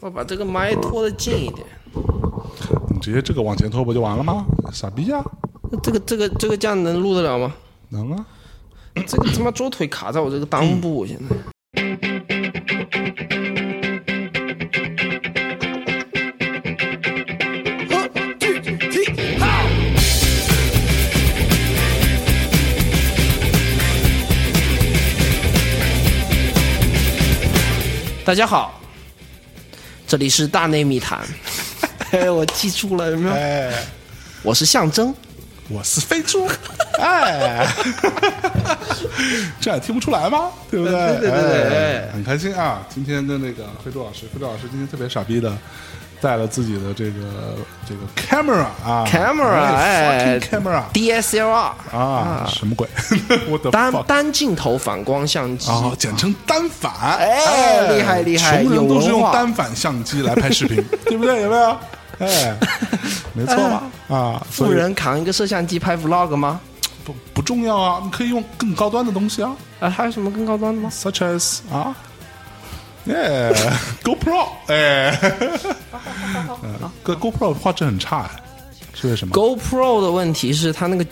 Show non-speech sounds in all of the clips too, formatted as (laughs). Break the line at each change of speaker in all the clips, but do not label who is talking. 我把这个麦拖得近一点。
你直接这个往前拖不就完了吗？傻逼呀、
那这个这个这个这样能录得了 (coughs) 吗？
能啊！
这个他妈桌腿卡在我这个裆部，现在。大家好，这里是大内密谈。 (laughs) 哎，我记住了，有没有？
哎，
我是象征，
我是飞猪，哎， (laughs) 这还听不出来吗？对不对？
对对对对
哎
哎
很开心啊！今天的那个飞猪老师，飞猪老师今天特别傻逼的。带了自己的这个这个 camera 啊
Camera，哎
fucking camera
DSLR
啊，什么鬼？ (laughs) 我的
单单镜头反光相机，
哦，简称单反，
嗯哎厉害厉害
穷人都
有文
是用
化
单反相机来拍视
(laughs)
频，对不对？有没有？哎，没错吧？啊，所以
哎富人扛一个摄像机拍 vlog 吗？
不不重要啊，你可以用更高端的东西啊
啊，还有什么更高端的吗？
，such as 啊，耶 (laughs) ，GoPro，哎，
(laughs)
嗯，Go GoPro 画质很差，哎是为什么？
GoPro 的问题是它那个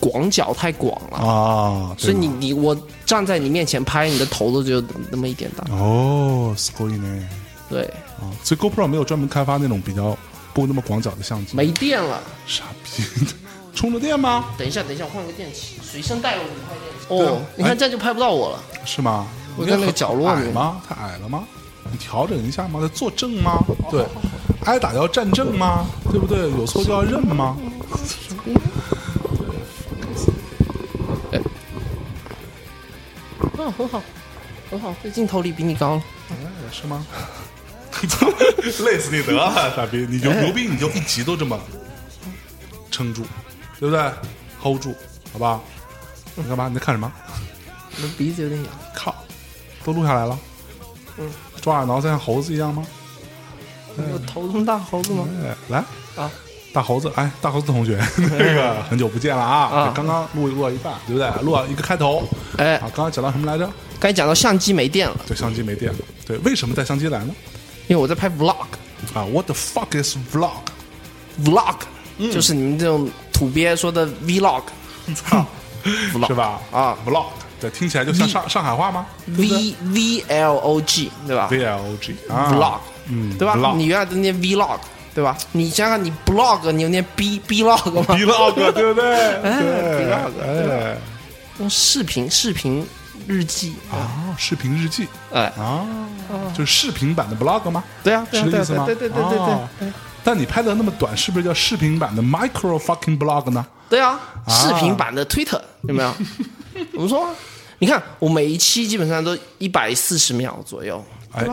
广角太广了，
啊，
所以
对
你
吗
你我站在你面前拍，你的头都只有那么一点大。
哦，すごいね
对，
啊，所以 GoPro 没有专门开发那种比较不那么广角的相机，
没电了。
傻逼， (laughs) 充着电吗？
等一下，等一下，我换个电池，随身带有五块电池。
对
哦
啊，
你看
哎
这样就拍不到我了。
是吗？
我
你
在
很
那个角落
矮
里
吗？太矮了吗？你调整一下吗？再坐正吗？对，挨打要站正吗？对不对？有错就要认吗？
嗯、很好，很好，这镜头里比你高了。
哎是吗？ (laughs) 累死你得了，傻逼！你就牛逼，你就一集都这么撑住，对不对？hold 住，好吧？你干嘛？你在看什么？
我的鼻子有点痒。
靠，都录下来了。
嗯，
抓耳挠腮像猴子一样吗？
我头这么大，猴子吗？
哎，来，
啊，
大猴子，哎，大猴子同学，那个很久不见了啊！
啊
刚刚录录到一半，对不对？录到一个开头，
哎
啊，，刚刚讲到什么来着？
刚才讲到相机没电了，
对，相机没电了。对，为什么带相机来呢？
因为我在拍 vlog。
啊，What the fuck is vlog？
vlog，、就是你们这种土鳖说的 vlog
操，
嗯 vlog
啊是吧？
啊
，vlog，对，听起来就像上上海话吗
v v l o g 对吧
？V L O G 啊
？vlog，
嗯，
对吧
vlog
你原来都念 vlog 对吧？你想想你 blog 你有念 b blog
哦
吗？
(laughs) vlog 对不对？对
vlog，
哎，
用视频视频日记，
啊，视频日记
哎，
啊，就是视频版的 vlog 吗？
对啊对啊
是这
对
意
啊
思吗？
对对对对对
哦
对。
但你拍的那么短，是不是叫视频版的 micro fucking blog 呢？
对啊，视频版的 Twitter 有
(laughs)
没有？我们说啊，你看我每一期基本上都一百四十秒左右，
哎，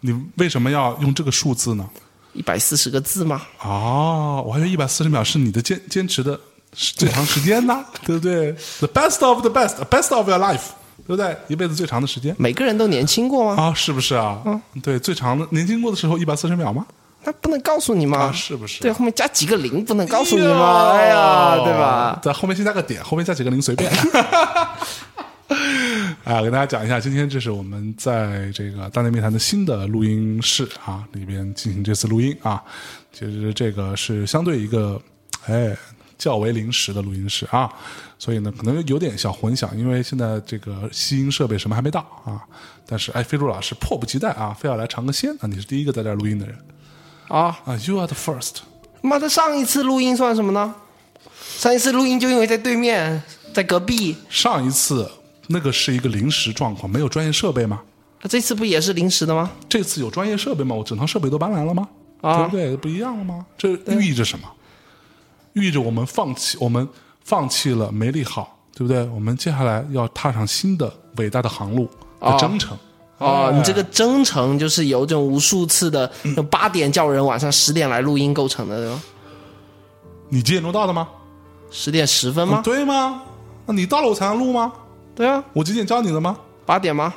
你为什么要用这个数字呢？
一百四十个字吗？
哦，我还以为一百四十秒是你的坚坚持的时最长时间
(laughs)
呢，对不对？The best of the best, best of your life，对不对？一辈子最长的时间
每个人都年轻过吗？
啊、是不是啊？
嗯
对，最长的年轻过的时候一百四十秒吗？
那不能告诉你吗？
啊，是不是？
对，后面加几个零不能告诉你吗？哎呀，对吧？
在后面先加个点，后面加几个零随便。 (laughs) 啊，给大家讲一下，今天这是我们在这个大内密谈的新的录音室啊里边进行这次录音啊。其实这个是相对一个哎较为临时的录音室啊，所以呢可能有点小混响，因为现在这个吸音设备什么还没到啊。但是哎，飞猪老师迫不及待啊，非要来尝个鲜啊！你是第一个在这儿录音的人
啊，
啊，You are the first。
妈的，上一次录音算什么呢？上一次录音就因为在对面，在隔壁，
上一次那个是一个临时状况，没有专业设备吗？
那这次不也是临时的吗？
这次有专业设备吗？我整套设备都搬来了吗？
啊
对不对？不一样了吗？这寓意着什么？寓意着我们放弃，我们放弃了梅利号，对不对？我们接下来要踏上新的伟大的航路的征程。哎
哦，啊你这个征程就是由这种无数次的
嗯
那种八点叫人晚上十点来录音构成的，对吧？
你几点钟到的吗？嗯
十点十分吗？
对吗？那你到了我才能录吗？
对啊，
我几点教你的吗？
八点吗？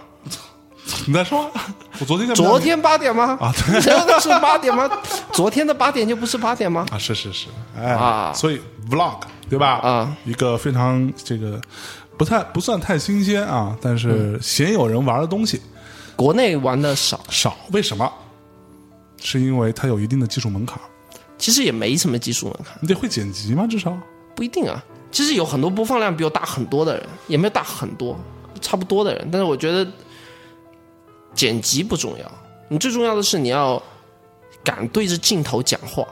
你再说， (laughs) 我昨天叫不叫你
昨天八点吗？(laughs)
啊对
真的是八点吗？昨天的八点就不是八点吗？
啊，是是是，哎，
啊
所以 vlog 对吧？
啊，
一个非常这个不太不算太新鲜啊，但
嗯
是鲜有人玩的东西
国内玩的少，
少，为什么？是因为它有一定的技术门槛儿，
其实也没什么技术门槛，
你得会剪辑吗？至少
不一定啊。其实有很多播放量比我大很多的人，也没有大很多，差不多的人。但是我觉得剪辑不重要，你最重要的是你要敢对着镜头讲话。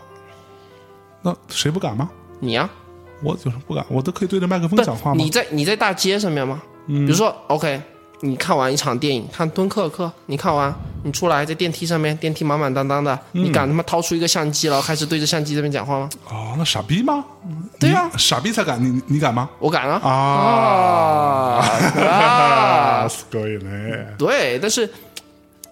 那谁不敢吗？
你呀、
我有什么不敢？我都可以对着麦克风
不
讲话吗嗯
你？在你在大街上面吗？比如说，OK，你看完一场电影，看《敦刻尔克》，你看完，你出来在电梯上面，电梯满满当当的，
嗯
你敢他妈掏出一个相机，然后开始对着相机这边讲话吗？
哦，那傻逼吗？
对
呀、
啊
傻逼才敢，你你敢吗？
我敢啊！
啊
啊，
すごいね。
对，但是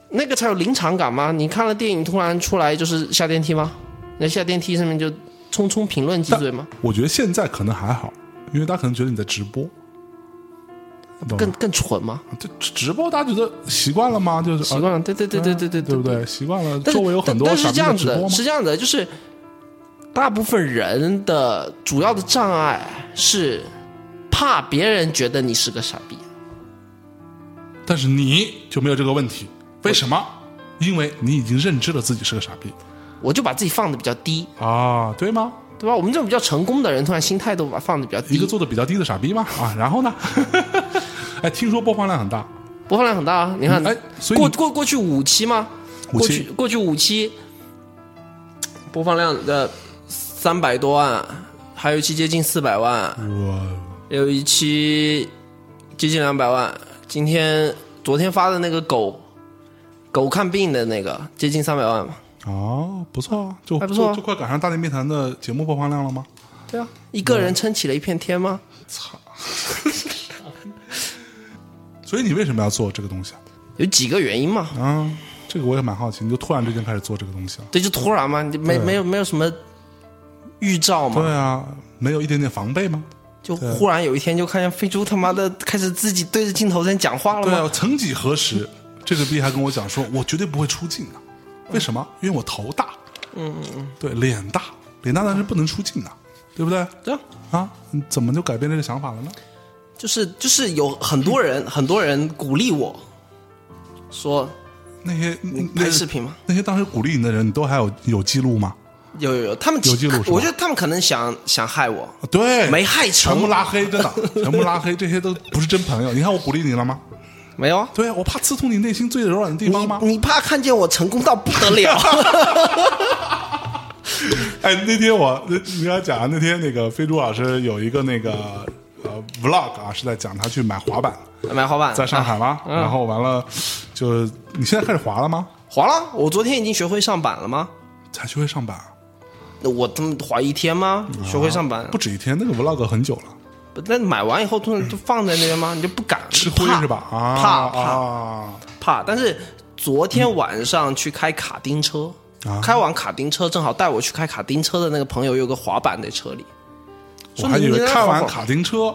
那个才有临场感嘛。你看了电影，突然出来就是下电梯吗？那下电梯上面就匆匆评论几嘴吗？
我觉得现在可能还好，因为大家可能觉得你在直播，懂
更
吗
更蠢吗？
这直播大家觉得习惯了吗？就是
习惯了，对对对对对对
啊对不
对
对？习惯了，
但
周
是
围有很多
但但
傻
是
逼
这样
的
子
直播
的，
吗？
是这样的，就是大部分人的主要的障碍是怕别人觉得你是个傻逼。
但是你就没有这个问题，为什么？因为你已经认知了自己是个傻逼
我就把自己放的比较低，
啊，对吗？
对吧？我们这种比较成功的人，突然心态都把放的比较
一个
低，
做的比较低的傻逼嘛
嗯
啊，然后呢？ (laughs) 哎，听说播放量很大，
播放量很大啊。你看，
哎，所以
过
你
过过去五期吗？
五
过
期
去过去五期播放量的三百多万，还有一期接近四百万，
我
有一期接近两百万，今天昨天发的那个狗狗看病的那个接近三百万嘛，
哦，不错啊，就
还不错啊
就就快赶上《大内密谈》的节目播放量了吗？
对啊，一个人撑起了一片天吗？
所以你为什么要做这个东西啊？
有几个原因嘛？
啊，这个我也蛮好奇，你就突然之间开始做这个东西了？
对，就突然嘛，你没没有没有什么预兆嘛，
对啊，没有一点点防备吗？
就忽然有一天就看见飞猪他妈的开始自己对着镜头在讲话了
对
嘛，
啊，曾几何时，这个逼还跟我讲说，我绝对不会出镜的，为什么？因为我头大，嗯，对，脸大，脸大但是不能出镜的，对不对？
对啊，
啊，你怎么就改变这个想法了呢？
就是就是有很多
(laughs)
人很多人鼓励我说
那些那
拍视频嘛，
那些当时鼓励你的人，你都还有有记录吗？
有有有，他们
有记录是吧
我觉得他们可能想想害我，
啊对，
没害成
全部拉黑，
(laughs)
真的，全部拉黑，这些都不是真朋友。你看我鼓励你了吗？
没有啊。
对啊，我怕刺痛你内心最柔软的地方吗？
你你怕看见我成功到不得
(laughs)
了？
哎，那天我你要讲啊那天那个飞猪老师有一个那个呃 vlog 啊，是在讲他去买滑板，
买滑板
在上海
啊
吗？然后完了，就你现在开始滑了吗？
滑了。我昨天已经学会上板了吗？
才学会上板啊，
那我他妈滑一天吗？
啊
学会上板
不，止一天，那个 vlog 很久了，
不那买完以后突然就放在那边吗？你就不敢
吃灰
怕
是吧？啊，
怕怕
啊，
怕。但是昨天晚上去开卡丁车
啊，
开完卡丁车正好带我去开卡丁车的那个朋友有个滑板在车里，
我
说
还
你
以
你
为
在
开
滑
完
板
卡丁车，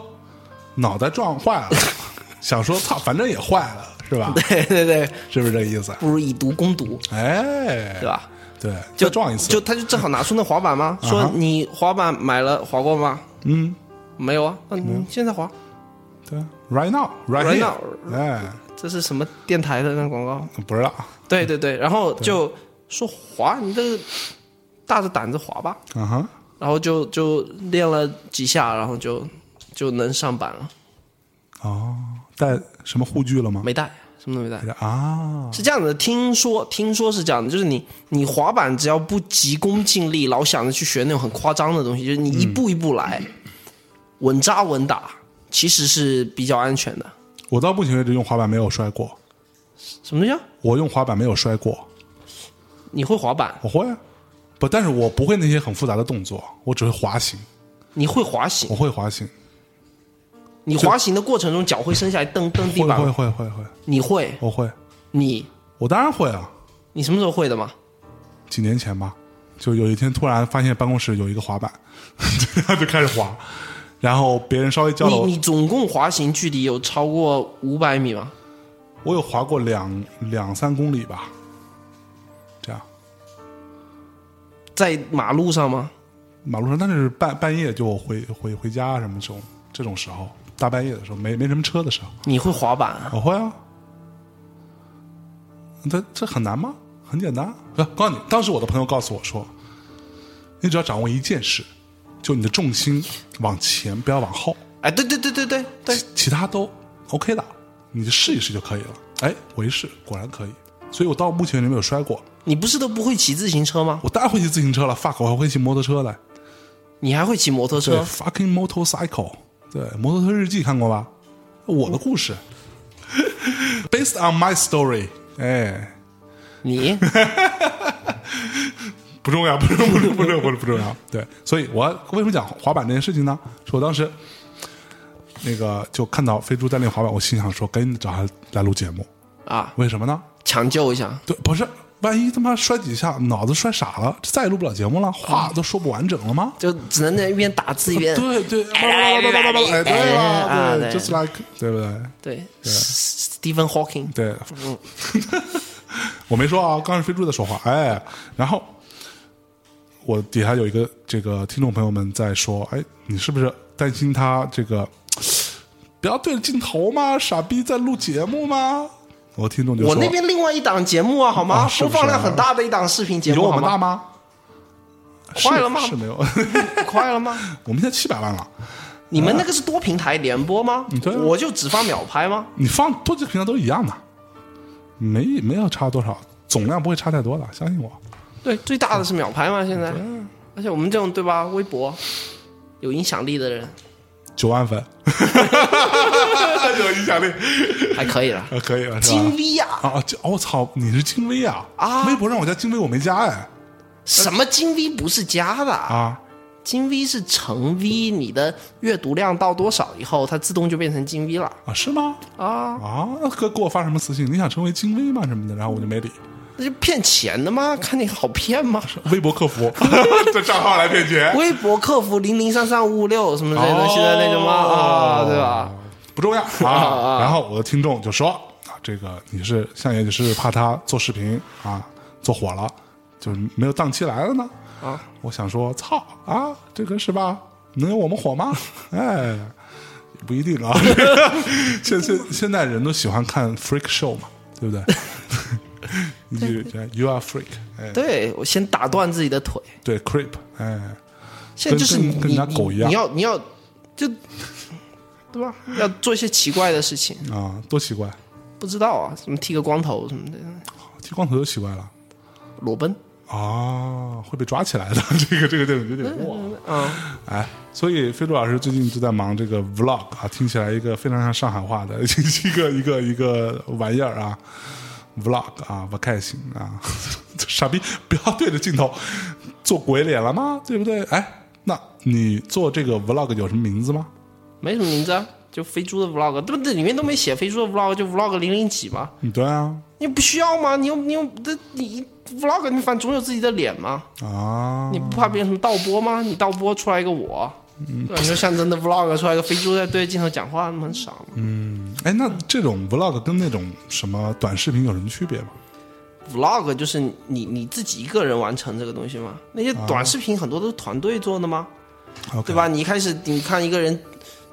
脑袋撞坏
(laughs)
了，想说操，反正也坏了，是吧？
对对对，
是不是这个意思？
不如以毒攻毒，
哎
对，吧？
对，
就
再撞一次，啊
就他就正好拿出那滑板吗？说你滑板买了滑过吗？
嗯，
没有啊，嗯，你现在滑，
对，right now，right
Right
here，
now
哎，
这是什么电台的那个广告？
不知道啊
对对对，然后就说滑，你这个大着胆子滑吧，
哈。
然后就就练了几下，然后就就能上板了，
哦，带什么护具了吗？
没带，什么都没带。
啊，
是这样的，听说听说是这样的，就是你你滑板只要不急功近利，老想着去学那种很夸张的东西，就是你
嗯
一步一步来，稳扎稳打，其实是比较安全的。
我到目前为止用滑板没有摔过，
什么东西啊？
我用滑板没有摔过，
你会滑板？
我会啊，不，但是我不会那些很复杂的动作，我只会滑行，
你会滑行
我？会滑行，
你滑行的过程中脚会伸下来蹬蹬地
会
板
会
吗？
会会会，
你会？
我会，
你
我当然会啊，
你什么时候会的嘛？
几年前吧，就有一天突然发现办公室有一个滑板， (laughs) 然后就开始滑，然后别人稍微教了
你
我，
你总共滑行距离有超过五百米吗？
我有滑过两两三公里吧，这样
在马路上吗？
马路上，但是半半夜就回回回家什么这种这种时候，大半夜的时候没没什么车的时候，
你会滑板啊？
我会啊，这这很难吗？很简单，不告诉你，当时我的朋友告诉我说，你只要掌握一件事，就你的重心往前，不要往后，
哎，对对对对对对，
其他都 OK 的，你就试一试就可以了。哎，我一试，果然可以，所以我到目前为止没有摔过。
你不是都不会骑自行车吗？
我当然会骑自行车了，fuck，我还会骑摩托车嘞。
你还会骑摩托
对
车？
，fucking motorcycle，对，《摩托车日记》看过吧？我的故 (laughs) 事，based on my story，哎，
你
不重要，不重要，不重要，不重 (laughs) 要，不重要不重要。对，所以我为什么讲滑板这件事情呢？是我当时那个就看到飞猪在练滑板，我心想说，赶紧找他来录节目，
啊，
为什么呢？
抢救一下，
对，不是，万一他妈摔几下，脑子摔傻了，再也录不了节目了，话都说不完整了吗？
就只能在一边打字一边
对对，哎，对吧？
啊
对
对
，just like，对不对？啊
对，S-，Stephen Hawking，
对， (laughs) 我没说啊，刚才飞猪在说话。哎，然后我底下有一个这个听众朋友们在说，哎，你是不是担心他这个不要对着镜头吗？傻逼在录节目吗？我听众就说，
我那边另外一档节目啊，好吗？
啊是
播
不是啊
放量很大的一档视频节
有
目，
我
好
们大
吗？
吗？
坏了吗
是是没有， (laughs)
快了吗？
我们现在七百万了，
你们那个是多平台联播吗？
对啊
我就只放秒拍吗？
你放多几个平台都一样的，没没有差多少，总量不会差太多的，相信我。
对，最大的是秒拍嘛，现在。
啊
而且我们这种对吧，微博有影响力的人
九万粉， (laughs) 有影响力，
还可以了。
啊可以了，是吧？
金 V 呀、
啊，这哦我、操，你是金威啊？
啊
微博让我加金威，我没加哎
什么金 V 不是加的啊？
啊！
金 V 是乘 V，你的阅读量到多少以后，它自动就变成金 V 了
啊，是吗？
啊？
啊，那哥给我发什么私信？你想成为金威吗？什么的？然后我就没理。
那就骗钱的吗？看你好骗吗？
微博客服 (laughs) 这账号来骗钱，
微博客服零零三三五五六什么之类的，
哦
现在那什么啊，对吧？？
不重要
啊
啊。然后我的听众就说啊，这个你是相爷，你是怕他做视频啊做火了，就是没有档期来了呢？
啊，
我想说，操啊，这个是吧？能有我们火吗？哎，不一定啊。 (laughs) 现现现在人都喜欢看 freak show 嘛，对不 (laughs) 对？你就 you are freak，哎，
对我先打断自己的腿，
对 creep，哎，
现在就是你
跟跟
你
人家狗一
你
样
你要你要就对吧？要做一些奇怪的事情，
啊，多奇怪，
不知道啊，什么剃个光头什么的，
剃光头就奇怪了
裸奔，
啊，会被抓起来的。这个这个这个有点过啊。
嗯，
哎，所以飞猪老师最近就在忙这个 vlog 啊，听起来一个非常像上海话的 (laughs) 一个一个一个玩意儿啊，vlog 啊，不开心啊， (laughs) 傻逼，不要对着镜头做鬼脸了吗？对不对？哎，那你做这个 vlog 有什么名字吗？
没什么名字啊，就飞猪的 vlog，对不对？里面都没写飞猪的 vlog，就 vlog 零零几嘛，
嗯，对啊，
你不需要吗？你又你又这你 vlog，你反正总有自己的脸嘛，
啊，
你不怕别人什么倒播吗？你倒播出来一个我，对吧，你说像真的 vlog 出来一个飞猪在对着镜头讲话，那么很傻吗
哎，那这种 vlog 跟那种什么短视频有什么区别吗？
？vlog 就是你你自己一个人完成这个东西嘛，那些短视频很多都是团队做的吗？
o k
对？吧？你一开始你看一个人、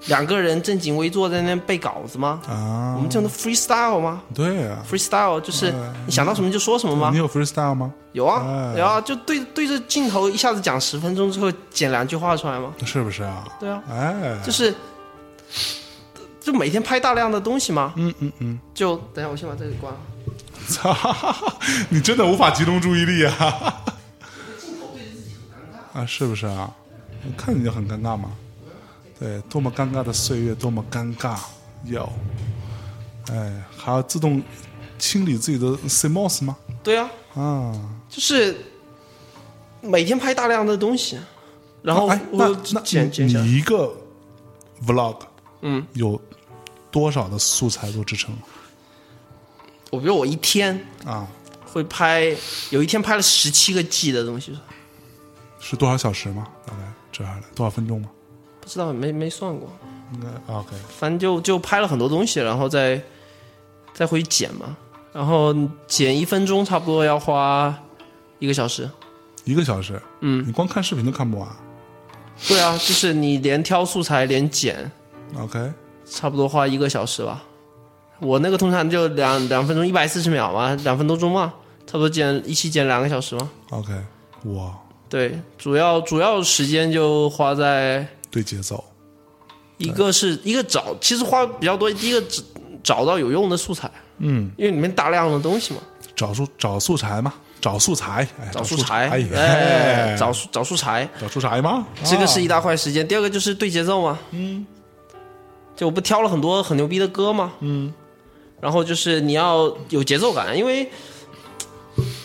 两个人正襟危坐在那边背稿子吗？我
啊，
们这种 freestyle 吗
对啊，
？freestyle 就是你想到什么就说什么吗
你？有 freestyle 吗？
有啊，
哎
有啊，就对对着镜头一下子讲十分钟之后，剪两句话出来吗？
是不是啊？
对啊，
哎，
就是就每天拍大量的东西嘛。嗯嗯嗯。就等一下，我先把这个关了。
操！ (laughs) 你真的无法集中注意力啊！啊，是不是啊？我看你就很尴尬嘛。对，多么尴尬的岁月，多么尴尬哟！哎，还要自动清理自己的 CMOS 吗？
对啊，
啊，
就是每天拍大量的东西，然后
哎，那
我
那
剪剪下来。
你一个 vlog，
嗯，
有多少的素材做支撑
我比如我一天
啊？
会拍，有一天拍了十七个 G 的东西，
是多少小时吗？大概这样的多少分钟吗？
不知道没没算过，
应该啊 OK。
反正就就拍了很多东西，然后再再回去剪嘛，然后剪一分钟差不多要花一个小时。
一个小时，嗯，你光看视频都看不完。
对啊，就是你连挑素材连剪，
OK，
差不多花一个小时吧。我那个通常就两两分钟一百四十秒嘛，两分多钟嘛，差不多剪一期剪两个小时嘛。
OK，哇，
对，主要主要时间就花在
对节奏，
一个是一个找，其实花比较多。第一个找找到有用的素材，
嗯，
因为里面大量的东西嘛，
找素找素材嘛，找素材，哎、
找
素
素材，
哎，
哎，找
找
素找素材，
找素材吗？
这个是
啊
一大块时间。第二个就是对节奏嘛，嗯，就我不挑了很多很牛逼的歌嘛，嗯，然后就是你要有节奏感，因为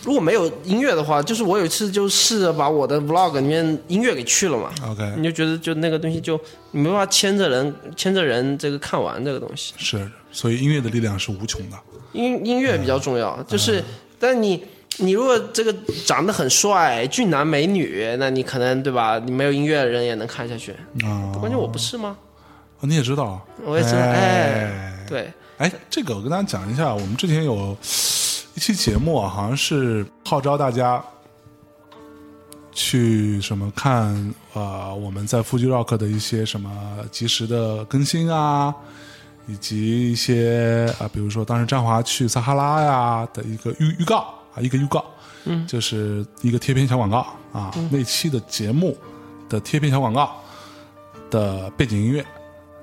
如果没有音乐的话，就是我有一次就试着把我的 vlog 里面音乐给去了嘛，
OK，
你就觉得就那个东西就你没办法牵着人牵着人这个看完这个东西，
是，所以音乐的力量是无穷的。
音音乐比较重
嗯
要，就是但你。你如果这个长得很帅，俊男美女，那你可能对吧？你没有音乐的人也能看下去。
啊、
关键我不是吗？
哦你也知道，
我也知道
哎，
对，
哎，这个我跟大家讲一下，我们之前有一期节目啊，好像是号召大家去什么看呃我们在 Fuji Rock 的一些什么及时的更新啊，以及一些啊、比如说当时张华去撒哈拉呀、的一个预预告啊，一个预告，嗯，就是一个贴片小广告啊，那期的节目的贴片小广告的背景音乐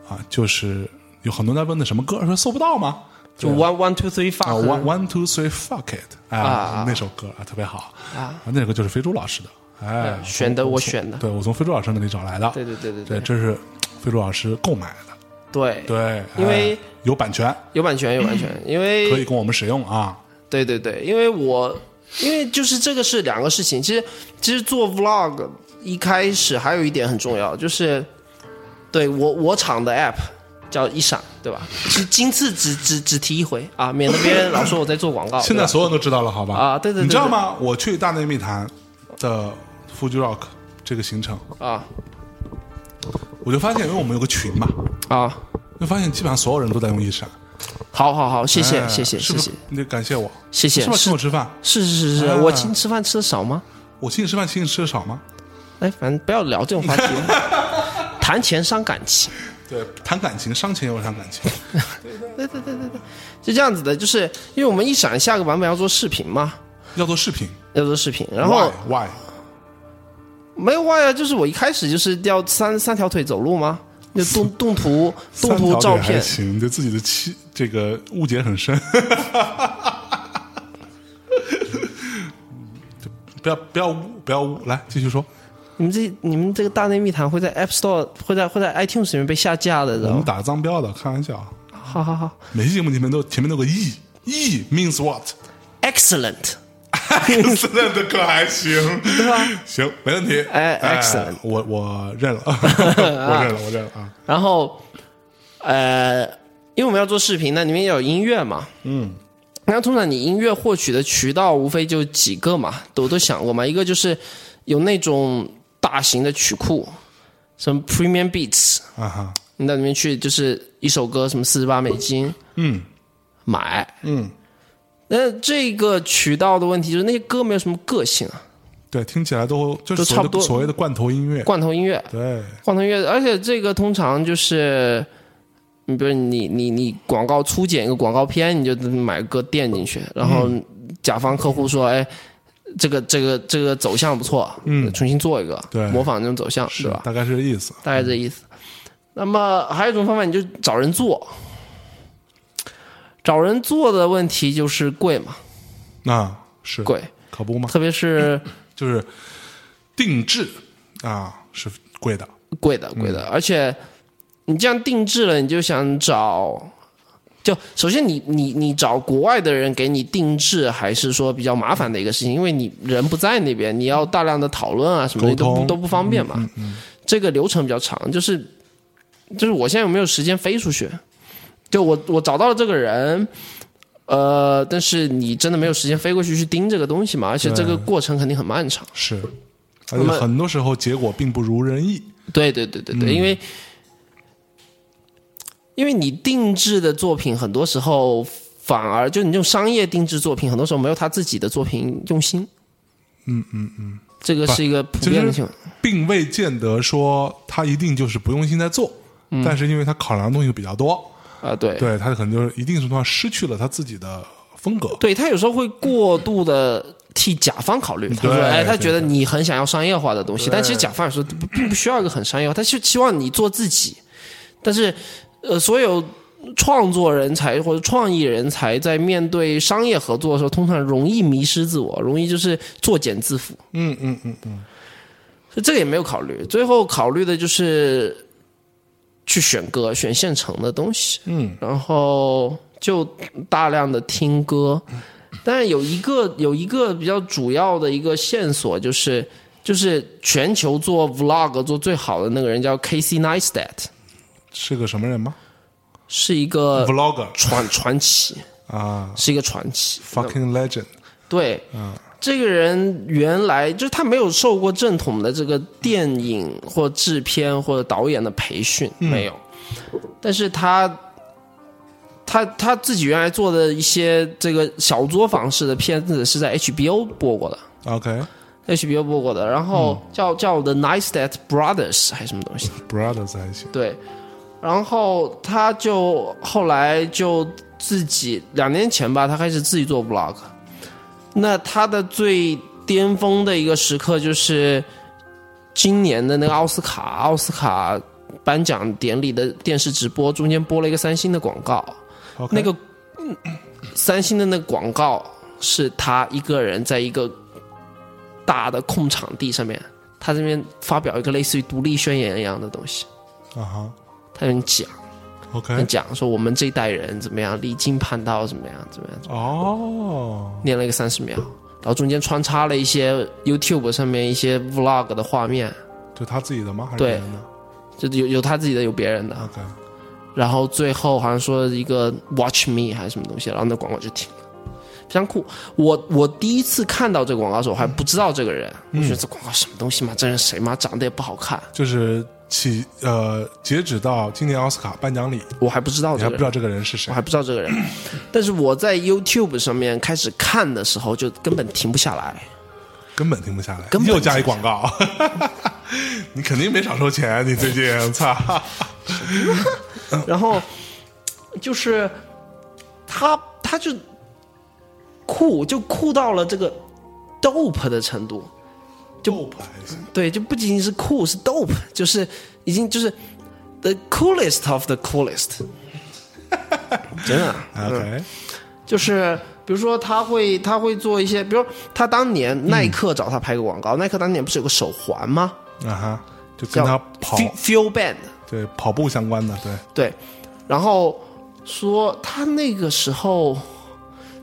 啊，就是有很多人在问的什么歌，说搜不到吗？
就 one one two three
啊
fuck
，one one two three fuck it，哎，
啊
那首歌啊特别好
啊，
那首歌就是飞猪老师的，哎，
选的我选的，
对我从飞猪老师那里找来的，
对对对对
对，
对
这是飞猪老师购买的，
对，
对，
因为
哎有版权，
有版权有版权，因
可以
为
供我们使用啊，
对对对，因为我因为就是这个是两个事情，其实其实做 vlog 一开始还有一点很重要，就是对我我厂的 app 叫一闪，对吧？其实今次只只只提一回啊，免得别人老说我在做广
(laughs)
告。
现在
对吧
所有人都知道了，好吧？
啊对对对
你知道吗？我去大内密谈的 Fuji Rock 这个行程，
啊
我就发现，因为我们有个群嘛，
啊，
就发现基本上所有人都在用一闪，
好好好，谢谢
哎
谢谢
是
谢
不
谢
是你得感谢我，
谢谢
是吧？
是
请我吃饭，
是是是，
哎
我请你吃饭吃的少吗？
我请你吃饭，请你吃的少吗？
哎，反正不要聊这种话
(laughs)
题，谈钱伤感情。
对，谈感情，伤钱又伤感情，
是这样子的，就是因为我们一闪下个版本要做视频嘛，
要做视频，
要做视频，然后
why
没有外啊，就是我一开始就是要三三条腿走路嘛，就 (laughs) 动动图、动图照片，
行，对自己的期这个误解很深。 (laughs) 就不要不要不要来继续说，
你们这你们这个大内密谈会在 App Store 会在会在 iTunes 里面被下架的，知
我
道
们
吗？
打脏标的，开玩笑啊。
好好好
每期节目前面都前面都有个 e，e
(laughs)
means what？
，Excellent，
现在的可还行，对吧？行，没问题。
哎 excellent
我我认了， (laughs) 我认了，我认了啊。
然后呃，因为我们要做视频，那里面要有音乐嘛，嗯。那通常你音乐获取的渠道无非就几个嘛，我都想过嘛。一个就是有那种大型的曲库，什么 Premium Beats，
啊哈，
你到里面去就是一首歌什么四十八美金，
嗯
买。
嗯，
那这个渠道的问题就是那些歌没有什么个性啊，
对，听起来都就
都
是所谓的
差不多
所谓的罐头音乐，
罐头音乐，
对，
罐头音乐，而且这个通常就是，你比如你你你广告初剪一个广告片，你就买歌垫进
嗯
去，然后甲方客户说，哎，这个这个这个走向不错，
嗯
重新做一个，
对
模仿这种走向，
是
对吧？
大概是这意思。
大概这意思。那么还有一种方法，你就找人做。找人做的问题就是贵嘛，
啊，是
贵，
可不嘛，
特别是
就是定制啊是贵的，
贵
嗯
的贵的，而且你这样定制了，你就想找，就首先你你你找国外的人给你定制，还是说比较麻烦的一个事情，因为你人不在那边，你要大量的讨论啊什么的
沟
都
通嗯
不都不方便嘛。这个流程比较长，就是就是我现在有没有时间飞出去？就我我找到了这个人。呃，但是你真的没有时间飞过去去盯这个东西嘛？而且这个
对
过程肯定很漫长。
是，
那
而且
么
很多时候结果并不如人意。
对对对对对，因为因为你定制的作品，很多时候反而就你这种商业定制作品，很多时候没有他自己的作品用心。嗯嗯嗯，这个是一个普遍的情况。
并未见得说他一定就是不用心在做，但是因为他考量的东西比较多，
嗯啊，对
对他可能就是一定程度上失去了他自己的风格。
对他有时候会过度的替甲方考虑，他说：“
对
哎，他
对
觉得你很想要商业化的东西，
对
但其实甲方有时候不并不需要一个很商业化，他就希望你做自己。但是，呃，所有创作人才或者创意人才在面对商业合作的时候，通常容易迷失自我，容易就是作茧自缚。
嗯嗯嗯嗯，
所以这个也没有考虑，最后考虑的就是去选歌，选现成的东西，
嗯，
然后就大量的听歌，但是有一个有一个比较主要的一个线索就是，就是全球做 vlog 做最好的那个人叫 Casey Neistat，
是个什么人吗
是一个
？Vlogger
传传奇，
啊
是一个传奇，
，fucking legend。
对，这个人原来就是他没有受过正统的这个电影或制片或者导演的培训，没有，但是他。他他自己原来做的一些这个小作坊式的片子是在 HBO 播过的
OK，Brothers
，HBO 播过的，然后叫、叫 The Nice That Brothers 还是什么东西，
还行。
对，然后他就后来就自己两年前吧，他开始自己做 vlog。那他的最巅峰的一个时刻就是今年的那个奥斯卡奥斯卡颁奖典礼的电视直播，中间播了一个三星的广告。
OK，
那个嗯三星的那个广告是他一个人在一个大的空场地上面，他这边发表一个类似于独立宣言一样的东西。
啊哈
他跟你讲，跟你
，OK，
讲说我们这一代人怎么样，离经叛道怎么样，怎么样，
哦，
念了一个三十秒，然后中间穿插了一些 YouTube 上面一些 Vlog 的画面，
就他自己的吗？还是
对
别人的
就有有他自己的，有别人的，啊
？OK，
然后最后好像说一个 Watch Me 还是什么东西，然后那广告就停了，非常酷。我我第一次看到这个广告的时候，我还不知道这个人，我觉得这广告什么东西嘛，这人谁嘛，长得也不好看，
就是起呃，截止到今年奥斯卡颁奖礼，
我还不知道
你
这
还
个
不
人
知。道这个人是谁
我还不知道这个人，但是我在 YouTube 上面开始看的时候，就根本停不下来。
根本停不下来，
根本
又加一广告， (laughs) 你肯定没少收钱，你最
(laughs)
近操，
然后就是他他就酷，就酷到了这个 dope 的程度。
就还行，
对，就不仅仅是酷，是 dope，就是已经就是 the coolest of the coolest。真的，啊
(laughs)
嗯
OK，
就是比如说他会他会做一些，比如他当
嗯
年耐克找他拍个广告，耐克当年不是有个手环吗？
啊哈，就
叫
跟他跑
Fe- Feel Band，
对跑步相关的，对，
对，然后说他那个时候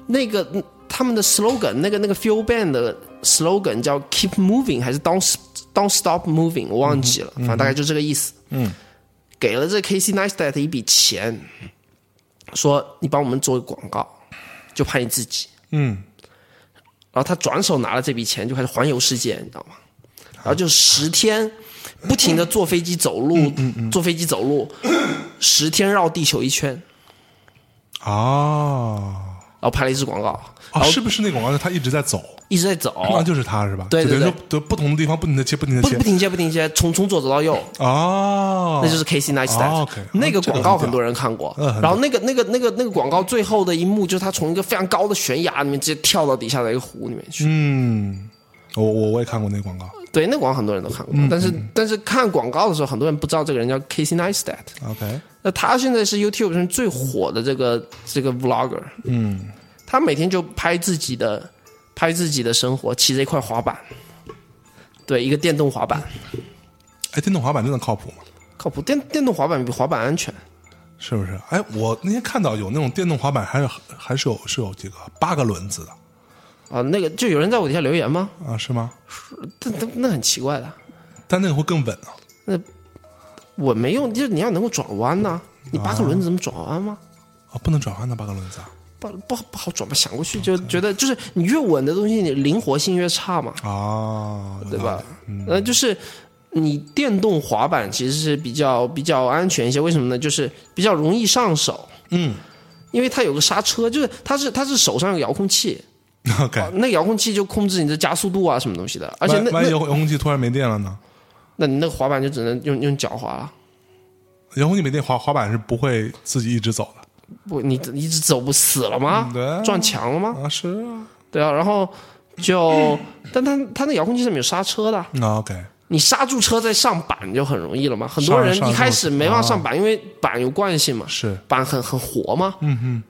那个嗯他们的 slogan，那个那个 Feel Band 的 slogan 叫 Keep Moving 还是 Don't Don't Stop Moving，我忘记了，反正大概就这个意思。嗯，给了这 Casey Neistat 一笔钱，说你帮我们做个广告，就拍你自己。
嗯，
然后他转手拿了这笔钱，就开始环游世界，你知道吗？
啊
然后就十天，不停的坐飞机走
嗯
路，坐飞机走路，十天绕地球一圈，
哦，
然后拍了一支广告，
哦，是不是那广告他一直在走？
一直在走，
那就是他是吧？
哦对
就
对
等于说对不同的地方不停的切，不停的
不
切
不，停歇不停歇，从从左走到右，
哦，
那就是 Casey Neistat、
哦，OK，
那个
哦这个
广告
很屌
很多人看过，
嗯很
然后那个那个那个那个广告最后的一幕就是他从一个非常高的悬崖里面直接跳到底下的一个湖里面去。
嗯，我我我也看过那个广告
对，那广告很多人都看
嗯
过，但是但是看广告的时候，很多人不知道这个人叫 Casey Neistat。
，OK，
那他现在是 YouTube 上最火的这个这个 vlogger，嗯，他每天就拍自己的拍自己的生活，骑着一块滑板，对，一个电动滑板，
哎，电动滑板真的靠谱吗？
靠谱，电电动滑板比滑板安全，
是不是？哎，我那天看到有那种电动滑板，还是还是有是有这个八个轮子的
啊，那个就有人在我底下留言吗？
啊，是吗？
那那那很奇怪的，
但那个会更稳啊。
我没用，就是你要能够转弯呐、你八个轮子怎么转弯吗？
啊，不能转弯的八个轮子啊！
不不不好转吧，想过去就觉得就是你越稳的东西，你灵活性越差嘛。
啊，有
对
道
吧
理？？
呃，就是你电动滑板其实是比较比较安全一些，为什么呢？就是比较容易上手，
嗯
因为它有个刹车，就是它是它是手上有遥控器， (laughs)
，OK。
那遥控器就控制你的加速度啊什么东西的，而且那
万一
那
遥遥控器突然没电了呢？
那你那个滑板就只能用用脚滑了。
遥控器没电，滑滑板是不会自己一直走的。
不，你你只走不死了吗？
对啊
撞墙了吗？
啊，是啊
对啊，然后就，但他他那遥控器上面有刹车的，
嗯，OK，
你刹住车再上板就很容易了嘛。很多人
上上啊
一开始没办法上板，因为板有惯性嘛，
是，
板很很活嘛。
嗯嗯，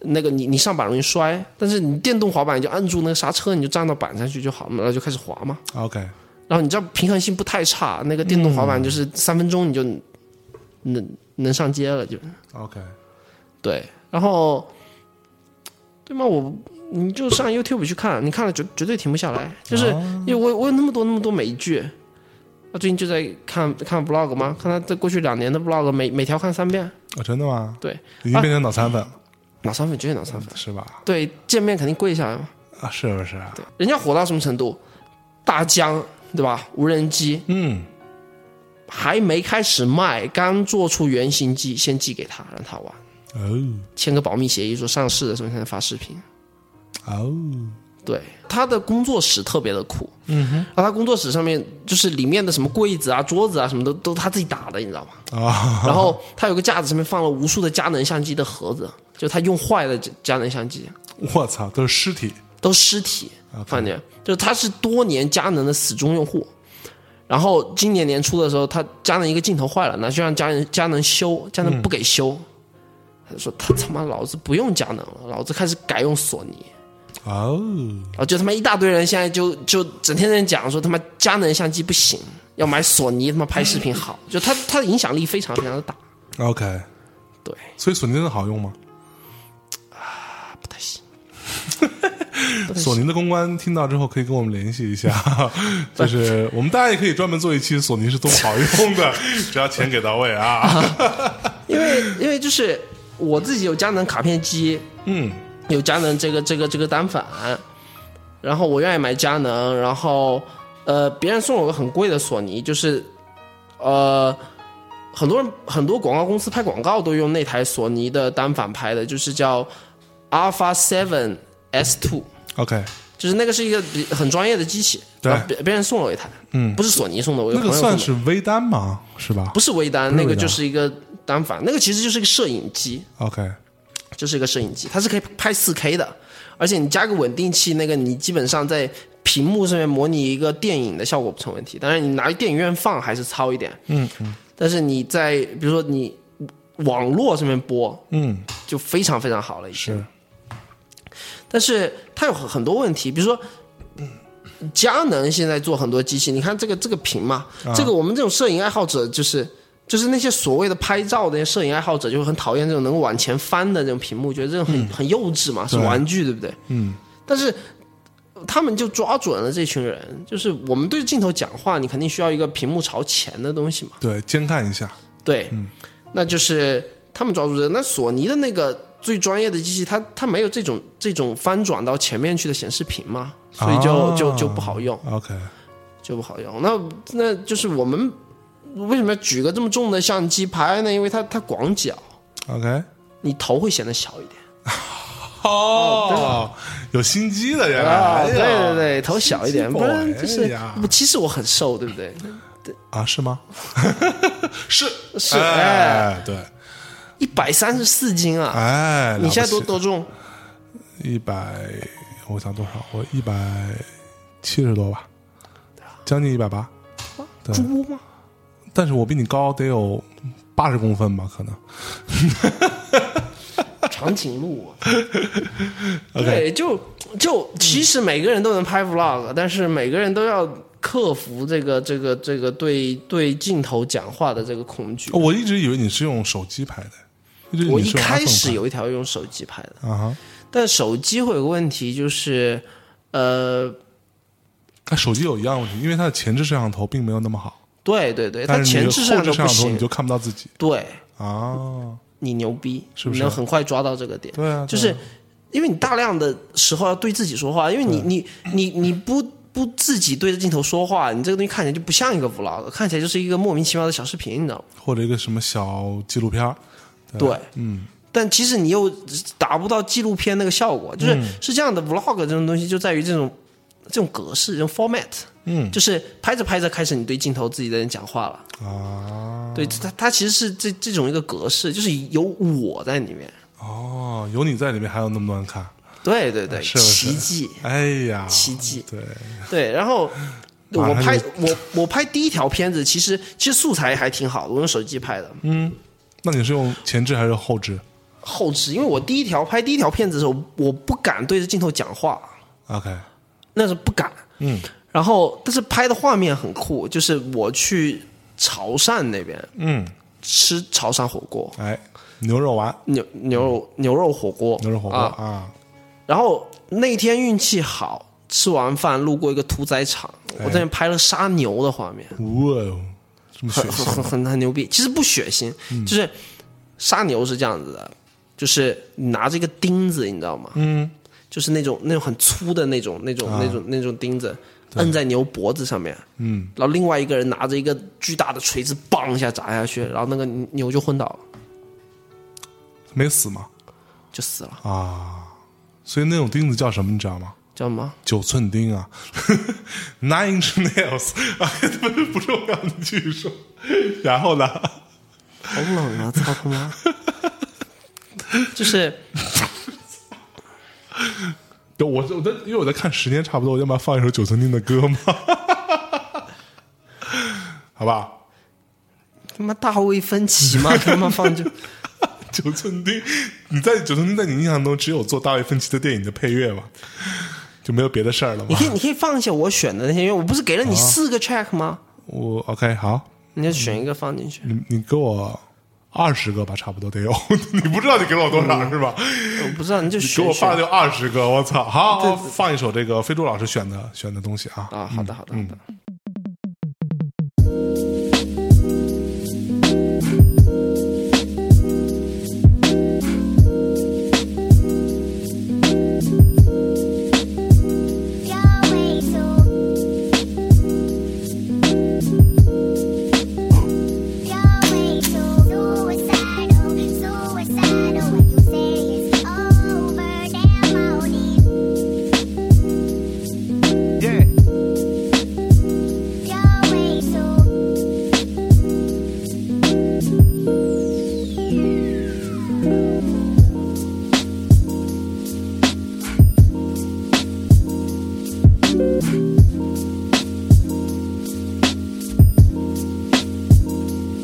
那个你你上板容易摔，但是你电动滑板你就按住那个刹车，你就站到板上去就好了嘛，然后就开始滑嘛。
OK，
然后你知道平衡性不太差，那个电动滑板
嗯
就是三分钟你就能能上街了，就
OK，
对。然后对吗？我你就上 YouTube 去看，你看了绝绝对停不下来，就是
哦
因为我我有那么多那么多美剧。我最近就在看看 vlog 嘛，看他这过去两年的 vlog，每每条看三遍，
哦，真的吗？
对，啊
已经变成脑残
(laughs)
粉了，
脑三粉绝对脑三粉。
是吧？
对，见面肯定跪下来嘛。
啊，是不是？
对，人家火到什么程度？大疆对吧？无人机
嗯，
还没开始卖，刚做出原型机，先寄给他，让他玩，
哦
签个保密协议，说上市的时候才能发视频。
哦，
对，他的工作室特别的酷，嗯哼，然后他工作室上面就是里面的什么柜子啊、桌子啊什么的都他自己打的，你知道吗？
啊，
然后他有个架子，上面放了无数的佳能相机的盒子，就他用坏的佳佳能相机，
我操，都是尸体，
都尸体放进去，就是他是多年佳能的死忠用户。然后今年年初的时候，他佳能一个镜头坏了，拿去让佳能佳能修，佳能不给修，他就说他他妈老子不用佳能了，老子开始改用索尼。
哦，
然后就他妈一大堆人现在就就整天在讲说他妈佳能相机不行，要买索尼他妈拍视频好，就他他的影响力非常非常的大，
OK，
对，
所以索尼真的好用吗？
不太行。
索尼的公关听到之后可以跟我们联系
(laughs)
一下，就是我们大家也可以专门做一期索尼是多么好用的， (laughs) 只要钱给到位
(laughs)
啊。
因为因为就是我自己有佳能卡片机，
嗯，
有佳能这个这个这个单反，然后我愿意买佳能，然后呃，别人送我个很贵的索尼，就是呃，很多人很多广告公司拍广告都用那台索尼的单反拍的，就是叫 Alpha Seven S Two，
OK，
就是那个是一个比很专业的机器，
对
然后别别人送了我一台，
嗯，
不是索尼送的，我有
那
朋友
个
送的，
算是微单吗？是吧
不是微单，
不是微
那个
单
就是一个单反，那个其实就是一个摄影机，
？OK，
就是一个摄影机，它是可以拍4 K 的，而且你加个稳定器，那个你基本上在屏幕上面模拟一个电影的效果不成问题。当然，你拿去电影院放还是糙一点，
嗯
但是你在比如说你网络上面播，
嗯，
就非常非常好了已经。
是
但是它有很很多问题，比如说。佳能现在做很多机器，你看这个这个屏嘛，
啊
这个我们这种摄影爱好者就是就是那些所谓的拍照的那些摄影爱好者就会很讨厌这种能够往前翻的这种屏幕，觉得这种很、很幼稚嘛，是
嗯对
玩具，对不对？
嗯。
但是他们就抓准了这群人，就是我们对镜头讲话，你肯定需要一个屏幕朝前的东西嘛。
对，监看一下。
对，
嗯
那就是他们抓住这个。那索尼的那个最专业的机器，它它没有这种这种翻转到前面去的显示屏嘛，所以就、
啊
就就不好用，
OK，
就不好用。那那就是我们为什么要举个这么重的相机拍呢？因为它它广角，
OK，
你头会显得小一点。
哦，有心机的人
啊，
哎
对
呀
对对，头小一点，不然就
哎
是
呀
不，其实我很瘦，对不
(laughs)
对？
啊，是
(laughs)
吗？是
是
哎，对，
一百三十四斤啊！
哎，
你现在多多
多
重？
一百，我想多少？我一百七十多吧，将近一百八，对
猪吗？
但是我比你高得有八十公分吧，可能。
长颈鹿、
(laughs)
啊。对，就就其实每个人都能拍 vlog，、但
嗯
是每个人都要克服这个这个这个对对镜头讲话的这个恐惧。
哦我一直以为你是用手机拍的，一直以
我
为你
一
是用 iPhone 拍
开始有一条用手机拍的，
啊哈，
但手机会有个问题，就是呃，
它哎手机有一样问题，因为它的前置摄像头并没有那么好，
对对对，哎它
但是
前
你的
置
后
摄
置摄
像头不
像头
行
你，就看不到自己
对
啊。
你牛逼，
是不是
你能很快抓到这个点？
对啊，
就
对
是
啊
因为你大量的时候要对自己说话，因为你你你你不不自己对着镜头说话，你这个东西看起来就不像一个 vlog，看起来就是一个莫名其妙的小视频，你知道吗？
或者一个什么小纪录片儿
对，
嗯，
但其实你又达不到纪录片那个效果，就是、
嗯
是这样的 vlog 这种东西就在于这种这种格式，这种 format，
嗯
就是拍着拍着开始你对镜头自己在那讲话了，
啊，
对，它它其实是这这种一个格式，就是有我在里面，
哦，有你在里面，还有那么多人看，
对对对，
是不是
奇迹，
哎呀，
奇迹
对，
对，然
(laughs)
后
马
我
上
拍
就
我我拍第一条片子，其实其实素材还挺好的，我用手机拍的
嗯那你是用前置还是后置
后置，因为我第一条拍第一条片子的时候，我不敢对着镜头讲话，
？OK，
那是不敢。
嗯，
然后但是拍的画面很酷，就是我去潮汕那边
嗯，
吃潮汕火锅，
哎，牛肉丸，
牛牛肉牛肉火锅，
牛肉火锅
啊。
啊，
然后那天运气好，吃完饭路过一个屠宰场，
哎
我在那拍了杀牛的画面。
哇哦，这么血
很很 (laughs)
腥嗯
很很很牛逼。其实不血腥，就是杀牛是这样子的，就是你拿着一个钉子，你知道吗？
嗯，啊
就是那种那种很粗的那种那种、那种那种钉子，摁在牛脖子上面。
嗯，
然后另外一个人拿着一个巨大的锤子，梆一下砸下去，然后那个牛就昏倒了，
没死嘛
就死了，
啊，所以那种钉子叫什么，你知道吗？
知道吗？
九寸钉啊 (laughs) ，nine inch nails (laughs) 啊，不是不重要，你继续说。然后呢？
好冷啊！操他
(laughs)
妈！就是
对我我在因为我在看十年差不多，我就把它放一首九寸钉的歌嘛， (laughs) 好吧？
他妈大卫芬奇嘛，他妈放就
九寸钉，你在九寸钉在你印象中只有做大卫芬奇的电影的配乐嘛，就没有别的事儿
(laughs)
了
你
吗
可？以你可以放一些我选的那些，因为我不是给了
啊
你四个 track 吗？
我 OK 好，
你就
嗯
选一个放进去。
你你给我二十个吧，差不多得有， (laughs) 你不知道你给了我多少、
嗯
是吧？
我不知道，你就
你给
选
我
选
发了就二十个，我操！好，好放一首这个飞猪老师选的选的东西啊。
啊！好的，好的，好的。
要微缩，要微缩。Suicidal, suicidal. What you say is over. Damn all this.
Yeah.
嗯
要微缩，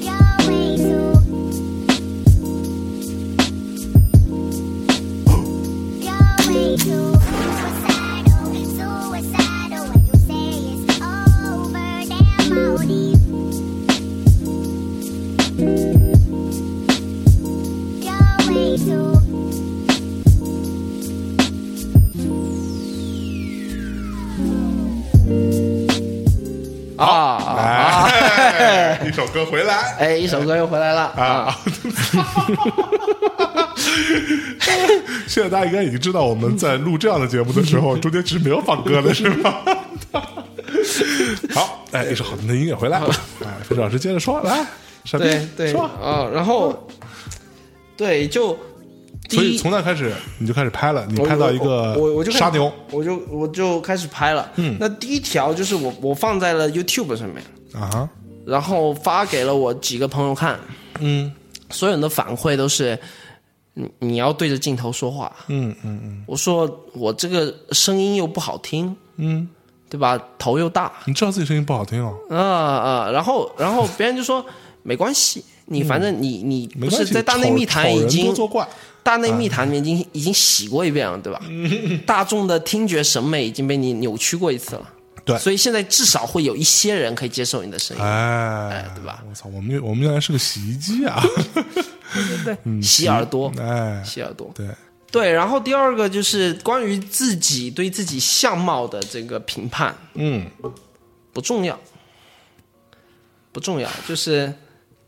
要微缩，要微缩。Suicidal, suicidal. What you say is over. Damn all this. 要微缩。
啊啊！
哎，一首歌回来
哎，一首歌又回来了啊！
啊！现在大家应该已经知道我们在录这样的节目的
(laughs)
时候，中间其实没有放歌的是吧？ (laughs) 好，哎，一首好听的音乐回来，哎，飞猪老师接着说，来，傻逼
对对
说。
啊，然
(laughs)
后对就第
所以
一，
从那开始你就开始拍了，你
我
拍到一个
我我我就开始
杀牛，
我就我就开始拍了。嗯，那第一条就是我我放在了 YouTube 上面，
啊哈，
然后发给了我几个朋友看。
嗯
所有人的反馈都是，你你要对着镜头说话。
嗯嗯
我说我这个声音又不好听，
嗯，
对吧？头又大，
你知道自己声音不好听哦，
啊啊，然后 (laughs) 然后别人就说没关系，你反正你你
嗯没
不
关
是
系，
在大内密谈已
丑人
经
多作哎怪，
大内密谈里面已经已经洗过一遍了，对吧？
嗯
大众的听觉审美已经被你扭曲过一次了，
对
所以现在至少会有一些人可以接受你的声音，
哎
哎，对吧？
我操，我们我们原来是个洗衣机 (laughs) 啊，嗯
洗耳朵，
哎，
洗耳朵。
对，
对，然后第二个就是关于自己对自己相貌的这个评判
嗯，
不重要，不重要，就是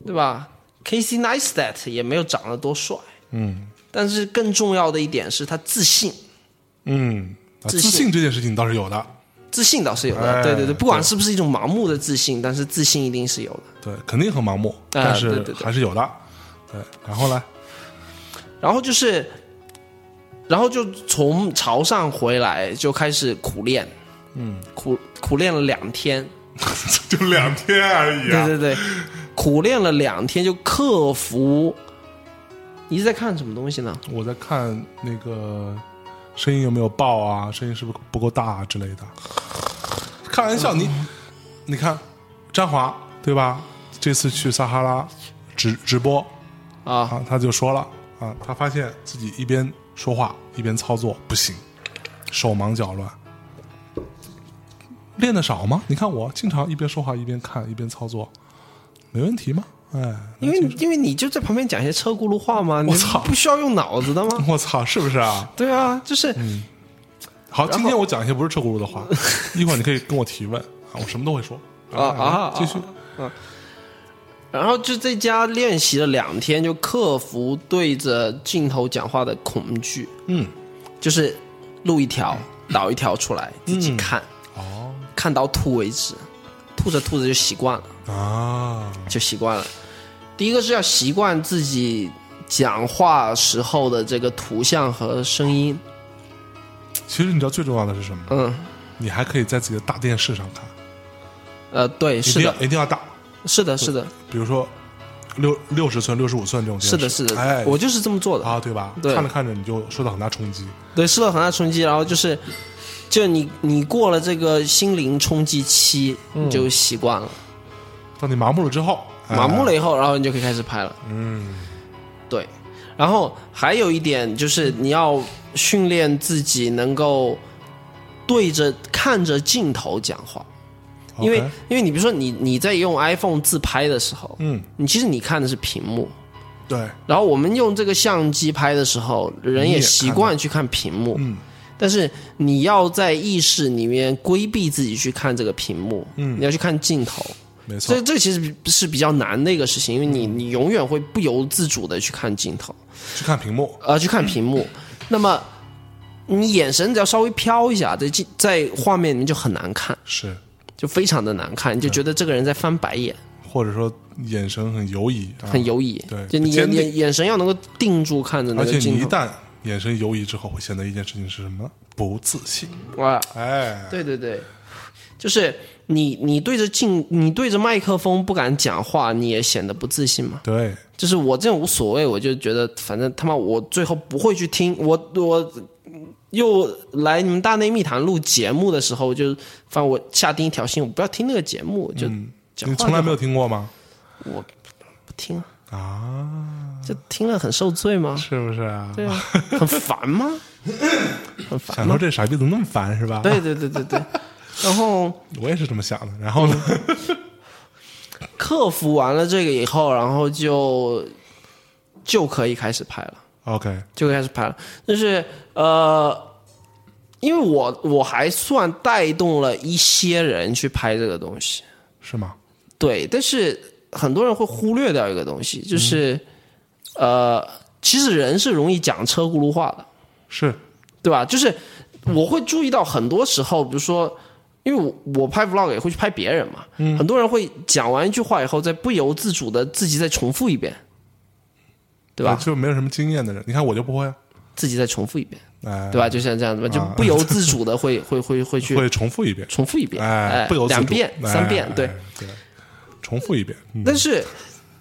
对吧？Casey Neistat 也没有长得多帅。
嗯
但是更重要的一点是他自信，
嗯，啊自
自信
信这件事情倒是有的，
自信倒是有
哎
的，对对对，不管
对
是不是一种盲目的自信，但是自信一定是有的。
对，肯定很盲目，但
对
是
对对
还是有的，对，然后呢，
然后就是，然后就从潮汕回来就开始苦练，嗯，苦苦练了两天，
(laughs) 就两天而已
对
啊，
对对，苦练了两天就克服你一直在看什么东西呢？
我在看那个声音有没有爆啊，声音是不是不够大啊之类的。开玩笑，你你看张华对吧？这次去撒哈拉直直播
啊，
啊，他就说了啊，他发现自己一边说话一边操作不行，手忙脚乱。练的少吗？你看我经常一边说话一边看一边操作，没问题吗？哎， (laughs)
因为因为你就在旁边讲一些车轱辘话嘛，你
操
不需要用脑子的
(laughs)
吗？
我操，是不是啊？
对啊，就是
嗯好，
后
今天我讲一些不是车轱辘的话，一会儿你可以跟我提问啊，我什么都会说
啊啊
继续
然后就在家练习了两天，就克服对着镜头讲话的恐惧。嗯，就是录一条，导一条出来，自己看，
哦
看到吐为止，吐着吐着就习惯了，
啊，
就习惯了。第一个是要习惯自己讲话时候的这个图像和声音。
其实你知道最重要的是什么？
嗯，
你还可以在自己的大电视上看，
呃，对，
一
是
定要
的，
一定要大，
是的，是的，
比如说六六十寸、六十五寸这种电
是
视，
的，是
哎
的，，我就是这么做的。
啊，对吧？
对
看着看着你就受到很大冲击，
对，受到很大冲击，然后就是，就你你过了这个心灵冲击期，你就习惯了，
当你麻木了之后，嗯哎
麻木了以后，然后你就可以开始拍了。嗯，对。然后还有一点就是你要训练自己能够对着看着镜头讲话，因为
OK，
因为你比如说你你在用 iPhone 自拍的时候，
嗯，
你其实你看的是屏幕，
对，
然后我们用这个相机拍的时候，人
你也
也
看
习惯去看屏幕，
嗯
但是你要在意识里面规避自己去看这个屏幕，嗯，你要去看镜头，
没错嗯
这，这其实是比较难的一个事情，因为你你永远会不由自主的去看镜头，
去看屏幕，
呃，去看屏幕，
嗯
那么你眼神只要稍微飘一下，在镜在画面里面就很难看，
是，
就非常的难看，你就觉得这个人在翻白眼，
或者说眼神很犹疑，啊
很犹疑，
对
就你
不坚
眼
定
眼眼神要能够定住看着那
而
个
且
镜
你一
头，
旦眼神犹疑之后，会显得一件事情是什么呢？不自信。
哇，
哎，
对对对，就是你你对着镜，你对着麦克风不敢讲话，你也显得不自信嘛。
对，
就是我这种无所谓，我就觉得反正他妈我最后不会去听我我。又来你们大内密谈录节目的时候，就反正我下定一条心，我不要听那个节目，就讲
嗯你
话
从来没有
有
听过吗？
不听啊，
啊，
就听了很受罪吗？
是不是啊？
对啊，很烦吗？
(laughs)
很烦
想说
吗？
这傻逼怎么那么烦是吧？
对，对对对对。然后
我也是这么想的。然后呢？
克服完了这个以后，然后就就可以开始拍了，
OK，
就开始拍了。就是呃，因为我我还算带动了一些人去拍这个东西，
是吗？
对，但是很多人会忽略掉一个东西，就是、呃，其实人是容易讲车轱辘话的。
是，
对吧？就是我会注意到很多时候，比如说，因为我我拍 vlog 也会去拍别人嘛，
嗯
很多人会讲完一句话以后，再不由自主的自己再重复一遍，对吧？
就没有什么经验的人，你看我就不会啊，
自己再重复一遍，
哎，
对吧？就像这样子吧，就不由自主的会会会会去
啊会重复一遍，
重复一遍，
哎，不由自主
两遍、
哎
三遍
哎，
对。
对，重复一遍，嗯
但是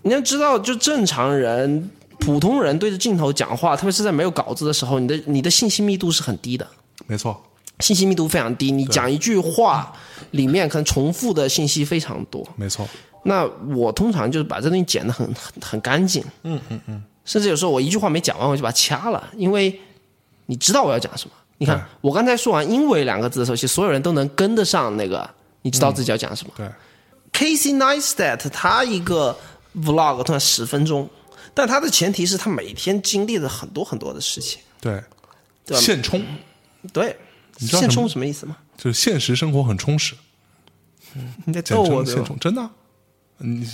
你要知道，就正常人。普通人对着镜头讲话，特别是在没有稿子的时候，你的你的信息密度是很低的。
没错，
信息密度非常低，你讲一句话里面可能重复的信息非常多。
没错，
那我通常就是把这东西剪得很很很干净，嗯嗯嗯，甚至有时候我一句话没讲完，我就把它掐了，因为你知道我要讲什么。你看
对
我刚才说完“因为”两个字的时候，其实所有人都能跟得上那个，你知道自己要讲什么。
对，
嗯 Casey Neistat 他一个 vlog 突然十分钟，但他的前提是他每天经历了很多很多的事情，
对，
对吧？
现充
对，
知道什
现
么
充什么意思吗？
就是现实生活很充实，
你在
简
逗我
称
哦对
现
吧？
充，真的啊。你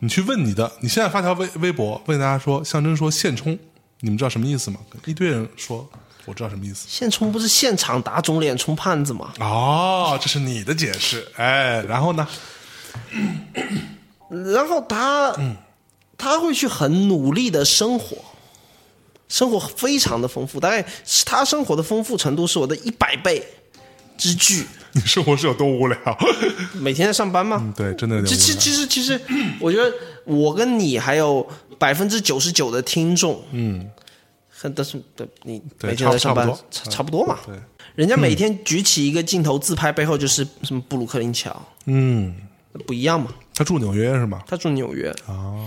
你去问你的，你现在发条微微博问大家说，象征说现充，你们知道什么意思吗？一堆人说我知道什么意思。
现充不是现场打肿脸充胖子吗？
哦，这是你的解释，哎，然后呢？ (laughs)
然后他，他会去很努力的生活，生活非常的丰富，大概是他生活的丰富程度是我的一百倍。之巨。
你生活是有多无聊？ (laughs)
每天在上班吗？
嗯对，真的有点
其
无
其
聊。
其实其实，我觉得我跟你还有百分之九十九的听众，嗯，很但是对你
对
每天在上班
差不，
差差不多嘛。
对，嗯
人家每天举起一个镜头自拍，背后就是什么布鲁克林桥，
嗯，
不一样嘛。
他住纽约是吗？
他住纽约啊，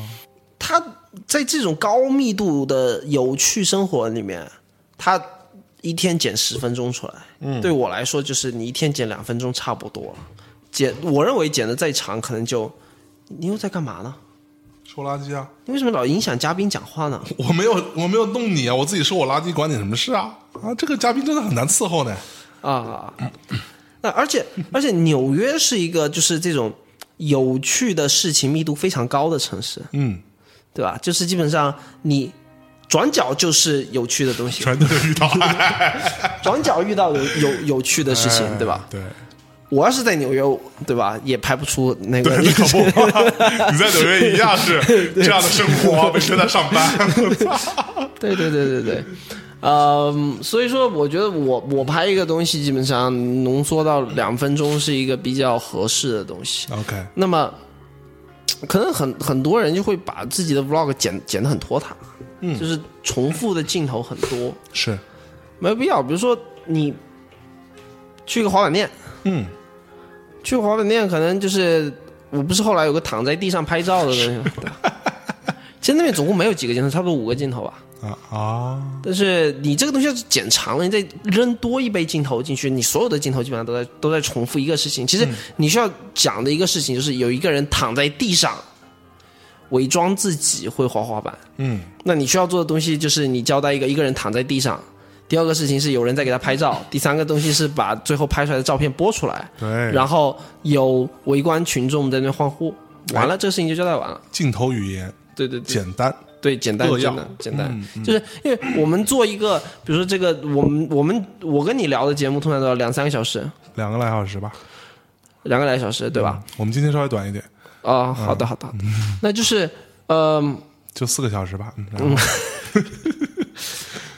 他在这种高密度的有趣生活里面，他一天剪十分钟出来，嗯，对我来说就是你一天剪两分钟差不多了。剪我认为剪的再长，可能就你又在干嘛呢？
收垃圾啊！
你为什么老影响嘉宾讲话呢？
我没有，我没有弄你啊！我自己收我垃圾，管你什么事啊？啊，这个嘉宾真的很难伺候呢。
啊，那而且而且纽约是一个就是这种有趣的事情密度非常高的城市，
嗯，
对吧？就是基本上你转角就是有趣的东西，
全都是遇到爱
转角遇到有有有趣的事情，对吧？
哎对，
我要是在纽约，对吧，也拍不出那个。
可不，你在纽约一样 (laughs) 是这样的生活，每天在上班。
(laughs) 对对对对对，呃，所以说我觉得我我拍一个东西，基本上浓缩到两分钟是一个比较合适的东西。
(laughs) OK，
那么，可能很很多人就会把自己的 vlog 剪剪得很拖沓，嗯，就是重复的镜头很多，
是，
没必要。比如说你去个滑板店，
嗯，
去滑板店可能就是我不是后来有个躺在地上拍照的东西吗，对吧其实那边总共没有几个镜头，差不多五个镜头吧。
啊啊，
但是你这个东西要是剪长了，你再扔多一杯镜头进去，你所有的镜头基本上都在都在重复一个事情。其实你需要讲的一个事情就是有一个人躺在地上，伪装自己会滑滑板。
嗯，
那你需要做的东西就是你交代一个一个人躺在地上。第二个事情是有人在给他拍照，第三个东西是把最后拍出来的照片播出来，
对，
然后有围观群众在那边欢呼，完了这个事情就交代完了。
镜头语言
对对对，
简单，
对，简单，
扼要嗯
简单，简单，就是因为我们做一个，比如说这个，我们我们我跟你聊的节目通常都要两三个小时，
两个来小时吧，啊
两个来小时，对吧？
我们今天稍微短一点，
啊，好
嗯
的，好的，好的那就是，嗯，
就四个小时吧。嗯然后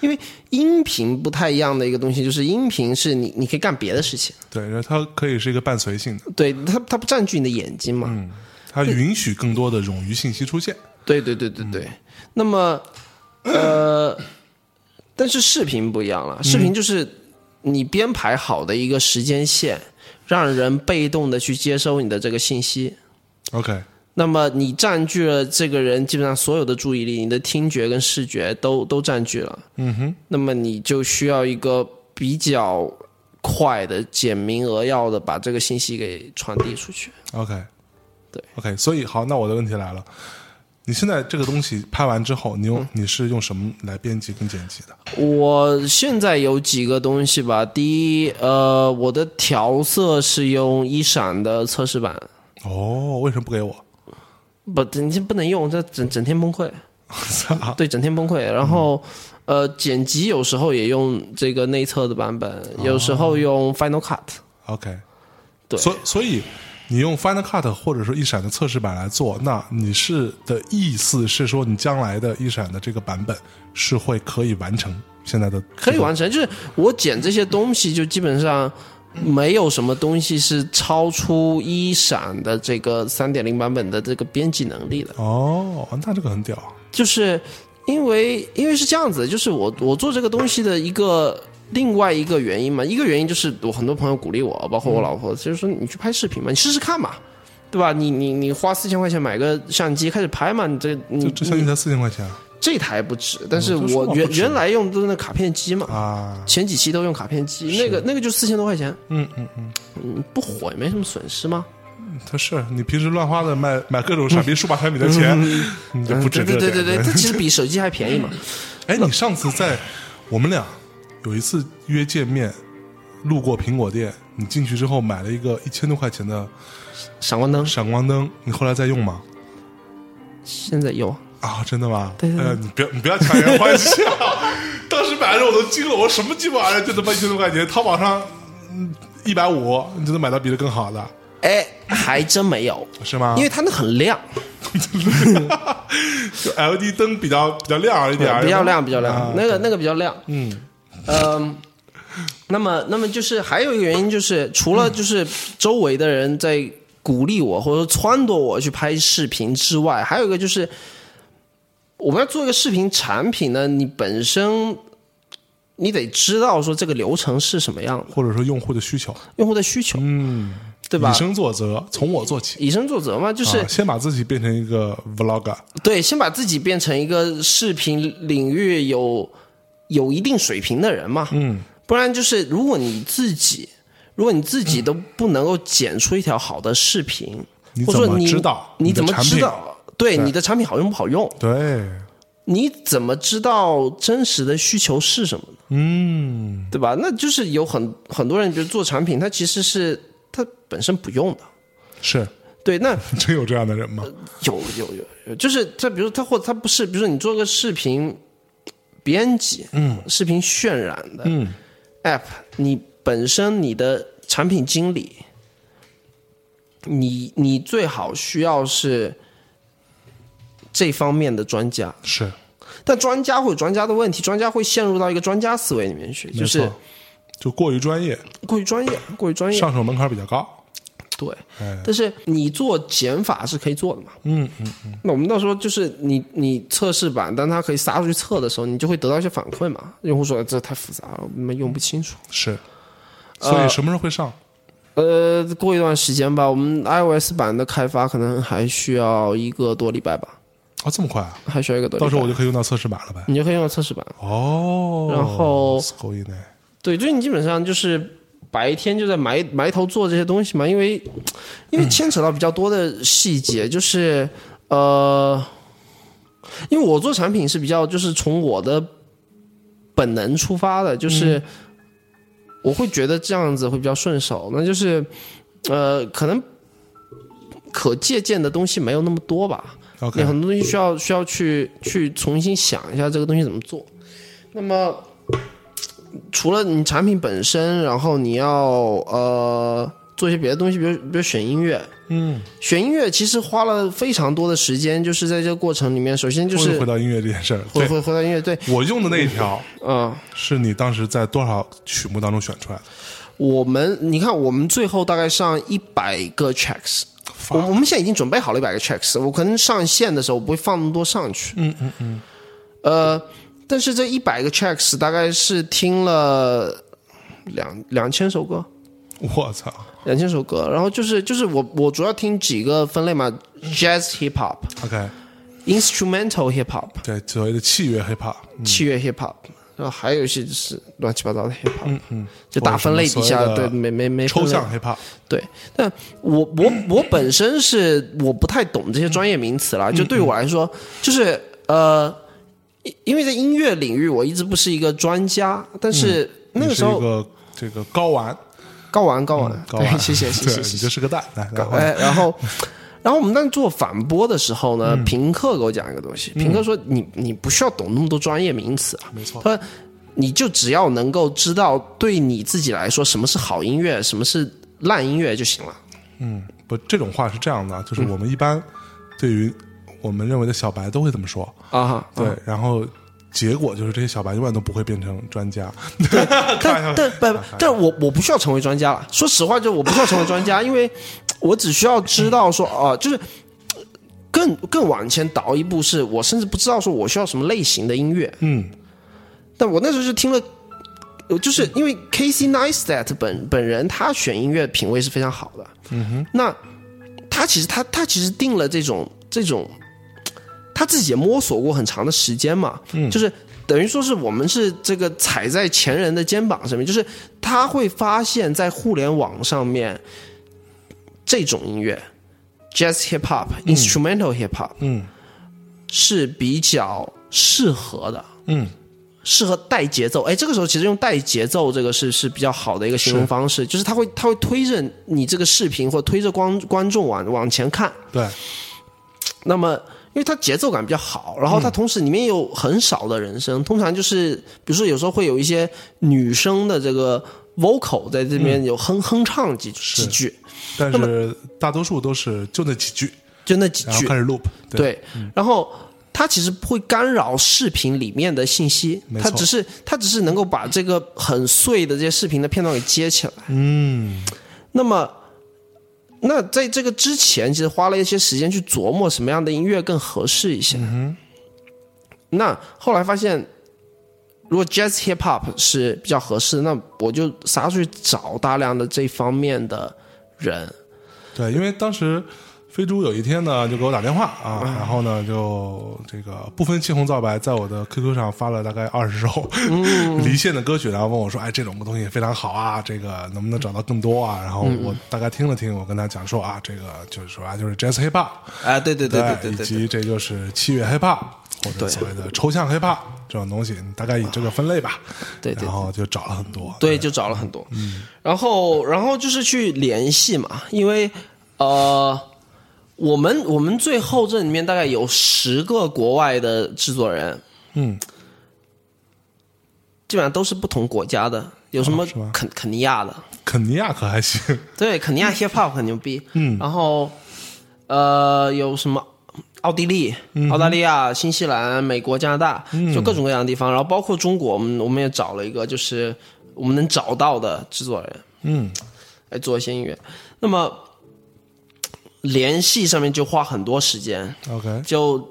因为音频不太一样的一个东西，就是音频是你你可以干别的事情，
对，然后它可以是一个伴随性的，
对它它不占据你的眼睛嘛，
嗯它允许更多的冗余信息出现。
对对对对
嗯
对。那么，呃，但是视频不一样
嗯
了，视频就是你编排好的一个时间线，让人被动的去接收你的这个信息。
OK，
那么你占据了这个人基本上所有的注意力，你的听觉跟视觉都都占据了。嗯哼。那么你就需要一个比较快的、简明扼要的把这个信息给传递出去。
OK，
对
，OK，所以好，那我的问题来了，你现在这个东西拍完之后，
嗯
你用、你是用什么来编辑跟剪辑的？
我现在有几个东西吧。第一，呃，我的调色是用一闪的测试版，
哦，为什么不给我？
不，整天不能用，这整整天崩溃。
操
对，整天崩溃。然后，呃，剪辑有时候也用这个内测的版本，有时候用 Final Cut。
(laughs) ，OK，
对
所所以你用 Final Cut 或者说一闪的测试版来做，那你是的意思是说，你将来的一闪的这个版本是会可以完成现在的
可以完成，就是我剪这些东西，就基本上没有什么东西是超出一闪的这个三点零版本的这个编辑能力的。
哦，那这个很屌，
就是因为因为是这样子，就是我我做这个东西的一个另外一个原因嘛，一个原因就是我很多朋友鼓励我，包括我老婆，就是说你去拍视频嘛，你试试看嘛，对吧？你你你花四千块钱买个相机开始拍嘛，你这
这
你
这相机才四千块钱啊
这台不止，但是
我就说
我
嘛
原
不止
原来用的都是那卡片机嘛，
啊，
前几期都用卡片机，那个那个就四千多块钱，
嗯嗯嗯，
嗯，不火也没什么损失吗？
他是你平时乱花的买买各种傻逼数码产品的钱，你就不值
对
这
嗯对
个
对
点
对对，它其实比 (laughs) 手机还便宜嘛。
哎，你上次在我们俩有一次约见面，路过苹果店，你进去之后买了一个一千多块钱的
闪光灯
闪光灯，你后来在用吗？
现在有，
啊，真的吗？
对对对
哎呀你不要你不要强颜欢笑。当时买的时候我都惊了，我说什么鸡巴玩意儿，就他妈一千多块钱，淘宝上一百五，你就能买到比这更好的，
哎，还真没有。
是吗？
因为它那很亮，
就 LED 灯比较比较亮一点，
比较亮，比较亮
啊，
那个那个比较亮。
嗯，
嗯，那么，那么就是还有一个原因，就是除了就是周围的人在鼓励我或者说撺掇我去拍视频之外，还有一个就是我们要做一个视频产品呢，你本身你得知道说这个流程是什么样的，
或者说用户的需求，
用户的需求，嗯，对吧
以？身作则，从我做起，
以身作则嘛，就是、
啊、先把自己变成一个 vlogger，
对，先把自己变成一个视频领域有有一定水平的人嘛，嗯，不然就是如果你自己，如果你自
嗯
己都不能够剪出一条好的视频，
你
或
怎
者说
么
你
知道
你
的
怎么
产
知
品？
道？对你的产品好用不好用？
对，
你怎么知道真实的需求是什么呢？
嗯，
对吧？那就是有很很多人觉得做产品，它其实是它本身不用的。
是 (laughs)
对，那
真有这样的人吗？
有有有有，就是他，比如他或者他不是，比如说你做个视频编辑，嗯，视频渲染的，嗯，app，你本身你的产品经理，你你最好需要是这方面的专家，
是，
但专家会有专家的问题，专家会陷入到一个专家思维里面去，就
没
是
错就过于专业，
过于专业，过于专业，
上手门槛比较高。
对，但是你做减法是可以做的嘛？
哎嗯
嗯。那我们到时候就是你你测试版，当它可以撒出去测的时候，你就会得到一些反馈嘛。用户说这太复杂了，我们用不清楚。
是，所以什么时候会上？
呃，过一段时间吧，我们 iOS 版的开发可能还需要一个多礼拜吧，
啊，这么快啊！
还需要一个多礼拜。
到时候我就可以用到测试版了呗。
你就可以用到测试版。
哦，
然后
勾引呢？
对，最近基本上就是白天就在埋埋头做这些东西嘛，因为因为牵扯到比较多的细节，就是呃，因为我做产品是比较就是从我的本能出发的，就是我会觉得这样子会比较顺手，那就是呃，可能可借鉴的东西没有那么多吧，有
OK，
很多东西需要需要去去重新想一下这个东西怎么做。那么，除了你产品本身，然后你要呃做一些别的东西，比如比如选音乐，
嗯，
选音乐其实花了非常多的时间，就是在这个过程里面，首先就
终于
是
回到音乐这件事儿了。
回
对，
回回到音乐，对，
我用的那一条
嗯、
是你当时在多少曲目当中选出来的？
我们你看，我们最后大概上一百个 checks。我
啊
我们现在已经准备好了一百个 checks，我可能上线的时候我不会放那么多上去。嗯嗯嗯。呃，但是这一百个 checks 大概是听了两两千首歌，
我操！
两千首歌。然后就是就是我我主要听几个分类嘛，jazz hip hop、
OK，
instrumental hip hop、
对，所谓的器乐嗯 hiphop，
器乐 hip hop，然后还有一些就是乱七八糟的 hip hop，嗯嗯，就
或者
打分类
什么
底
所谓
下
的
对没没没分
抽
类
象 hiphop，
对，但我我我本身是我不太懂这些专业名词啦，就对我来说，就是呃，因因为在音乐领域我一直不是一个专家，但是那
嗯你
个
是
时
一
候
个这个睾丸，
高玩高玩， (laughs)
睾
对
丸，
谢
(laughs)
谢谢
对
谢谢
你
谢
就。是个蛋。来，来
搞哎，然
(laughs)
后，然后我们当时做反驳的时候
嗯
呢，平克给我讲一个东西，平克说你你不需要懂那么多专业名词啊，
没错
他说你就只要能够知道对你自己来说什么是好音乐，什么是烂音乐就行了。
不，这种话是这样的，啊就是
嗯
我们一般对于我们认为的小白都会这么说，
啊哈，
对，然后结果就是这些小白永远都不会变成专家，
(laughs) 但但不，但我我不需要成为专家了。说实话，就我不需要成为专家，因为我只需要知道说，哦、就是更更往前倒一步是，我甚至不知道说我需要什么类型的音乐。
嗯，
但我那时候就听了，呃就是因为 Casey Neistat 本本人他选音乐品味是非常好的，嗯哼，那他其实他他其实定了这种这种，他自己也摸索过很长的时间嘛，嗯，就是等于说是我们是这个踩在前人的肩膀上面，就是他会发现，在互联网上面这种音乐，jazz hip hop、instrumental hip hop，
嗯
是比较适合的，
嗯，
适合带节奏。哎，这个时候其实用带节奏这个是是比较好的一个形容方式，就是它会它会推着你这个视频或推着观观众往往前看。
对，
那么，因为它节奏感比较好，然后它同时里面有很少的人声，通常就是比如说有时候会有一些女生的这个 vocal 在这边有哼、哼唱几几句，
但是大多数都是就那几句，
就那几
然后
句
开，始 loop，，
对，然后它其实不会干扰视频里面的信息
没，
它
错
只是它只是能够把这个很碎的这些视频的片段给接起来。嗯，那么。那在这个之前，其实花了一些时间去琢磨什么样的音乐更合适一
嗯
些。那后来发现，如果 jazz hip hop 是比较合适的，那我就撒出去找大量的这方面的人。
对，因为当时飞猪有一天呢，就给我打电话啊，然后呢，就这个不分青红皂白，在我的 QQ 上发了大概二十首离线的歌曲，然后问我说：“哎，这种东西非常好啊，这个能不能找到更多啊？”然后我大概听了听，我跟他讲说啊，这个就是说啊，就是 jazz hip hop，
啊，对对对对对
以
对对，
及这就是器乐 hip hop 或者
对
所谓的抽象 hip hop 这种东西，大概以这个分类吧。
对对对
然后就找了很多。
对，就找了很多。然后然后就是去联系嘛，因为呃，我们我们最后这里面大概有十个国外的制作人，
嗯，
基本上都是不同国家的，有什么
哦是吗
肯、肯尼亚的，
肯尼亚可还行，
对，肯尼亚 hip hop 很牛逼。嗯，然后呃，有什么奥地利、澳大利亚、新西兰、美国、加拿大，就各种各样的地方。然后包括中国，我们我们也找了一个，就是我们能找到的制作人，
嗯，
来做一些音乐。那么联系上面就花很多时间，
OK，
就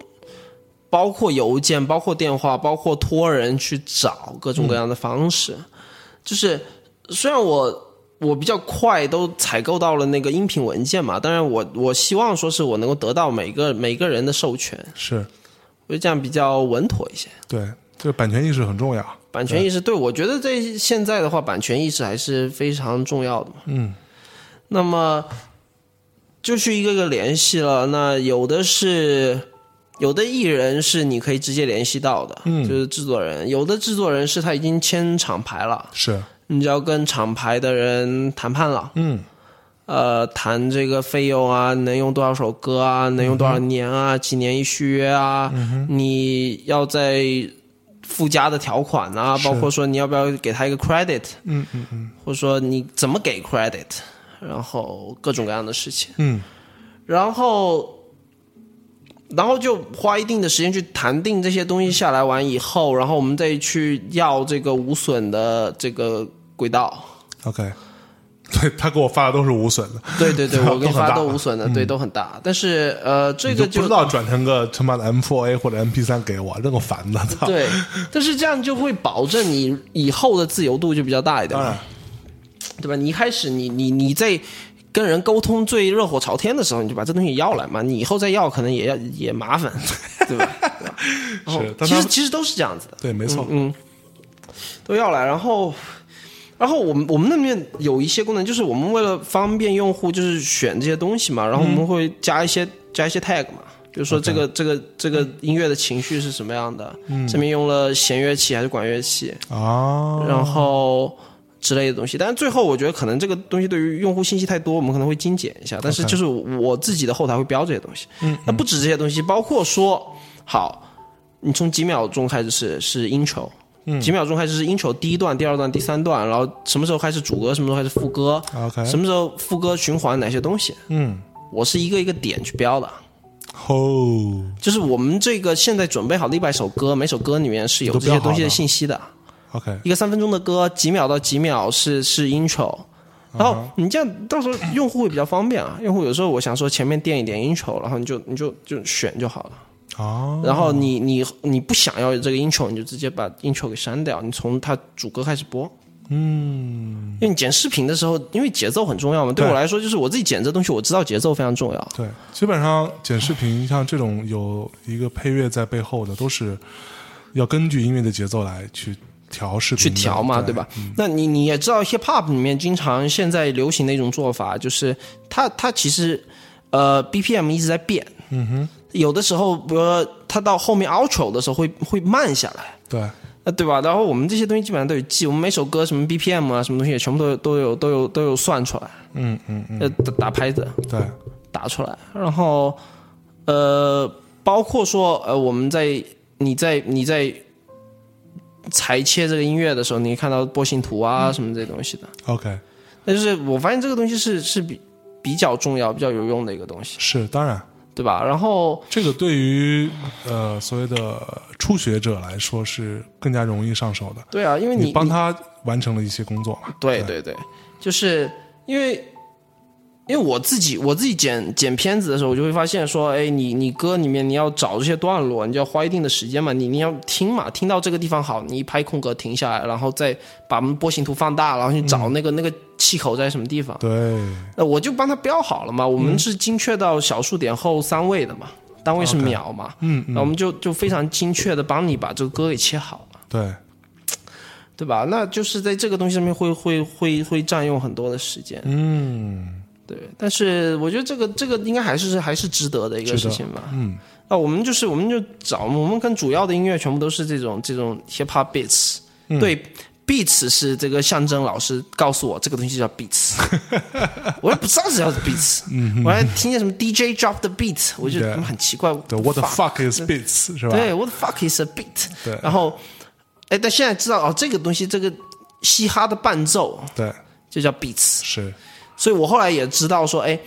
包括邮件、包括电话、包括托人去找各种各样的方式。就是虽然我我比较快都采购到了那个音频文件嘛，当然我我希望说是我能够得到每个每个人的授权，
是
我觉得这样比较稳妥一些。
对，这个版权意识很重要。
版权意识，对我觉得在现在的话，版权意识还是非常重要的嘛。嗯，那么就去一个个联系了。那有的是，有的艺人是你可以直接联系到的，就是制作人；有的制作人是他已经签厂牌了，
是，
你只要跟厂牌的人谈判了，
嗯，
呃，谈这个费用啊，能用多少首歌啊，能用多少年啊，几年一续约啊，
嗯
你要在附加的条款啊，
是
包括说你要不要给他一个 credit，
嗯嗯嗯
或者说你怎么给 credit，然后各种各样的事情，
嗯，
然后。然后就花一定的时间去谈定这些东西下来完以后，然后我们再去要这个无损的这个轨道，
OK，对他给我发的都是无损的，
(laughs) 对对对，
都
我跟
很
发
大嗯
都无损的，对，都很大。但是呃，这
你
个
就不知道转成个他妈的 M4A 或者 MP3 给我，让我烦的。操！
对，但是这样就会保证你以后的自由度就比较大一点
当然
嘛，对吧？你一开始你你你在跟人沟通最热火朝天的时候，你就把这东西要来嘛，你以后再要可能也要也麻烦，对吧？对吧？然后
是，
哦
但
其
他
实其实都是这样子的，
对，没错，
嗯都要来，然后。然后我们我们那边有一些功能，就是我们为了方便用户，就是选这些东西嘛，然后我们会加一些、加一些 tag 嘛，比如说这个这个这个音乐的情绪是什么样的，这边用了弦乐器还是管乐器，
啊，
然后之类的东西。但是最后我觉得可能这个东西对于用户信息太多，我们可能会精简一下。但是
OK
就是我自己的后台会标这些东西。嗯，那不止这些东西，包括说，好，你从几秒钟开始是是 intro。几
嗯
秒钟开始是 intro 第一段、第二段、第三段，然后什么时候开始主歌，什么时候开始副歌
OK
什么时候副歌循环哪些东西，
嗯，
我是一个一个点去标的。
哦
就是我们这个现在准备好的一百首歌，每首歌里面是有
都
这些
标好
东西的
的
信息的。
，OK，
一个三分钟的歌，几秒到几秒是是 intro，然后你这样到时候用户会比较方便啊。用户有时候我想说前面垫一点 intro，然后你就你就就选就好了。
啊，
然后你你你不想要这个 intro，你就直接把 intro 给删掉，你从它主歌开始播。嗯，因为你剪视频的时候，因为节奏很重要嘛。对
对
我来说，就是我自己剪这东西，我知道节奏非常重要。
对，基本上剪视频像这种有一个配乐在背后的，都是要根据音乐的节奏来去调视频
去
的，
调嘛，对吧？？那你你也知道，hip hop 里面经常现在流行的一种做法，就是它它其实呃 BPM 一直在变，嗯哼，有的时候比如说它到后面 outro 的时候会会慢下来，
对，
那对吧？然后我们这些东西基本上都有记，我们每首歌什么 BPM 啊，什么东西也全部都有都有都有都有算出来，
嗯嗯嗯，
呃打打拍子
对，
打出来，然后呃包括说呃我们在你在你在。裁切这个音乐的时候，你可以看到波形图啊
嗯
什么这些东西的，
OK，
但是我发现这个东西是是比比较重要、比较有用的一个东西。
是，当然，
对吧？然后
这个对于呃所谓的初学者来说是更加容易上手的。
对啊，因为
你
你
帮他完成了一些工作嘛？
对对对，就是因为因为我自己我自己剪剪片子的时候，我就会发现说，哎，你你歌里面你要找这些段落，你就要花一定的时间嘛，你你要听嘛，听到这个地方好，你一拍空格停下来，然后再把我们波形图放大，然后去
嗯
找那个、那个气口在什么地方。
对，
那我就帮他标好了嘛，我
嗯
们是精确到小数点后三位的嘛，单位是
OK
秒嘛，
嗯
那我们就就非常精确的帮你把这个歌给切好了，
对，
对吧？那就是在这个东西上面会会会会占用很多的时间，
嗯，
对。但是我觉得这个这个应该还是还是值得的一个
值
事
得
情吧。
嗯，
那我们就是我们就找我们跟主要的音乐全部都是这种这种 hip hop beats，、对
嗯
beats 是这个象征老师告诉我这个东西叫
(laughs)
beats，我也不知道这叫 beats，、我还听见什么 DJ drop the beat，我就
嗯对
他妈很奇怪，
对，What the fuck is beats 是吧？
对，what the fuck is a beat？
对
然后，哎，但现在知道哦，这个东西这个嘻哈的伴奏
对，
就叫 beats，
是。
所以我后来也知道说，哎，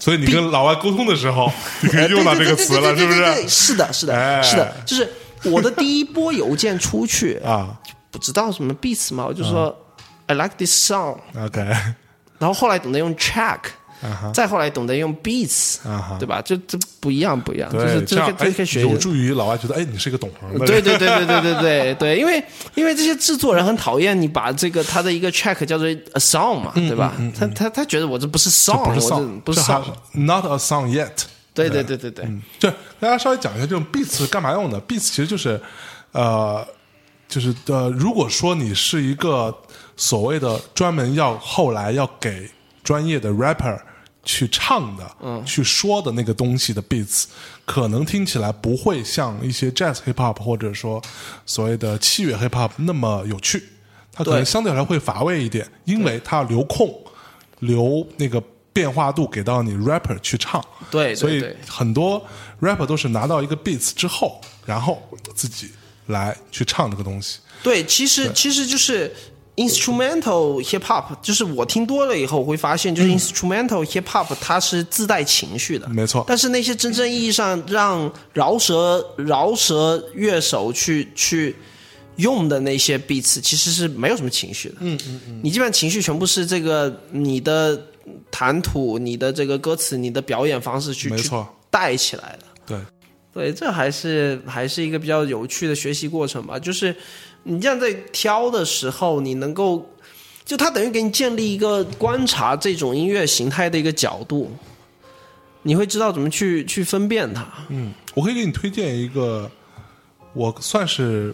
所以你跟老外沟通的时候，你可
哎
以用到这
对
个
对
词
对
了，
对
是不
对对对对
是？
是的，是
哎，
的，是的，就是我的第一波邮件出去
啊
不知道什么 beats 嘛，我就
嗯
说 I like this song，
，OK，
然后后来懂得用 track，
啊哈，
再后来懂得用 beats，
啊哈
对吧？这这不一样，不一样，就
对，
是这
这样
个这个可以
哎
学一
有
下。
助于老外觉得，哎，你是一个懂行
(laughs)
的人。
对对对对对对对对，因为因为这些制作人很讨厌你把这个他的一个 track 叫做 a song
嗯
嘛，对吧？他他他觉得我这不是 song，
不是
我这
song，
不是
这还嗯
song，
，not a song yet。
对对对对对，
就大家稍微讲一下这种 beats 是干嘛用的？beats 其实就是，呃，就是呃，如果说你是一个所谓的专门要后来要给专业的 rapper 去唱的、嗯、去说的那个东西的 beats，可能听起来不会像一些 jazz hip hop 或者说所谓的器乐 hip hop 那么有趣，它可能
对
相对来说会乏味一点，因为它留空，留那个变化度给到你 rapper 去唱。
对对
所以
对
很多 rapper 都是拿到一个 beats 之后，然后自己来去唱这个东西。
对，其实其实就是 instrumental hip hop，就是我听多了以后会发现，就是
嗯
instrumental hip hop 它是自带情绪的，
没错
但是那些真正意义上让饶舌饶舌乐手去去。用的那些 beats 其实是没有什么情绪的，嗯嗯嗯，你基本上情绪全部是这个你的谈吐、你的这个歌词、你的表演方式去
没错
去带起来的，
对，
对，这还是还是一个比较有趣的学习过程吧。就是你这样在挑的时候，你能够就它等于给你建立一个观察这种音乐形态的一个角度，你会知道怎么去去分辨它。
嗯，我可以给你推荐一个，我算是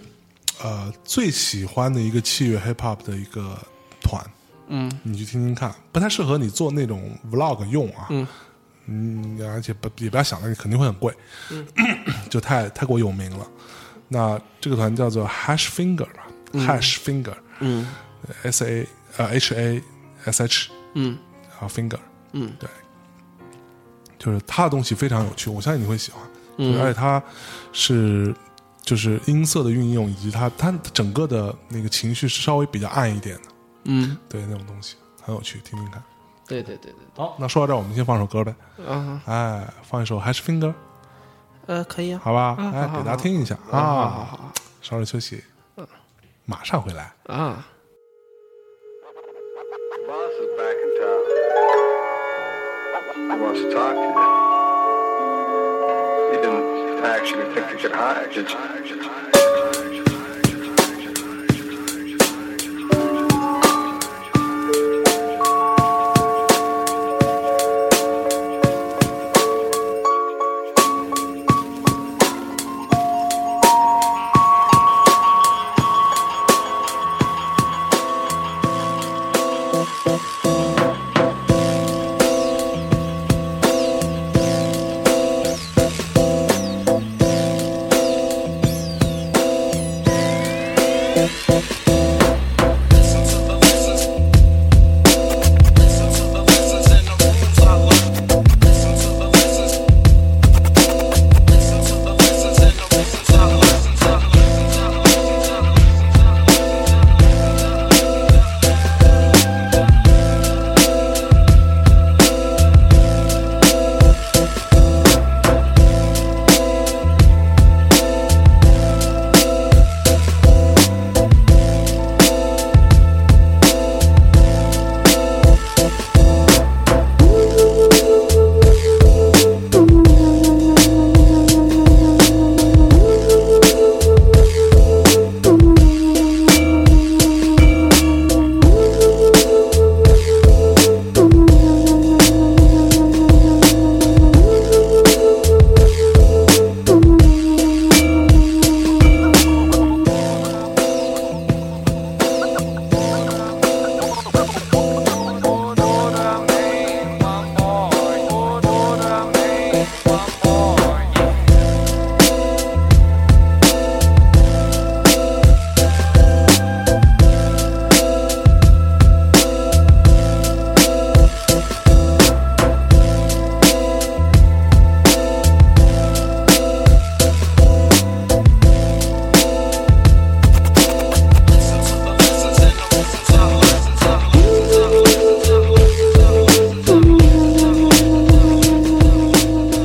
呃最喜欢的一个器乐 hip hop 的一个团。嗯，你去听听看，不太适合你做那种 vlog 用啊。嗯。而且不也不要想了，你肯定会很贵，
嗯
(coughs) 就太太过有名了。那这个团叫做 Hash Finger 吧、h a s h Finger，
嗯
S A 呃 H A S H，
嗯，
然后 Finger，
嗯，
对，就是他的东西非常有趣，我相信你会喜欢。
嗯
就是而且他是就是音色的运用，以及他他整个的那个情绪是稍微比较暗一点的，
嗯，
对那种东西很有趣，听听看。
对对对对，
好，那说到这儿，我们先放首歌呗。
啊
哎，放一首 Hash Finger，
呃，可以啊，
好吧？
啊
哎，
好好
给大家听一下
啊好好
啊。
好嗯
稍事休息，马上回来。
好啊，
Boss is back in town. He wants to talk to you. He didn't actually think he could hide. Did you?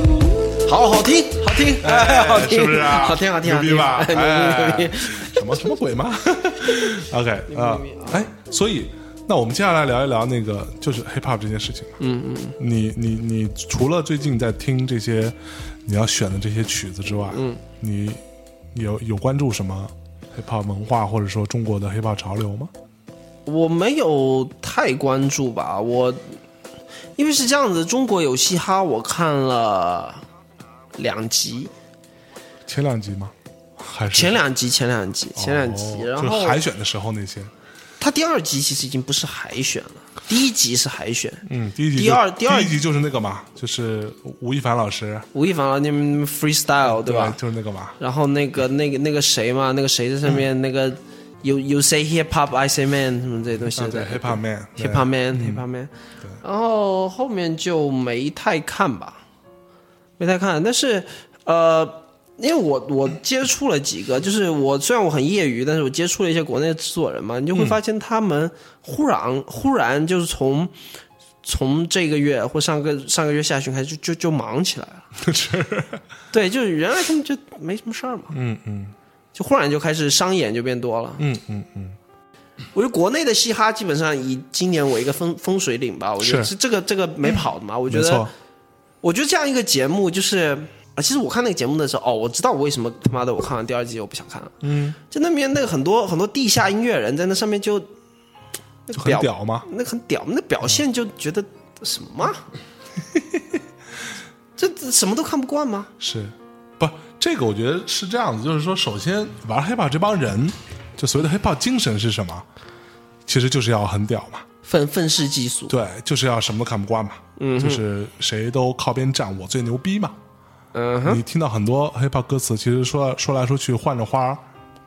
听，(laughs) 好
哎
听，
是不是啊？
好听，好听，好
牛
听
逼吧？
(laughs) 牛
哎
逼，牛逼！
什么什么鬼吗 (laughs) ？OK 啊，哎，所以那我们接下来聊一聊那个就是 hip hop 这件事情嘛。嗯嗯，你你你除了最近在听这些你要选的这些曲子之外，嗯，你有有关注什么 hip hop 文化或者说中国的 hip hop 潮流吗？
我没有太关注吧，我因为是这样子，中国有嘻哈，我看了两集，
前两集吗？还是
前两集，前两集，前两集，
哦
然
就
后
是海选的时候那些？
他第二集其实已经不是海选了，第一集是海选，
嗯，第一集就
第二第二
一集就是那个嘛，就是吴亦凡老师
吴亦凡老那边 freestyle 对吧？
就是那个嘛。
然后那个那个那个谁嘛，那个谁在上面、
嗯
那个 you you say hip hop I say man 什么这些东西
啊，
在
对，hip hop man，对
hip hop man hip hop man，然后后面就没太看吧，没太看，但是呃。因为我我接触了几个，就是我虽然我很业余，但是我接触了一些国内的制作人嘛，你就会发现他们忽然、忽然就是从从这个月或上个上个月下旬开始就就就忙起来了，
(laughs)
对，就是原来他们就没什么事儿嘛，
嗯嗯
就忽然就开始商演就变多了。
嗯嗯嗯，
我觉得国内的嘻哈基本上以今年为一个风风水岭吧，我觉得
是
这这个这个没跑的嘛。我觉
没
得
错，
我觉得这样一个节目就是啊，其实我看那个节目的时候，哦，我知道我为什么他妈的我看完第二季我不想看了。
嗯，
就那边那个很多很多地下音乐人在那上面就那
就
个
很
表
屌嘛。
那个很屌，那表现就觉得什么啊，
嗯
这这什么都看不惯吗？
是，不，这个我觉得是这样子，就是说，首先玩 hiphop 这帮人，就所谓的 hiphop 精神是什么？其实就是要很屌嘛，
愤愤世嫉俗，
对，就是要什么都看不惯嘛，嗯，就是谁都靠边站，我最牛逼嘛。
嗯
你听到很多 hiphop 歌词，其实说说来说去换着花儿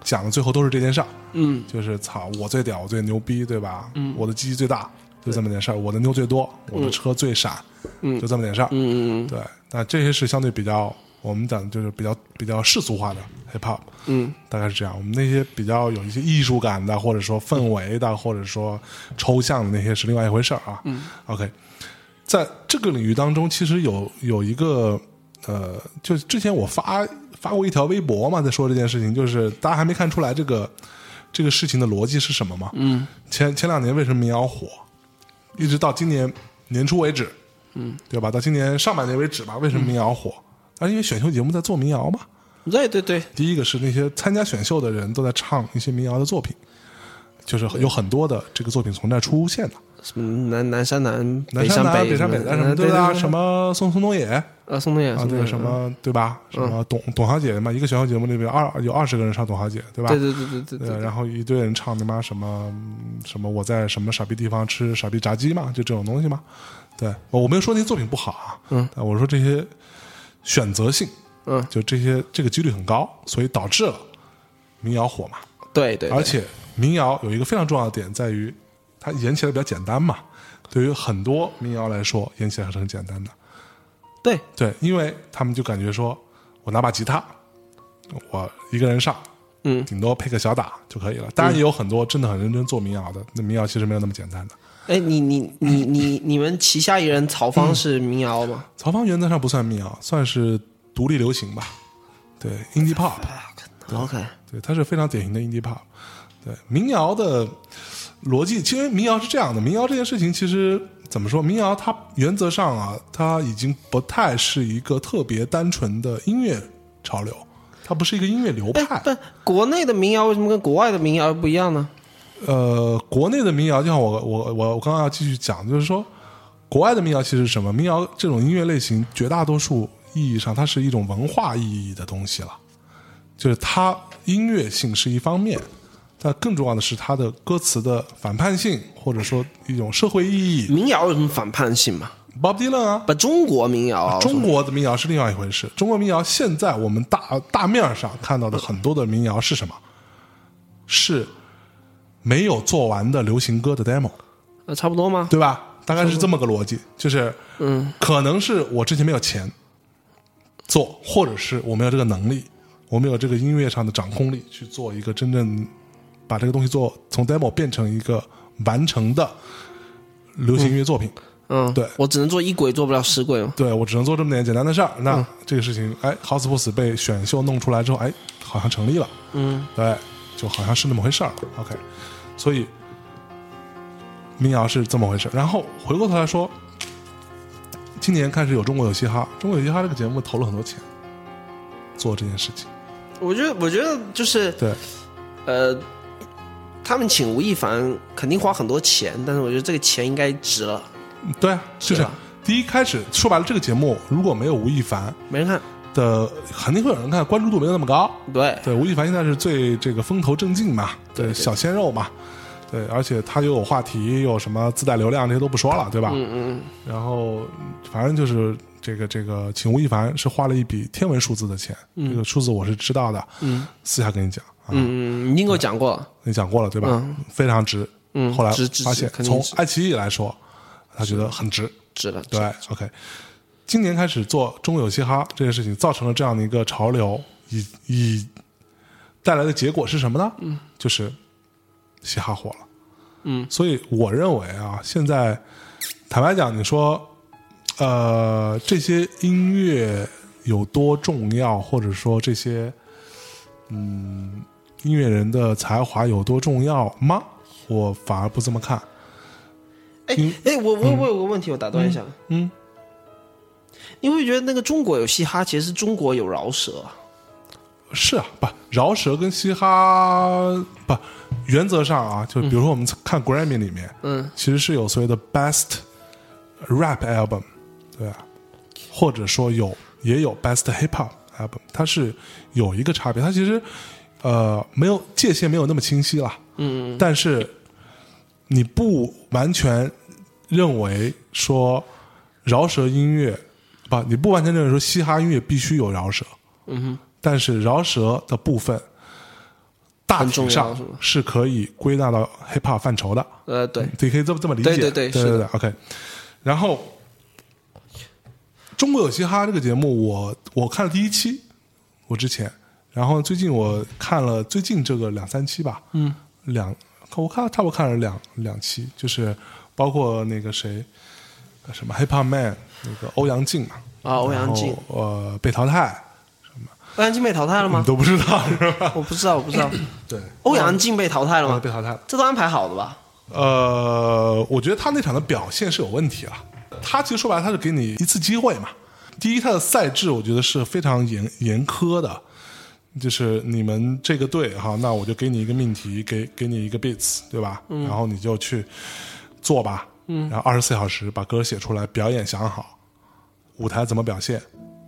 讲的，最后都是这件事儿。嗯，就是操，我最屌，我最牛逼，对吧？嗯，我的鸡鸡最大，就这么点事儿。我的妞最多，我的车最闪，嗯，就这么点事儿。嗯嗯，对。那这些是相对比较，我们讲就是比较比较世俗化的 hiphop。嗯，大概是这样。我们那些比较有一些艺术感的，或者说氛围的，或者说抽象的那些是另外一回事儿啊。嗯，OK。在这个领域当中，其实有有一个呃，就是之前我发发过一条微博嘛，在说这件事情，就是大家还没看出来这个这个事情的逻辑是什么嘛。嗯，前前两年为什么民谣火，一直到今年年初为止，嗯，对吧？到今年上半年为止吧，为什么民谣火？那、因为选秀节目在做民谣嘛。
对对对，
第一个是那些参加选秀的人都在唱一些民谣的作品，就是有很多的这个作品从这儿出现的。
什么南南山南
南山
山
南、
北
北
什
山
么
北啊
的
南什么
对
对
对
吧？
对
什么宋宋冬野嗯
啊，宋冬野
啊，
宋冬
对
野
什么对吧？什么董董小姐嘛，一个选秀节目里边二有二十个人唱董小姐，对吧？
对对对对对对
呃
对，
然后一堆人唱他妈什么嗯什么我在什么傻逼地方吃傻逼炸鸡嘛，就这种东西嘛。对，哦我我没有说那些作品不好啊，嗯，我说这些选择性，
嗯，
就这些这个几率很高，所以导致了民谣火嘛。
对对，对
而且民谣有一个非常重要的点在于，它演起来比较简单嘛。对于很多民谣来说，演起来还是很简单的。
对
对，因为他们就感觉说，我拿把吉他，我一个人上，
嗯
顶多配个小打就可以了。当然也有很多真的很认真做民谣的，那民谣其实没有那么简单的。
哎，你你你你你们旗下艺人曹芳是民谣吗？
曹芳原则上不算民谣，算是独立流行吧，对，indie pop。
嗯 OK，
对，它是非常典型的 indie pop。对，民谣的逻辑，其实民谣是这样的，民谣这件事情其实怎么说？民谣它原则上啊，它已经不太是一个特别单纯的音乐潮流，它不是一个音乐流派。
哎不，国内的民谣为什么跟国外的民谣不一样呢？
呃，国内的民谣，就像我我我我刚刚要继续讲，就是说，国外的民谣其实是什么？民谣这种音乐类型，绝大多数意义上，它是一种文化意义的东西了，就是它音乐性是一方面，但更重要的是它的歌词的反叛性，或者说一种社会意义。
民谣有什么反叛性吗？
Bob Dylan 啊，
把中国民谣啊，
中国的民谣是另外一回事。中国民谣现在我们大大面上看到的很多的民谣是什么？是没有做完的流行歌的 demo。
呃差不多吗？
对吧？大概是这么个逻辑，就是，嗯，可能是我之前没有钱做，或者是我没有这个能力，我没有这个音乐上的掌控力去做一个真正把这个东西做从 demo 变成一个完成的流行音乐作品。
嗯，
对
我只能做一轨，做不了十轨嘛。
对我只能做这么点简单的事儿。那、
嗯
这个事情，哎，好死不死被选秀弄出来之后，哎，好像成立了，
嗯，
对，就好像是那么回事儿了。OK，所以民谣是这么回事儿。然后回过头来说，今年开始有《中国有嘻哈》，《中国有嘻哈》这个节目投了很多钱做这件事情。
我觉得，我觉得就是
对，
呃，他们请吴亦凡肯定花很多钱，但是我觉得这个钱应该值了，
对啊，就是是
啊
第一开始说白了，这个节目如果没有吴亦凡
没人看。
的，肯定会有人看，关注度没有那么高。
对，
对，吴亦凡现在是最这个风头正劲嘛，
对对
小鲜肉嘛，对，而且他又有话题，又有什么自带流量，这些都不说了，对吧？嗯嗯。然后反正就是这个这个，请吴亦凡是花了一笔天文数字的钱，这个数字我是知道的，嗯，私下跟你讲啊，
嗯，你已经给我讲过了，
你讲过了对吧？非常值，
嗯
后来
值值
发现
值肯定
从
值
爱奇艺来说，他觉得很值，
值了。
对，OK。今年开始做中国有嘻哈这件事情，造成了这样的一个潮流，以以带来的结果是什么呢？嗯，就是嘻哈火了。嗯，所以我认为啊，现在坦白讲，你说，呃，这些音乐有多重要，或者说这些嗯音乐人的才华有多重要吗？我反而不这么看。
哎哎，我我我有个问题，我打断一下。
嗯
你会觉得那个中国有嘻哈，其实是中国有饶舌啊。
是啊，不饶舌跟嘻哈不原则上啊，就比如说我们看 Grammy 里面，
嗯，
其实是有所谓的 Best Rap Album，对啊，或者说有也有 Best Hip Hop Album，它是有一个差别，它其实呃没有界限没有那么清晰啦，嗯，但是你不完全认为说饶舌音乐不，你不完全认为说嘻哈音乐必须有饶舌，
嗯
但是饶舌的部分大体
很重要
上
是吗
是可以归纳到 hip hop 范畴的，
呃，对，
你可以这么这么理解，
对对对
对
是的
对 o k 然后《中国有嘻哈》这个节目我，我看了第一期，我之前，然后最近我看了最近这个两三期吧，嗯，两我看差不多看了两两期，就是包括那个谁，呃什么 hip hop man 那个欧阳靖嘛，
啊，欧阳靖
然，后呃被淘汰，
欧阳靖被淘汰了吗
你？都不知道是吧？
我不知道，我不知道。
对，
欧阳靖被淘汰了
后来
吗？
被淘汰了。
这都安排好的吧？
呃，我觉得他那场的表现是有问题了。他其实说白了，他是给你一次机会嘛。第一，他的赛制我觉得是非常严严苛的，就是你们这个队哈，那我就给你一个命题，给给你一个 beats，对吧？然后你就去做吧。嗯，然后二十四小时把歌写出来，表演想好，舞台怎么表现，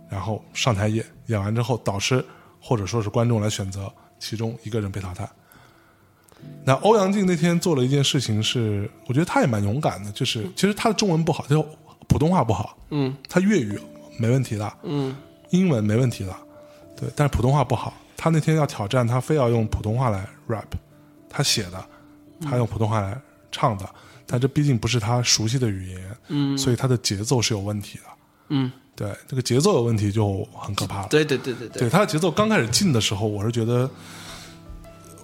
然后上台演，演完之后导师或者说是观众来选择其中一个人被淘汰。那欧阳靖那天做了一件事情是，我觉得他也蛮勇敢的，就是其实他的中文不好，就普通话不好，嗯，他粤语没问题的，嗯，英文没问题的，对，但是普通话不好。他那天要挑战，他非要用普通话来 rap，他写的，他用普通话来唱的，但这毕竟不是他熟悉的语言，嗯，所以他的节奏是有问题的，嗯，对，这个节奏有问题就很可怕了。
对对对对对
对，他的节奏刚开始进的时候，我是觉得，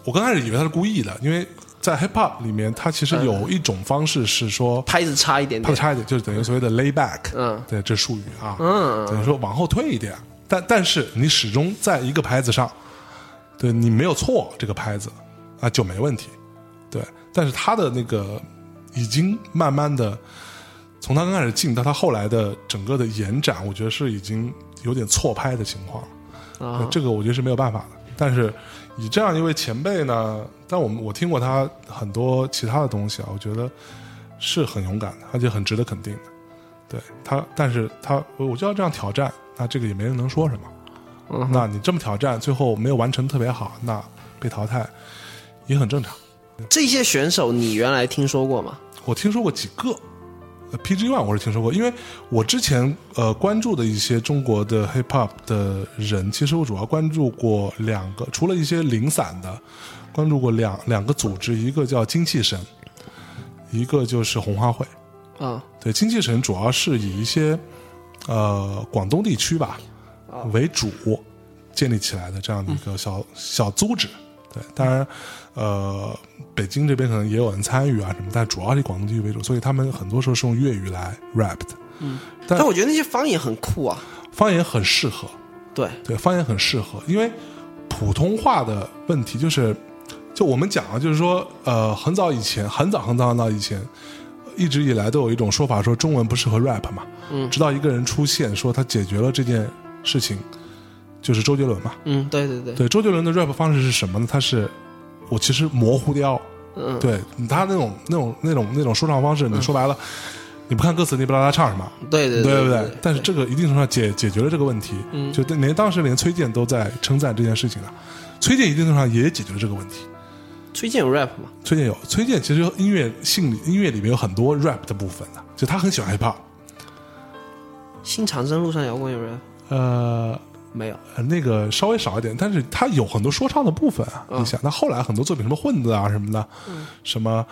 我刚开始以为他是故意的，因为在 hip hop 里面，他其实有一种方式是说
拍子差一点
拍的
点。
差一点，就是等于所谓的 lay back，
嗯
对，这术语啊，嗯，等于说往后退一点，但但是你始终在一个拍子上，对你没有错这个拍子啊就没问题，对，但是他的那个已经慢慢的。从他刚开始进到他后来的整个的延展，我觉得是已经有点错拍的情况了。
啊，
这个我觉得是没有办法的。但是以这样一位前辈呢，但我们我听过他很多其他的东西啊，我觉得是很勇敢的，而且很值得肯定的。对他，但是他我我就要这样挑战，那这个也没人能说什么。那你这么挑战，最后没有完成特别好，那被淘汰也很正常。
这些选手你原来听说过吗？
我听说过几个。呃 PG One 我是听说过，因为我之前呃关注的一些中国的 hip hop 的人，其实我主要关注过两个，除了一些零散的，关注过两两个组织，一个叫精气神，一个就是红花会。
啊，
对，精气神主要是以一些呃广东地区吧为主建立起来的这样的一个小、小组织，对，当然，呃，北京这边可能也有人参与啊什么，但主要是以广东地区为主，所以他们很多时候是用粤语来 rap 的。
但
但
我觉得那些方言很酷啊，
方言很适合，
对，
对，方言很适合，因为普通话的问题就是，就我们讲啊，就是说，呃，很早以前，很早很早很早以前，一直以来都有一种说法说中文不适合 rap 嘛，嗯，直到一个人出现说他解决了这件事情，就是周杰伦嘛，
嗯，对对对，
对，周杰伦的 rap 方式是什么呢？他是我其实模糊掉，
嗯，
对他那种那种那种那种说唱方式，你说白了，你不看歌词，你不知道他唱什么，
对对
对
对嗯
不对？但是这个一定程度上解解决了这个问题，就对连当时连崔健都在称赞这件事情了。崔健一定程度上也解决了这个问题。
崔健有 rap 嘛，
崔健有，崔健其实音乐性里音乐里面有很多 rap 的部分的，就他很喜欢 hiphop。
新长征路上摇滚有 rap
呃，
没有？
呃那个稍微少一点，但是他有很多说唱的部分啊。
嗯
你想，他后来很多作品，什么混子啊什么的，什么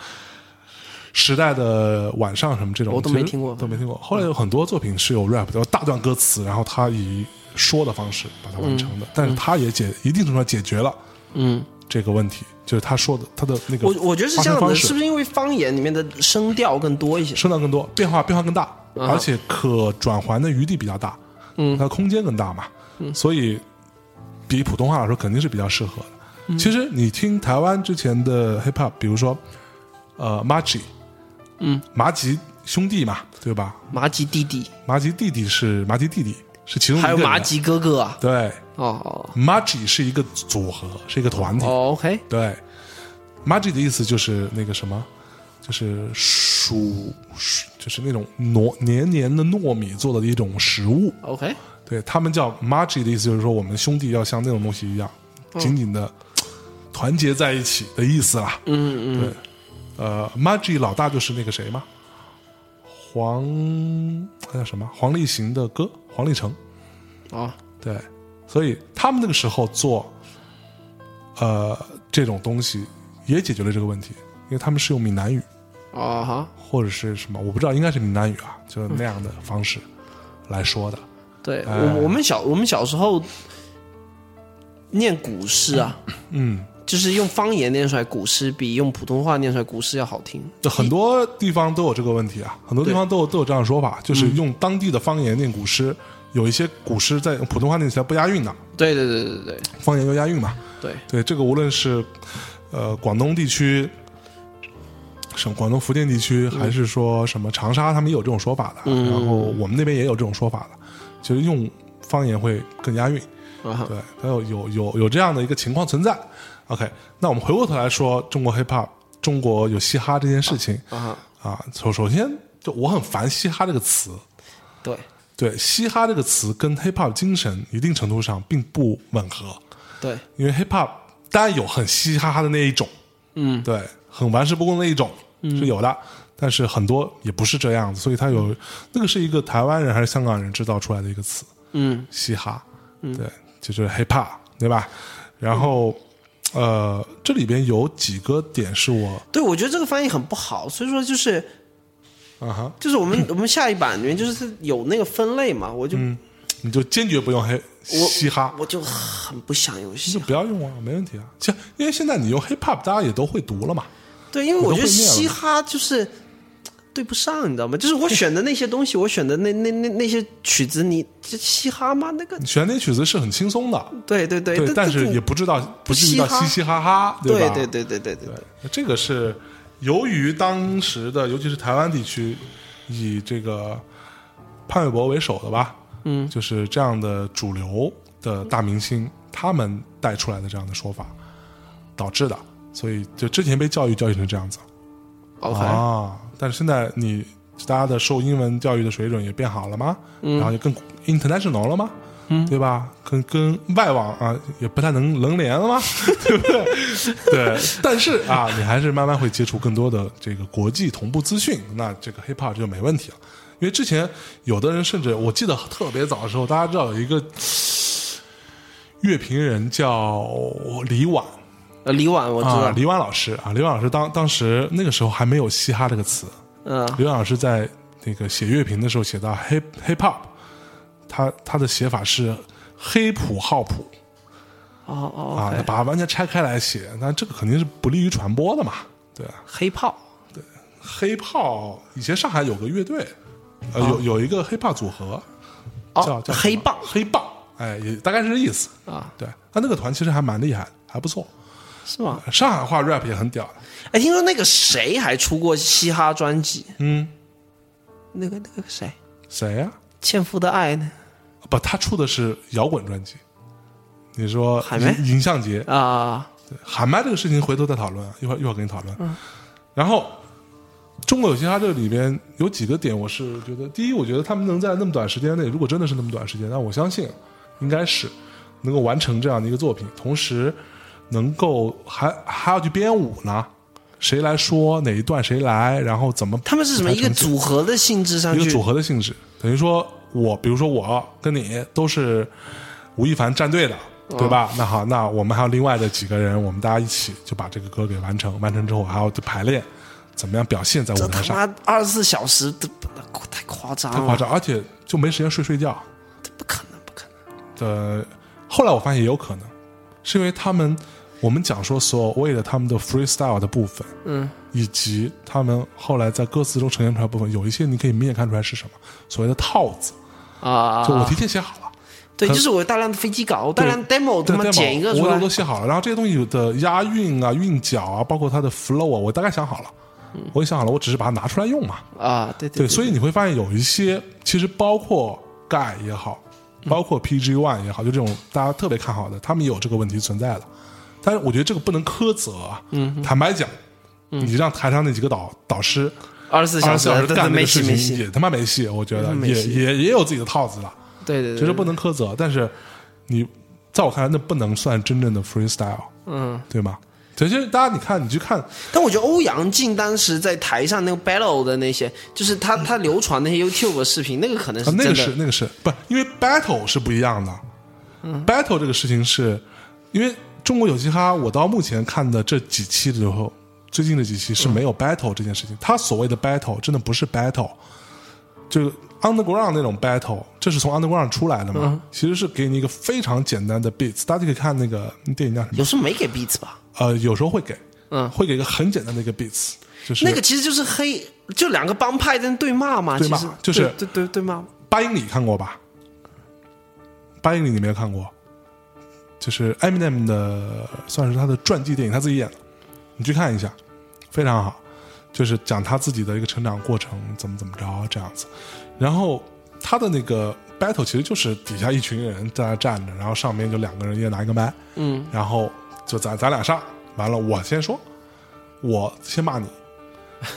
时代的晚上什么这种，
我都没
其实
听过嗯
都没听过。后来有很多作品是有 rap 的，有大段歌词，然后他以说的方式把它完成的，但是他也解一定程度上解决了
嗯，
这个问题，就是他说的他的那个
我我觉得是这样的，
发声方式
是不是因为方言里面的声调更多一些？
声量更多，变化变化更大，
嗯
而且可转换的余地比较大，
嗯
它空间更大嘛，所以比普通话来说肯定是比较适合的。
嗯
其实你听台湾之前的 hip hop，比如说呃 m a g i
嗯，
麻吉兄弟嘛，对吧？
麻吉弟弟，
麻吉弟弟是麻吉弟弟是其中一个
还有
人
麻吉哥哥啊，
对
哦
m a g i 是一个组合，是一个团体，
哦，OK，
对 m a g i 的意思就是那个什么，就是黍，黍就是那种糯黏黏的糯米做的一种食物。
OK，
对他们叫 m a g i 的意思就是说，我们兄弟要像那种东西一样，紧紧的团结在一起的意思啦。
嗯嗯，
对，呃 m a g i 老大就是那个谁嘛，黄那叫什么？黄立行的哥，黄立成。
哦，
对，所以他们那个时候做，呃，这种东西也解决了这个问题，因为他们是用闽南语
哦哈，
或者是什么，我不知道，应该是闽南语啊，就是那样的方式来说的。
对
哎
我我们小我们小时候念古诗啊，
嗯，
就是用方言念出来古诗，比用普通话念出来古诗要好听。
就很多地方都有这个问题啊，很多地方都有都有这样的说法，就是用当地的方言念古诗，有一些古诗在普通话念起来不押韵的，
对对对对对
方言又押韵嘛。
对，
对，这个无论是呃广东地区，省广东福建地区，还是说什么长沙，他们也有这种说法的。然后我们那边也有这种说法的，就是用方言会更押韵。
啊哈
对，它有有有有这样的一个情况存在。OK，那我们回过头来说中国 hiphop，中国有嘻哈这件事情
啊哈，
啊，首首先就我很烦嘻哈这个词。
对，
对，嘻哈这个词跟 hiphop 精神一定程度上并不吻合。
对，
因为 hip hop 当然有很嘻嘻哈哈的那一种，
嗯，
对，很玩世不恭的一种、是有的，但是很多也不是这样子，所以它有那个是一个台湾人还是香港人制造出来的一个词，
嗯，
嘻哈，对，就是 hip hop，对吧？然后、呃，这里边有几个点是我
对，我觉得这个翻译很不好，所以说就是
啊哈，
就是我们我们下一版里面就是有那个分类嘛，我就、
嗯你就坚决不用黑
我
嘻哈。
我就很不想用
你就
嘻哈，
不要用啊，没问题啊。像因为现在你用 hip hop，大家也都会读了嘛。
对，因为
我
我
都
觉得
会念了
嘻哈就是对不上，你知道吗？
(laughs)
就是我选的那些东西，我选的那那那那些曲子，你这嘻哈吗？那个
你选那曲子是很轻松的，
对对对，
对，但是
不
也不知道不至于到
嘻哈
嘻嘻哈哈，
对
吧？
对对对对对对，
这个是由于当时的，尤其是台湾地区，以这个潘玮柏为首的吧，嗯，就是这样的主流的大明星，他们带出来的这样的说法导致的，所以就之前被教育教育成这样子
OK，、
啊。但是现在你大家的受英文教育的水准也变好了吗？然后也更 international 了吗？嗯，对吧？跟跟外网啊也不太能能连了吗？对，但是啊，你还是慢慢会接触更多的这个国际同步资讯，那这个 hiphop 就没问题了。因为之前有的人甚至我记得特别早的时候，大家知道有一个乐评人叫李婉
呃，李婉我知道，
啊，李婉老师啊，李婉老师当当时那个时候还没有嘻哈这个词，
嗯、
刘洋老师在那个写乐评的时候写到 hip hip hop，他他的写法是黑谱号谱，
啊、哦哦
啊，
，OK，
那把它完全拆开来写，那这个肯定是不利于传播的嘛。对，
黑炮
黑炮以前上海有个乐队，呃，有有一个黑炮组合，叫
哦，
叫什么
黑棒
黑棒，哎，也大概是这意思。
啊，
对，他那个团其实还蛮厉害的，还不错。
是吗？
上海话 rap 也很屌的，
哎，听说那个谁还出过嘻哈专辑？
嗯，
那个那个谁，《
谁啊呀、
纤夫的爱》呢？
不，他出的是摇滚专辑。你说
海
银
麦
银相杰
啊、
喊麦这个事情回头再讨论，啊一会儿一会儿跟你讨论。然后《中国有嘻哈》这里边有几个点，我是觉得，第一，我觉得他们能在那么短时间内，如果真的是那么短时间，那我相信应该是能够完成这样的一个作品，同时能够还还要去编舞呢。谁来说哪一段谁来，然后怎么
他们是什么
才
一个
呈现
组合的性质上
一
去
个组合的性质，等于说我，比如说我跟你都是吴亦凡战队的，
嗯
对吧？那好，那我们还有另外的几个人，我们大家一起就把这个歌给完成。完成之后还要去排练，怎么样表现在
这
舞台上？
他妈二十四小时的太夸张
太
了，
夸张，而且就没时间睡睡觉。
不可能，不可能。
呃，后来我发现也有可能，是因为他们我们讲说所谓的他们的 freestyle 的部分，
嗯，
以及他们后来在歌词中呈现出来的部分，有一些你可以明显看出来是什么所谓的套子，
啊，
就我提前写好了。
对，
很
就是我有大量的飞机稿，我大量
对
demo，他妈
对 demo，
剪一个出
我
来
都，写好了。然后这些东西的押韵啊、韵脚啊，包括它的 flow 啊，我大概想好了，我也想好了，我只是把它拿出来用嘛。
啊，嗯对对，
对，所以你会发现有一些，其实包括 Guy 也好，
嗯
包括 PG One 也好，就这种大家特别看好的，他们也有这个问题存在的。但是我觉得这个不能苛责啊。
嗯
坦白讲，你让台上那几个导导师
二十四小
二十四小时
对对
干这
没
个
戏
事
没
情，
戏，
也他妈没戏。我觉得
没
也
戏
也也有自己的套子了。
对对对，
其实不能苛责，但是你在我看来，那不能算真正的 freestyle，
嗯。
对吗？其实大家你看，你去看，啊
但我觉得欧阳靖当时在台上那个 battle 的那些，就是他他流传那些 YouTube 视频，那个可能
啊
是真
那
的。
个是那个是不，因为 battle 是不一样的。battle
嗯
这个事情是，因为中国有嘻哈，我到目前看的这几期之后，最近的几期是
嗯
没有 battle 这件事情。他所谓的 battle 真的不是 battle，就是 underground 那种 battle，这是从 underground 出来的嘛？
嗯
其实是给你一个非常简单的 beats，大家可以看那个电影叫什么？
有时候没给 beats 吧？
呃，有时候会给，
嗯
会给一个很简单的一个 beats，就是
那个其实就是黑，就两个帮派在那对骂嘛，
对骂
其实
就是
对对对对骂。
八英里看过吧？八英里你没有看过？就是 Eminem 的，算是他的传记电影，他自己演的，你去看一下，非常好，就是讲他自己的一个成长过程，怎么怎么着这样子。然后他的那个 battle 其实就是底下一群人在那站着，然后上面就两个人一人拿一个麦，
嗯，
然后就咱咱俩上，完了我先说，我先骂你，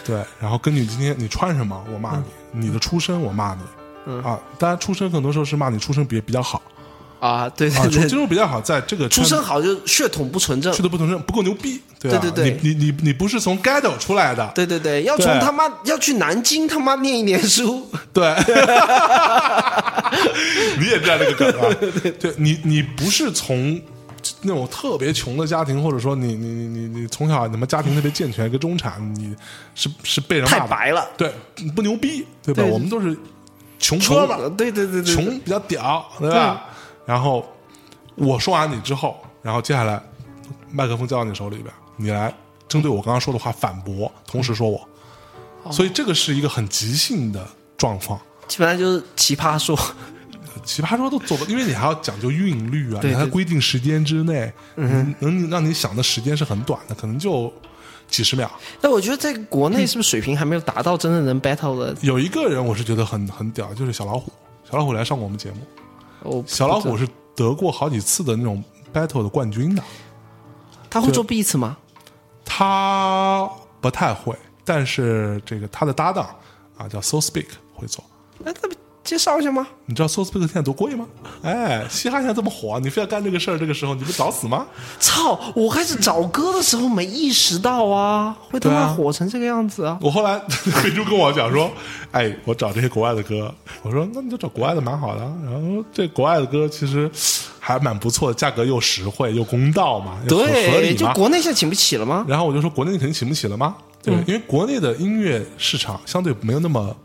对，然后根据今天你穿什么，我骂你，
嗯
你的出身我骂你，嗯、啊，当然出身很多时候是骂你出身比比较
(laughs)
好
啊，对
啊，
对
出
对，
身比较好，在这个
出
圈
身好就血统不纯正
去。的不同身不够牛逼，对吧、
对对对
你你你你不是从 ghetto 出来的，
对对对，要从
对
他妈要去南京他妈念一年书，
对，
(laughs)
(laughs) 你也知道这个梗
(laughs)
啊？对，你你不是从那种特别穷的家庭，或者说你你你你你从小你们家庭特别健全，一个中产，你是是被人骂
太
的，
白了。
对，你不牛逼，对吧？
对呃
我们都是穷哥们儿，
对对对对，
穷比较屌，对吧？然后我说完你之后，然后接下来麦克风交到你手里边，你来针对我刚刚说的话反驳，同时说我，
哦
所以这个是一个很即兴的状况。
基本上就是奇葩 (laughs) 说。
奇葩说都
(laughs)
做不，因为你还要讲究韵律啊，
对
你还
对
规定时间之内，嗯，能让你想的时间是很短的，可能就几十秒。
但我觉得在国内是不是水平还没有达到真正能 battle 的？
有一个人我是觉得很很屌，就是小老虎，小老虎来上过我们节目，
我不
小老
知道
虎是得过好几次的那种 battle 的冠军的，
他会做 beats 吗？
他不太会，但是这个他的搭档啊叫 So Speak 会做。
那哎他不介绍一下吗？
你知道 So Speak 现在多贵吗？哎，嘻哈现在这么火，你非要干这个事儿，这个时候你不找死吗？
操！我开始找歌的时候没意识到啊，会他
对
妈
啊
火成这个样子啊！
我后来飞猪跟我讲说， (laughs) 哎，我找这些国外的歌，我说那你就找国外的蛮好的啊。然后这国外的歌其实还蛮不错的，价格又实惠又公道嘛，又合啊合
对，
理
就
嘛。
国内现在请不起了吗？
然后我就说国内你肯定请不起了
嗯
吗？对，因为国内的音乐市场相对没有那么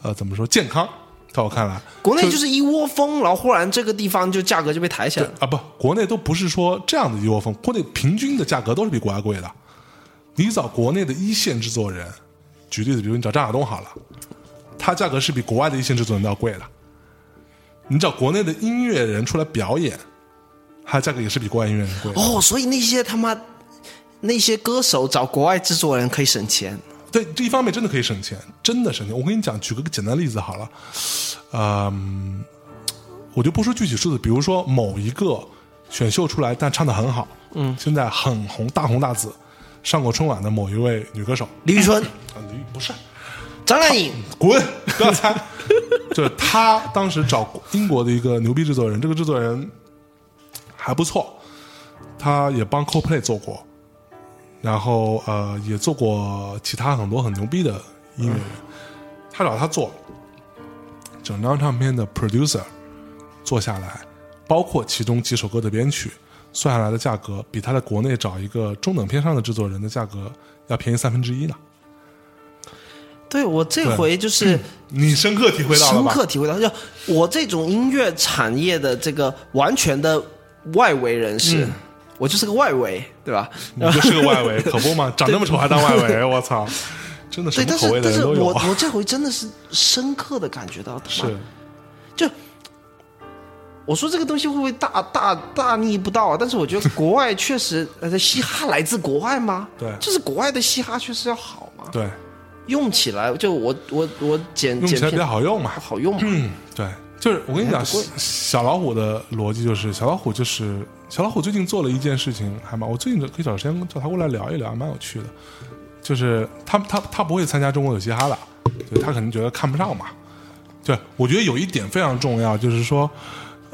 呃怎么说健康，在我看来，
国内就是一窝蜂，然后忽然这个地方就价格就被抬起来了。
啊，不，国内都不是说这样的一窝蜂，国内平均的价格都是比国外贵的。你找国内的一线制作人，举例子，比如你找张亚东好了，他价格是比国外的一线制作人都要贵的。你找国内的音乐人出来表演，他价格也是比国外音乐人贵的。
哦，所以那些他妈那些歌手找国外制作人可以省钱，
对，这一方面真的可以省钱，真的省钱。我跟你讲，举个简单例子好了，嗯，我就不说具体数字，比如说某一个选秀出来但唱的很好，嗯，现在很红，大红大紫，上过春晚的某一位女歌手，
李宇春、
啊，你不是，
张靓
(laughs)
颖，
滚，不要猜，就是他当时找英国的一个牛逼制作人，这个制作人还不错，他也帮 CoPlay 做过，然后呃也做过其他很多很牛逼的音乐人，他找他做整张唱片的 producer 做下来，包括其中几首歌的编曲，算下来的价格比他在国内找一个中等偏上的制作人的价格要便宜三分之一呢。
对我这回就是
你深刻体会到了
深
吧？
刻体会到，就我这种音乐产业的这个完全的外围人士，
嗯
我就是个外围，对吧？
你就是个外围，可不嘛，长那么丑还当外围，我操！真的
对，
什么
但
口
是
味的
但
人
是
都有
我
啊。
我这回真的是深刻的感觉到，他妈
是，
就我说这个东西会不会大大大逆不道啊？但是我觉得国外确实，呃，嘻哈来自国外吗？
对
就是国外的嘻哈确实要好嘛，
对，
用起来就我我我剪
用
剪
起来
片
比较好用嘛。
好用嘛，
对，就是我跟你讲，
还不贵
小小老虎的逻辑就是，小老虎就是小老虎最近做了一件事情，还蛮我最近可以找时间叫他过来聊一聊，还蛮有趣的。就是他他他不会参加中国有嘻哈了，就他可能觉得看不上嘛。对，我觉得有一点非常重要，就是说，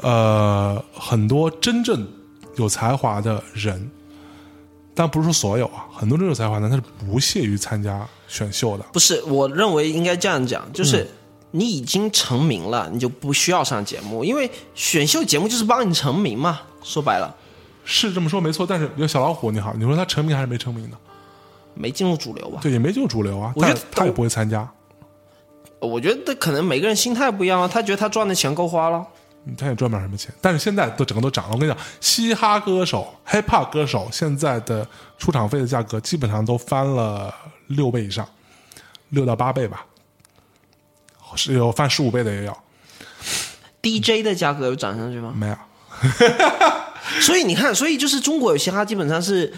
呃，很多真正有才华的人，但不是说所有啊，很多真正有才华的人他是不屑于参加选秀的。
不是？我认为应该这样讲，就是。你已经成名了，你就不需要上节目，因为选秀节目就是帮你成名嘛。说白了，
是这么说没错，但是有小老虎你好，你说他成名还是没成名呢？
没进入主流吧？
对，也没进入主流啊，
我觉
但
得
他也不会参加，
我觉得可能每个人心态不一样啊，他觉得他赚的钱够花了，
嗯他也赚不了什么钱。但是现在都整个都涨了，我跟你讲，嘻哈歌手、hiphop 歌手现在的出场费的价格基本上都翻了六倍以上，六到八倍吧，是有翻十五倍的也有，
DJ 的价格有涨上去吗？
没有。
所以你看，所以就是中国有嘻哈基本上是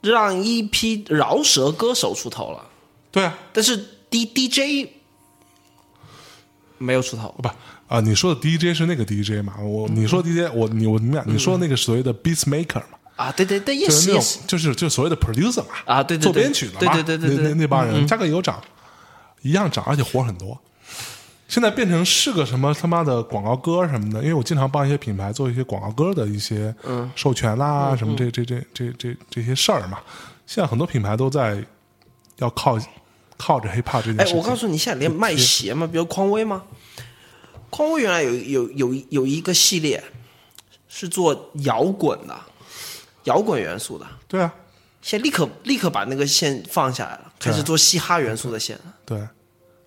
让一批饶舌歌手出头了，
对啊，
但是 D D J 没有出头。
不啊、你说的 DJ 是那个 DJ 嘛？我你说的 DJ，我你我明白，你说的那个所谓的 beat maker 嘛？
啊，对对对
就是
，yes
那种
yes，
就是就所谓的 producer 嘛，
啊对对对
做编曲的嘛，
对对对对对嗯
那那那帮人价格有涨，一样涨，而且活很多。现在变成是个什么他妈的广告歌什么的，因为我经常帮一些品牌做一些广告歌的一些
嗯
授权啦、什么这这这这这这些事儿嘛。现在很多品牌都在要靠靠着 hiphop 这件
哎
事，情。
我告诉你，现在连卖鞋嘛，比如匡威嘛，匡威原来有有有有一个系列是做摇滚的，摇滚元素的，
对啊，
现在立刻立刻把那个线放下来了，开
啊
始做嘻哈元素的线了。
对，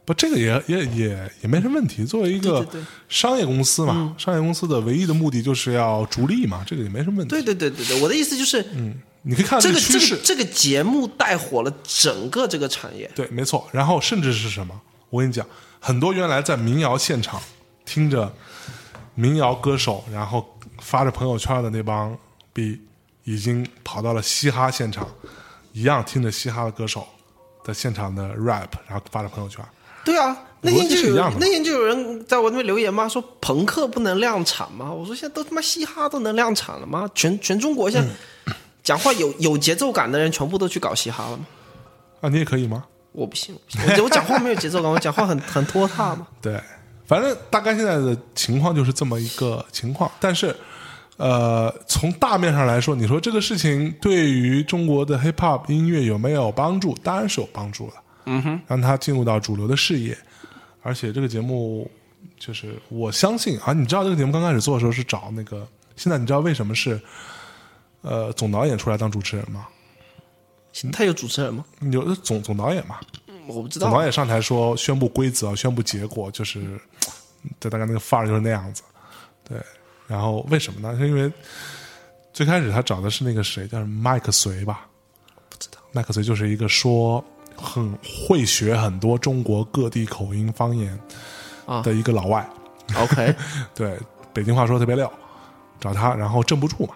不，这个也也也也没什么问题。作为一个
对对对嗯
商业公司嘛，商业公司的唯一的目的就是要逐利嘛，这个也没什么问题。
对对对对对，我的意思就是，
你可以看到
这个
嗯趋
这
势
个，这个节目带火了整个这个产业。
对，没错。然后甚至是什么？我跟你讲，很多原来在民谣现场听着民谣歌手，然后发着朋友圈的那帮逼，已经跑到了嘻哈现场，一样听着嘻哈的歌手的现场的 rap，然后发着朋友圈。
对啊，那
逻
天就
辑
是
一
有
样的嘛
那天就有人在我那边留言嘛，说朋克不能量产吗？我说现在都他妈嘻哈都能量产了吗？全全中国现
嗯
在讲话有有节奏感的人全部都去搞嘻哈了吗？
啊，你也可以吗？
我不信，我不信我我讲话没有节奏感，我讲话很很拖沓嘛。
对，反正大概现在的情况就是这么一个情况。但是，呃，从大面上来说，你说这个事情对于中国的 hip hop 音乐有没有帮助？当然是有帮助的。嗯哼，让它进入到主流的视野，而且这个节目就是我相信啊，你知道这个节目刚开始做的时候是找那个，现在你知道为什么是呃总导演出来当主持人吗？
他有主持人吗？
有总总导演嘛，
我不知
总导
道。
演上台说宣布规则、宣布结果，就是对大概那个范儿就是那样子。对，然后为什么呢？是因为最开始他找的是那个谁，叫什么麦克隋吧？不知道，麦克隋就是一个说很会学很多中国各地口音方言
啊
的一个老外，
OK，
对，北京话说特别溜，找他，然后镇不住嘛，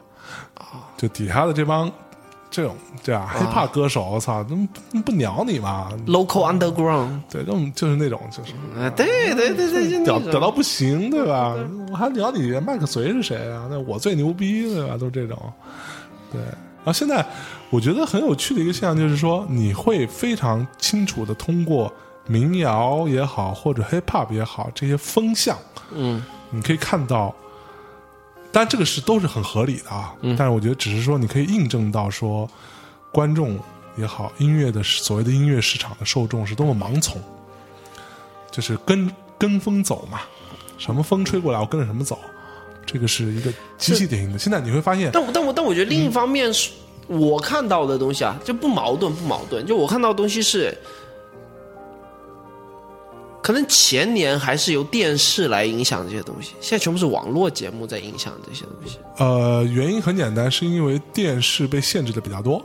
啊
就底下的这帮这种这样 hiphop 歌手，我操，那不不鸟你嘛？
local underground，
对，根本就是那种就是
呃对对对对，就那
屌
种
屌到不行，对吧？我还聊你麦克隋是谁啊？那我最牛逼，对吧？都这种，对。然后现在我觉得很有趣的一个现象就是说，你会非常清楚的通过民谣也好，或者 hip hop 也好，这些风向，
嗯，
你可以看到，但这个是都是很合理的啊。但是我觉得只是说，你可以印证到说，观众也好，音乐的所谓的音乐市场的受众是多么盲从，就是跟跟风走嘛，什么风吹过来，我跟着什么走，这个是一个极其典型的。现在你会发现，
但我但我但我觉得
嗯
另一方面是，我看到的东西啊，就不矛盾不矛盾。就我看到的东西是，可能前年还是由电视来影响这些东西，现在全部是网络节目在影响这些东西。
呃，原因很简单，是因为电视被限制的比较多。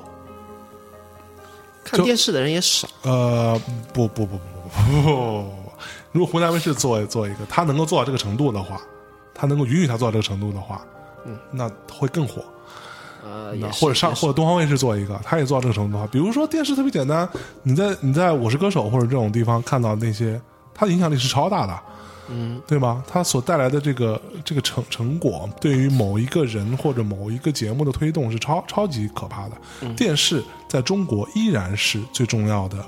看电视的人也少，
呃，不不不不不不不，如果湖南卫视做做一个，他能够做到这个程度的话，他能够允许他做到这个程度的话，嗯，那会更火。
呃，
那
也是
嗯或者上
也是
或者东方卫视做一个，他也做到这个程度的话，比如说电视特别简单，你在你在《我是歌手》或者这种地方看到那些，它的影响力是超大的，嗯，对吗？它所带来的这个这个成成果，对于某一个人或者某一个节目的推动是超超级可怕的。
嗯
电视在中国依然是最重要的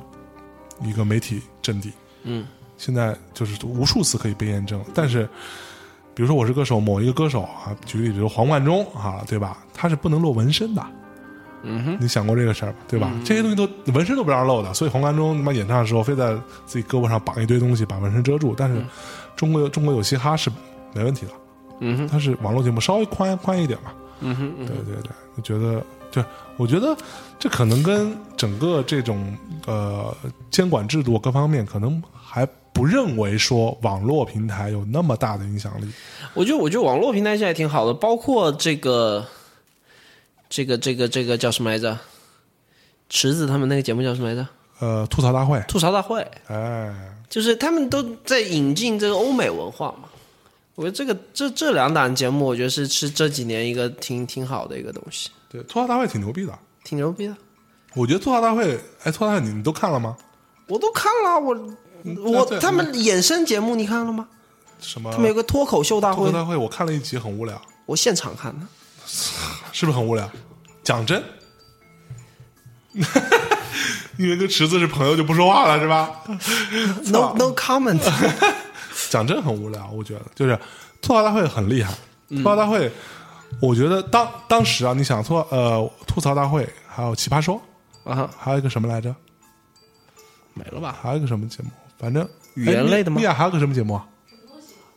一个媒体阵地，
嗯，
现在就是无数次可以被验证，但是。比如说我是歌手，某一个歌手啊，举例，比如黄贯中啊，对吧？他是不能露纹身的。嗯哼，你想过这个事儿吧？对
嗯
吧？这些东西都纹身都不让露的，所以黄贯中他妈演唱的时候，非在自己胳膊上绑一堆东西，把纹身遮住。但是中国有中国有嘻哈是没问题的，
嗯哼
它是网络节目稍微宽宽一点嘛。
嗯哼嗯
对
哼，
对对，我觉得就是，我觉得这可能跟整个这种呃监管制度各方面，可能还不认为说网络平台有那么大的影响力。
我觉得我觉得网络平台现在挺好的，包括这个这个这个这个叫什么来着？池子他们那个节目叫什么来着？
呃，吐槽大会，
吐槽大会。
哎，
就是他们都在引进这个欧美文化嘛。我觉得这个这这两档节目，我觉得是是这几年一个挺挺好的一个东西，
对，吐槽大会挺牛逼的。
挺牛逼的。
我觉得吐槽大会，哎，吐槽大会你你都看了吗？
我都看了，我
嗯那啊
我
这
他们衍生节目你看了吗？
什么？
他们有个脱口秀大
吐槽
会，
大会，我看了一集，很无聊，
我现场看的。
是不是很无聊？讲真， (laughs) 因为跟池子是朋友就不说话了是吧？
No no comment。
(laughs) 讲真很无聊，我觉得就是吐槽大会很厉害，吐槽大会，我觉得当当时啊，你想吐呃吐槽大会，还有奇葩说，
啊，
还有一个什么来着？
没了吧？
还有一个什么节目？反正哎
语言类的吗
米娅还有个什么节目啊？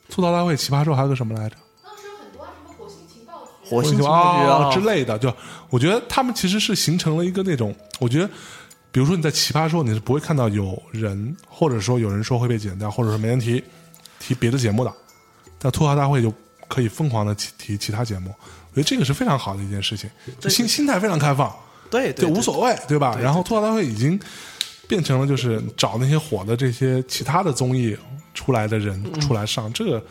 吐槽大会、奇葩说还有个什么来着？
火星
球
情报局啊
哦之，类的，就我觉得他们其实是形成了一个那种，我觉得，比如说你在奇葩说，你是不会看到有人，或者说有人说会被剪掉，或者说没人提提别的节目的，但吐槽大会就可以疯狂的提提其他节目，我觉得这个是非常好的一件事情，就心心态非常开放，
对
就
对，
无所谓，对吧？然后吐槽大会已经变成了就是找那些火的这些其他的综艺出来的人出来上，这个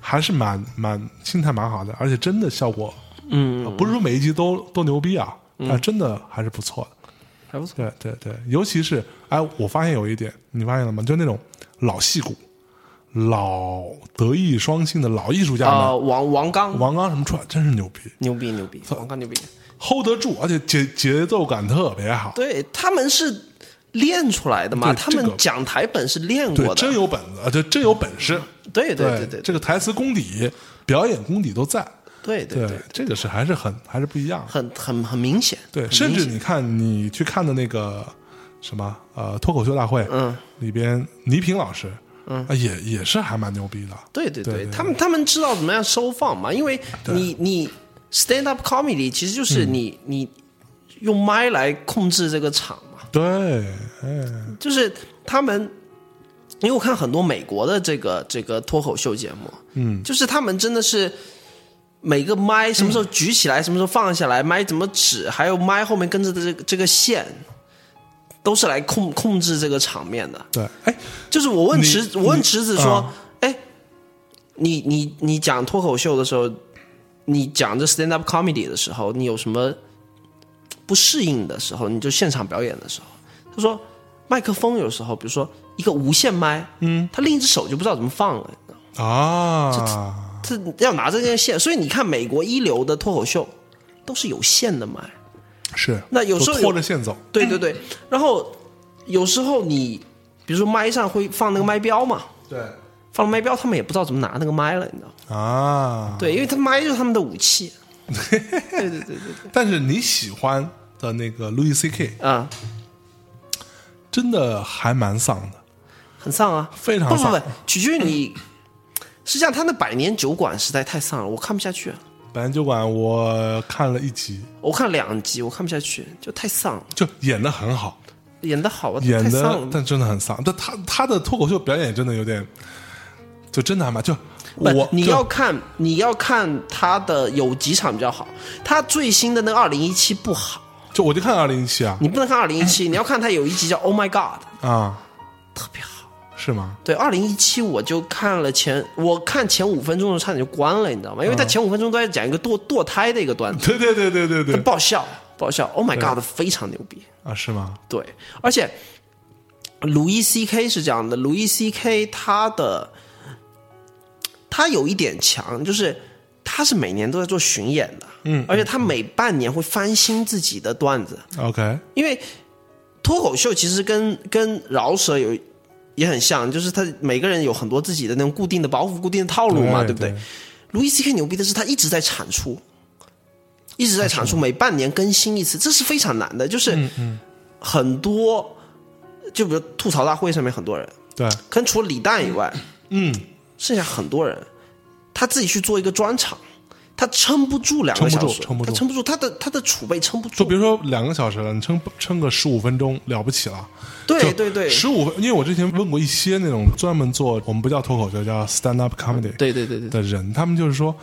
还是蛮蛮心态蛮好的，而且真的效果，嗯，不是说每一集都都牛逼啊，但真的还是不错的。
对还不错。
对对对，尤其是哎，我发现有一点，你发现了吗？就那种老戏骨、老德艺双馨的老艺术家们，
啊，王王刚
王刚什么出来真是牛逼，
牛逼牛逼，王刚牛逼。
hold 得住，而且节节奏感特别好。
对他们是练出来的嘛，
对
他
这
们
个
讲台本是练
对，
过的
真。有本子，这真有本事。
对对对对
这个台词功底、表演功底都在。
对对对，
这个是还是很还是不一样的。
很很很明显。
对，
很
甚
明
至
显
你看，你去看的那个什么呃脱口秀大会，
嗯，
里边倪萍老师，嗯，啊、也也是还蛮牛逼的。
对对
对对
他们他们知道怎么样收放嘛，因为你你 stand up comedy 其实就是
嗯
你、你用麦来控制这个场嘛，
对，哎，
就是他们，因为我看很多美国的这个这个脱口秀节目，嗯，就是他们真的是每个麦什么
嗯
时候举起来，什么时候放下来，麦怎么指，还有麦后面跟着的这个这个线，都是来控控制这个场面的。
对，哎，
就是我问池，
你
我问池子说
啊：“
哎、你你你讲脱口秀的时候，你讲这 stand up comedy 的时候，你有什么不适应的时候？你就现场表演的时候。”他说：“麦克风有时候，比如说一个无线麦，嗯，他另一只手就不知道怎么放了，你知道吗
啊，
这要拿着这根线。所以你看，美国一流的脱口秀都是有线的麦。”
嗯是，
那有时候有
就拖着线走，
对对对，然后有时候你，比如说麦上会放那个麦标嘛，
对，
放了麦标，他们也不知道怎么拿那个麦了，你知道吗？
啊，
对，因为他麦就是他们的武器。对对对对，
但是你喜欢的那个 Louis C K
啊，
真的还蛮丧的，
很丧啊，
非常
不不
丧
不，取决于你。实际上，他那百年酒馆实在太丧了，我看不下去。
本来酒馆我看了一集，
我看两集，我看不下去，就太丧了，
就演的很好，
演的好啊，
演
太
的
丧了。
但真的很丧，但他他的脱口秀表演真的有点，就真的还蛮就我
不，你
就
要看，你要看他的有几场比较好。他最新的那二零一七不好，
就我就看二零一七啊
你不能看二零一七，你要看他有一集叫《Oh My God》，
啊，
特别好。
是吗？
对，二零一七我就看了前，我看前五分钟的时候差点就关了，你知道吗？因为
嗯
他前五分钟都在讲一个堕堕胎的一个段子，
对对对对对对
爆笑，爆笑，Oh my God，非常牛逼。
(laughs) 啊，是吗？
对，而且鲁伊 C K 是这样的，鲁伊 C K 他的他有一点强，就是他是每年都在做巡演的，嗯，而且他每半年会翻新自己的段子，
OK，
因为脱口秀其实跟跟饶舌有也很像，就是他每个人有很多自己的那种固定的包袱、固定的套路嘛，对
对
不对？路易 C K 牛逼的是他一直在产出，一直在
啊
产出，每半年更新一次，这是非常难的。就是
嗯
很多，就比如吐槽大会上面很多人，
对，
可能除了李诞以外，嗯，剩下很多人，他自己去做一个专场，他撑不住两个
撑不
小
住
时，
撑不住
他撑不住，他的他的储备撑不住，
就别说两个小时了，你撑撑个十五分钟了不起了。
对对对，
十五，因为我之前问过一些那种专门做我们不叫脱口秀，叫 stand up comedy
对对对对对
的人，他们就是说，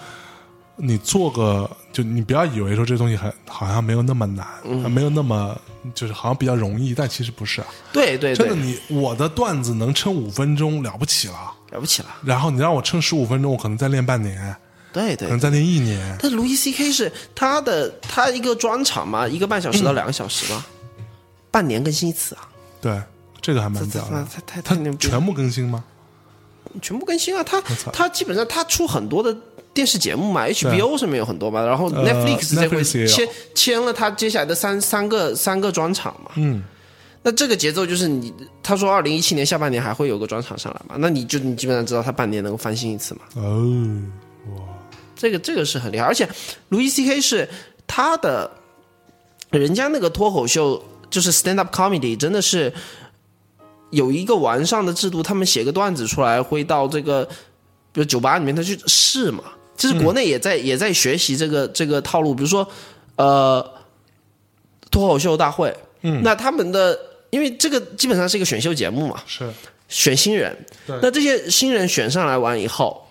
你做个就你不要以为说这东西很好像没有那么难，没有那么就是好像比较容易，但其实不是啊。
对对，
真的你，我的段子能撑五分钟了不起了，
了不起了，
然后你让我撑十五分钟，我可能再练半年，
对
可
对
能。再练一年。
但卢易 C K 是他的他一个专场嘛，一个半小时到两个小时嘛，
嗯
半年更新一次啊，
对，这个还蛮
这
屌的。
太太
他
太牛逼了，
全部更新吗？
全部更新啊，他
操
他基本上他出很多的。电视节目嘛，HBO 上面有很多嘛，然后
呃
Netflix 这回
Netflix 也有
签签了他接下来的三三个三个专场嘛，
嗯，
那这个节奏就是你他说二零一七年下半年还会有个专场上来嘛，那你就你基本上知道他半年能够翻新一次嘛，
哦，
这个这个是很厉害，而且卢易 C K 是他的，人家那个脱口秀就是 stand up comedy，真的是有一个完善的制度，他们写个段子出来会到这个，比如酒吧里面他去试嘛，其实国内也在、也在学习这个这个套路，比如说呃脱口秀大会，嗯，那他们的因为这个基本上是一个选秀节目嘛，
是
选新人。那这些新人选上来完以后，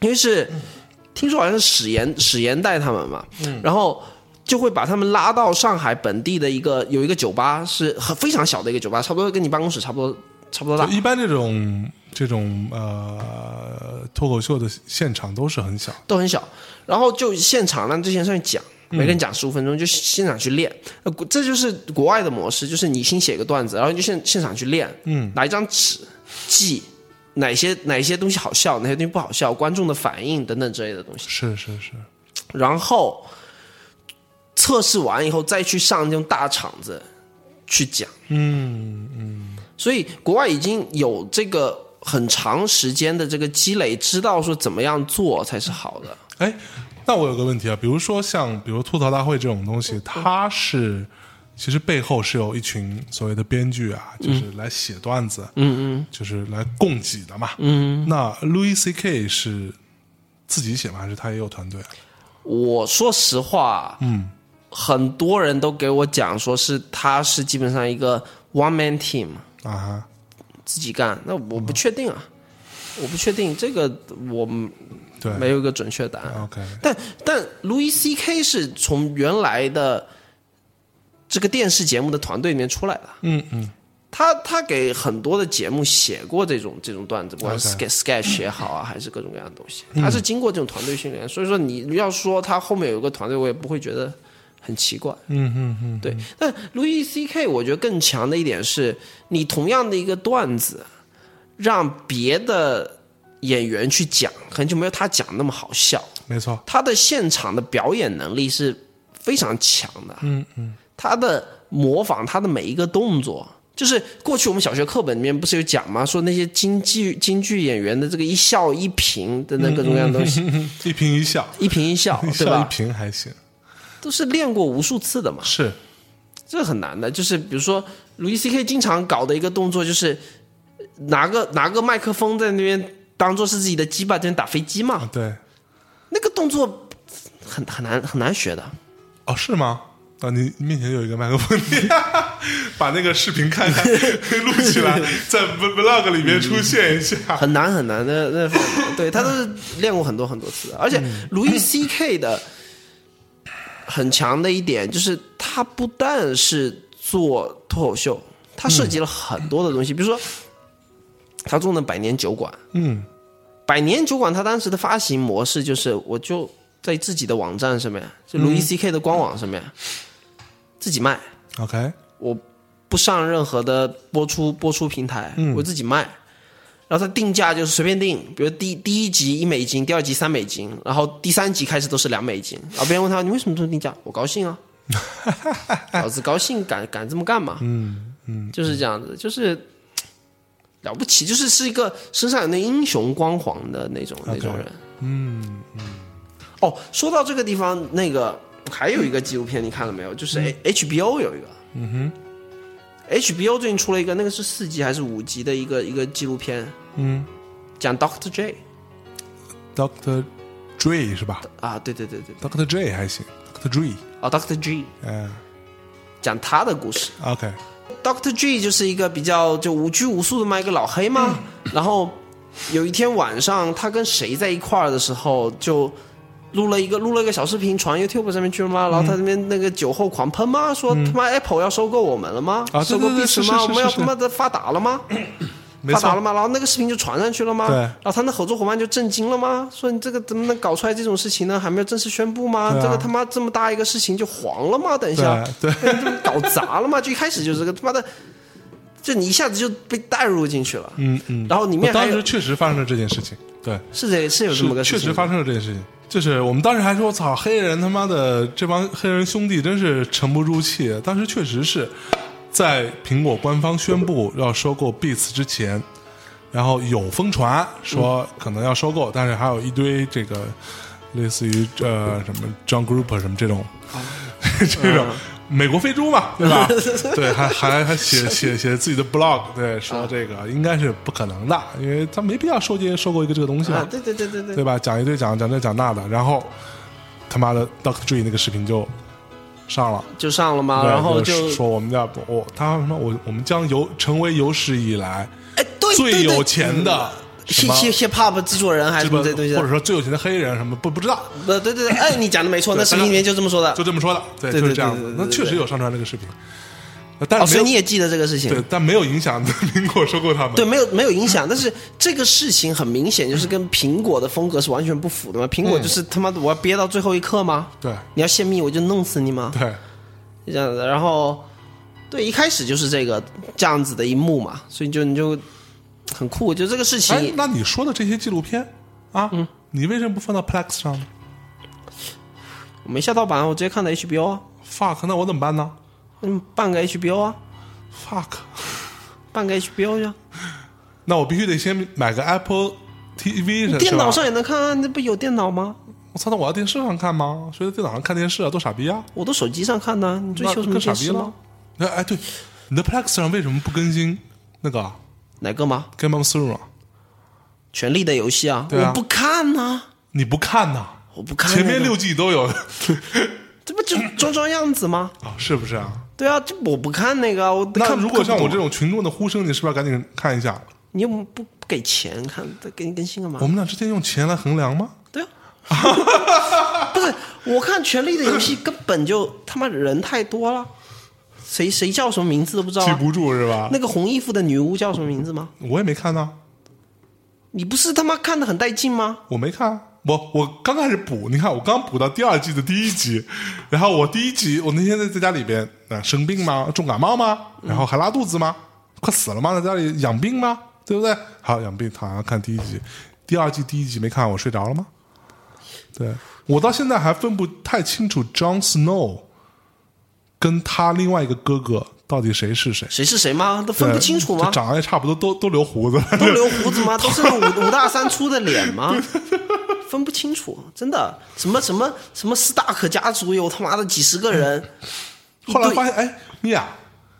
因为是听说好像是史岩史岩带他们嘛，然后就会把他们拉到上海本地的一个有一个酒吧，是很非常小的一个酒吧，差不多跟你办公室差不多差不多
就
大。
一般这种这种呃脱口秀的现场都是很小，
都很小，然后就现场让这些人上去讲，每个人讲十五分钟，就现场去练。呃国这就是国外的模式，就是你先写个段子，然后你就现现场去练，嗯，拿一张纸记哪些哪些东西好笑，哪些东西不好笑，观众的反应等等之类的东西，
是是是，
然后测试完以后再去上这种大场子去讲，嗯嗯，所以国外已经有这个。很长时间的这个积累，知道说怎么样做才是好的。
哎，那我有个问题啊，比如说像比如吐槽大会这种东
嗯
西，它是其实背后是有一群所谓的编剧啊，就是来写段子，嗯嗯，就是来供给的嘛，嗯。那 Louis C K 是自己写吗？还是他也有团队啊？
我说实话，嗯，很多人都给我讲说是他是基本上一个 one man team，
啊哈，
自己干，那我不确定啊，我不确定这个我
对，
没有一个准确答案。
OK，
但但 Louis C.K. 是从原来的这个电视节目的团队里面出来的，
嗯嗯，
他他给很多的节目写过这种这种段子，不管是
OK 嗯
sketch sketch 也好啊，还是各种各样的东西，他是经过这种团队训练，所以说你要说他后面有个团队，我也不会觉得很奇怪。
嗯嗯嗯，
对，但 Louis C.K. 我觉得更强的一点是，你同样的一个段子，让别的演员去讲，可能就没有他讲那么好笑。
没错， (laughs)
他的现场的表演能力是非常强的。嗯嗯，他的模仿，他的每一个动作，就是过去我们小学课本里面不是有讲吗？说那些京剧京剧演员的这个一笑一颦等等各种各样的
(laughs)
东西，
一颦一笑，
一颦一
(laughs)
笑，
一
哦对
嗯笑一
吧？
颦还行，
都是练过无数次的嘛。
是
这很难的。就是比如说，鲁易 C K 经常搞的一个动作，就是拿个拿个麦克风在那边当做是自己的鸡巴，在那边打飞机
啊
嘛，。
对，
那个动作很很难很难学的。
哦，是吗？啊，你你面前有一个麦克风， (laughs) 你把那个视频看 (laughs) 看，录起
(laughs)
来，在 vlog 里面出现一下。
很难很难的，那那对他都是练过很多很多次的，而且鲁易 C K 的很强的一点就是他不但是做脱口秀，他涉及了很多的东西，比如说他做那百年酒馆，
嗯，
百年酒馆他当时的发行模式就是我就在自己的网站上面，就鲁易 C K 的官网上面、自己卖，
(laughs) OK，
我不上任何的播出播出平台，我自己卖。然后它定价就是随便定，比如第第一集一美金，第二集三美金，然后第三集开始都是两美金。然后别人问他你为什么这么定价，我高兴啊， (laughs) 老子高兴敢敢这么干嘛？嗯嗯，就是这样子，就是了不起，就是是一个身上有那英雄光环的那种那种人。嗯嗯。哦，说到这个地方，那个还有一个纪录片，你看了没有？就是 H B O 有一个，HBO 最近出了一个，那个是四集还是五集的一个一个纪录片，
嗯
讲 Doctor J
，Doctor Dre 是吧
啊，对对对对，
？Doctor J 还行，Doctor Dre，
啊 Doctor J
嗯
讲他的故事
，OK，
，Doctor J 就是一个比较就无拘无束的嘛一个老黑嘛，
嗯
然后有一天晚上他跟谁在一块儿的时候就。录了一个录了一个小视频，传 YouTube 上面去了吗？然后他
嗯
那边那个酒后狂喷吗？说他妈 Apple 要收购我们了吗？
啊对
收购
对对
Beats
是是
吗？
是
我们要
是
他妈的发达了吗？
没
发达了
错，
吗？然后那个视频就传上去了吗？
对
然后他那合作伙伴就震惊了吗？说你这个怎么能搞出来这种事情呢？还没有正式宣布吗？
对啊
这个他妈这么大一个事情就黄了吗？等一下，
对啊
这
对，
不搞砸了吗？就一开始就是个他妈的，就你一下子就被带入进去了。
嗯嗯。
然后里面
我
还
当
有
时确实发生了这件事情，对，
是这是有这么个
是
事情
确实发生了这件事情。就是我们当时还说，操，黑人他妈的这帮黑人兄弟真是沉不住气。当时确实是在苹果官方宣布要收购 Beats 之前，然后有疯传
嗯
说可能要收购，但是还有一堆这个类似于呃什么 John Group 什么这种、
哦
(laughs) 这种。
嗯
美国非猪嘛，
(laughs)
对吧？对，还还还写写写自己的 blog，对，
嗯
说这个应该是不可能的，因为他没必要收接收购一个这个东西嘛。
啊，对对对对对
对吧？讲一堆讲讲这讲那的，然后他妈的 Doctor Dre 那个视频就上了，
就上了嘛，
对
啊然后
就
就是
说我们家我他什么我我们将有成为有史以来
哎对对
最
对
有钱的什
hip
么
hip hip hop 制作人还是
这
什么
个，
这东西的啊
或者，说最有钱的黑人什么不不知道，
呃对对对，哎你讲的没错，那视频里面就这么说的
就，这么说的，对，
对
就是
对
这样
对
子
对。对
那
对
确实
对
有上传这个视频，但
哦，
是
所以你
没有
也记得这个事情，
对，但没有影响
(laughs)
苹果收购他们。
对，没有没有影响，但是这个事情很明显就是跟苹果的风格是完全不符的嘛。苹果就是
嗯
他妈的，我要憋到最后一刻吗？
对
你要泄密，我就弄死你吗？
对
就这样子，然后对，一开始就是这个这样子的一幕嘛，所以就你就很酷，就这个事
哎
情，，
那你说的这些纪录片啊，
嗯
你为什么不放到 Plex 上呢
我没下盗版，我直接看的 HBO 啊，
？fuck，那我怎么办呢
嗯，办个 HBO 啊，
？fuck。
办个 HBO 去啊，
那我必须得先买个 Apple TV 是
电脑，上
是吧
也能看啊，那不有电脑吗？
我操！那我要电视上看吗？谁在电脑上看电视啊？多傻逼啊！
我都手机上看呢、啊你追
那
求什么
更傻
电
逼
视
了
吗？。
那哎，对，你的 Plex 上为什么不更新那个
哪个吗？
《Game of Thrones》啊？
权力的游戏啊，
对啊
我不看呐、
你不看呐？
我不看、
前面
那个
六季都有啊、
这不就装装样子吗？
是不是啊？
对啊，这我不看那个啊，我
那
看
如果像我这
种，
种群众的呼声，你是不是要赶紧看一下？
你又不不不给钱看，给你更新干嘛
我？们俩之间用钱来衡量吗？
对啊， (laughs) 不是，我看《权力的游戏》根本就他妈人太多了，谁谁叫什么名字都不知道
记
啊、
不住是吧？
那个红衣服的女巫叫什么名字吗？
我也没看呢，
你不是他妈看的很带劲吗？
我没看。啊我我刚开始补，你看我刚补到第二季的第一集，然后我第一集我那天在在家里边啊、生病吗？重感冒吗？然后还拉肚子吗？快死了吗？在家里养病吗？对不对？好养病躺下看第一集，第二季第一集没看，我睡着了吗？对我到现在还分不太清楚 Jon Snow 跟他另外一个哥哥到底谁是谁，
谁是谁吗？都分不
对
清楚吗
就？长得也差不多，都都留胡子，
都留胡子吗？都是那种五五大三粗的脸
(laughs)
吗？分不清楚，真的。什么什么什么斯塔克家族有他妈的几十个人，
后来
一堆
发现，哎，你俩，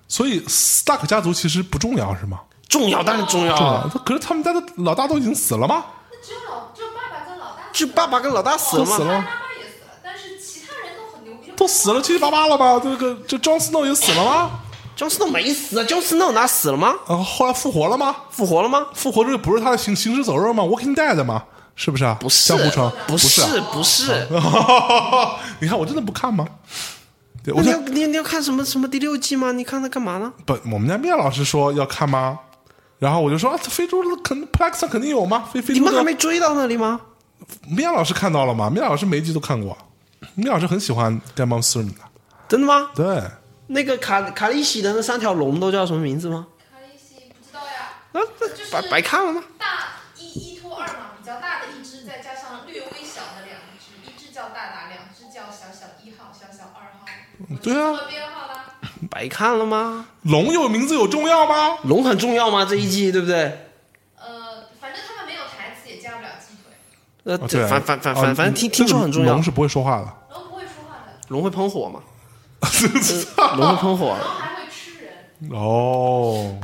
所以 Stark 家族其实不重要是吗？
重要当然重要
重
啊，
要，可是他们家的老大都已经死了吗？
那只有老，只有爸爸跟老大死
就
了，
爸爸跟老大死了
都死
嘛，
了
妈妈也死了，但是其他人都很牛逼，
都死了七七八八了吧？这个这 Jon Snow 也死了吗？
姜思诺没死啊，姜思诺哪死了吗？
啊，后来复活了吗？
复活了吗？
复活这个不是他的行行尸走肉吗？Walking Dead 吗？是不是啊？
不是
江湖川，
不
是啊。
不是。
(laughs) 你看我真的不看吗？对，我
那你要
就
你你要看什么什么第六季吗？你看它干嘛呢？
不，我们家妙老师说要看吗？然后我就说啊，这非洲的肯 p l a x 肯定有吗？非非
你
洲
们还
的
没追到那里吗？
米娅老师看到了吗？米娅老师每一集都看过，米娅老师很喜欢《干帮私人》的。
真的吗？
对，
那个卡卡利西的那三条龙都叫什么名字吗？
卡利西不知道呀。
啊，那
就是
白白看了吗？
大一一拖二嘛，比较大的一只，再加上略微小的两只，一只叫大大，两只叫小小一号、小小二号。我
对啊
就说编号啦。
白看了吗？
龙有名字有重要吗？
龙很重要吗？这一
嗯
季对不对？
呃，反正他们没有台词，也加不了鸡腿。
呃，
哦
这
对，
反反反
哦
反反正听听说很重
这个
要
龙，是不会说话的，
然后不会说话的，
龙会喷火
(laughs)
嘛？ (laughs) 呃龙会喷火，
然后还会吃人。
哦，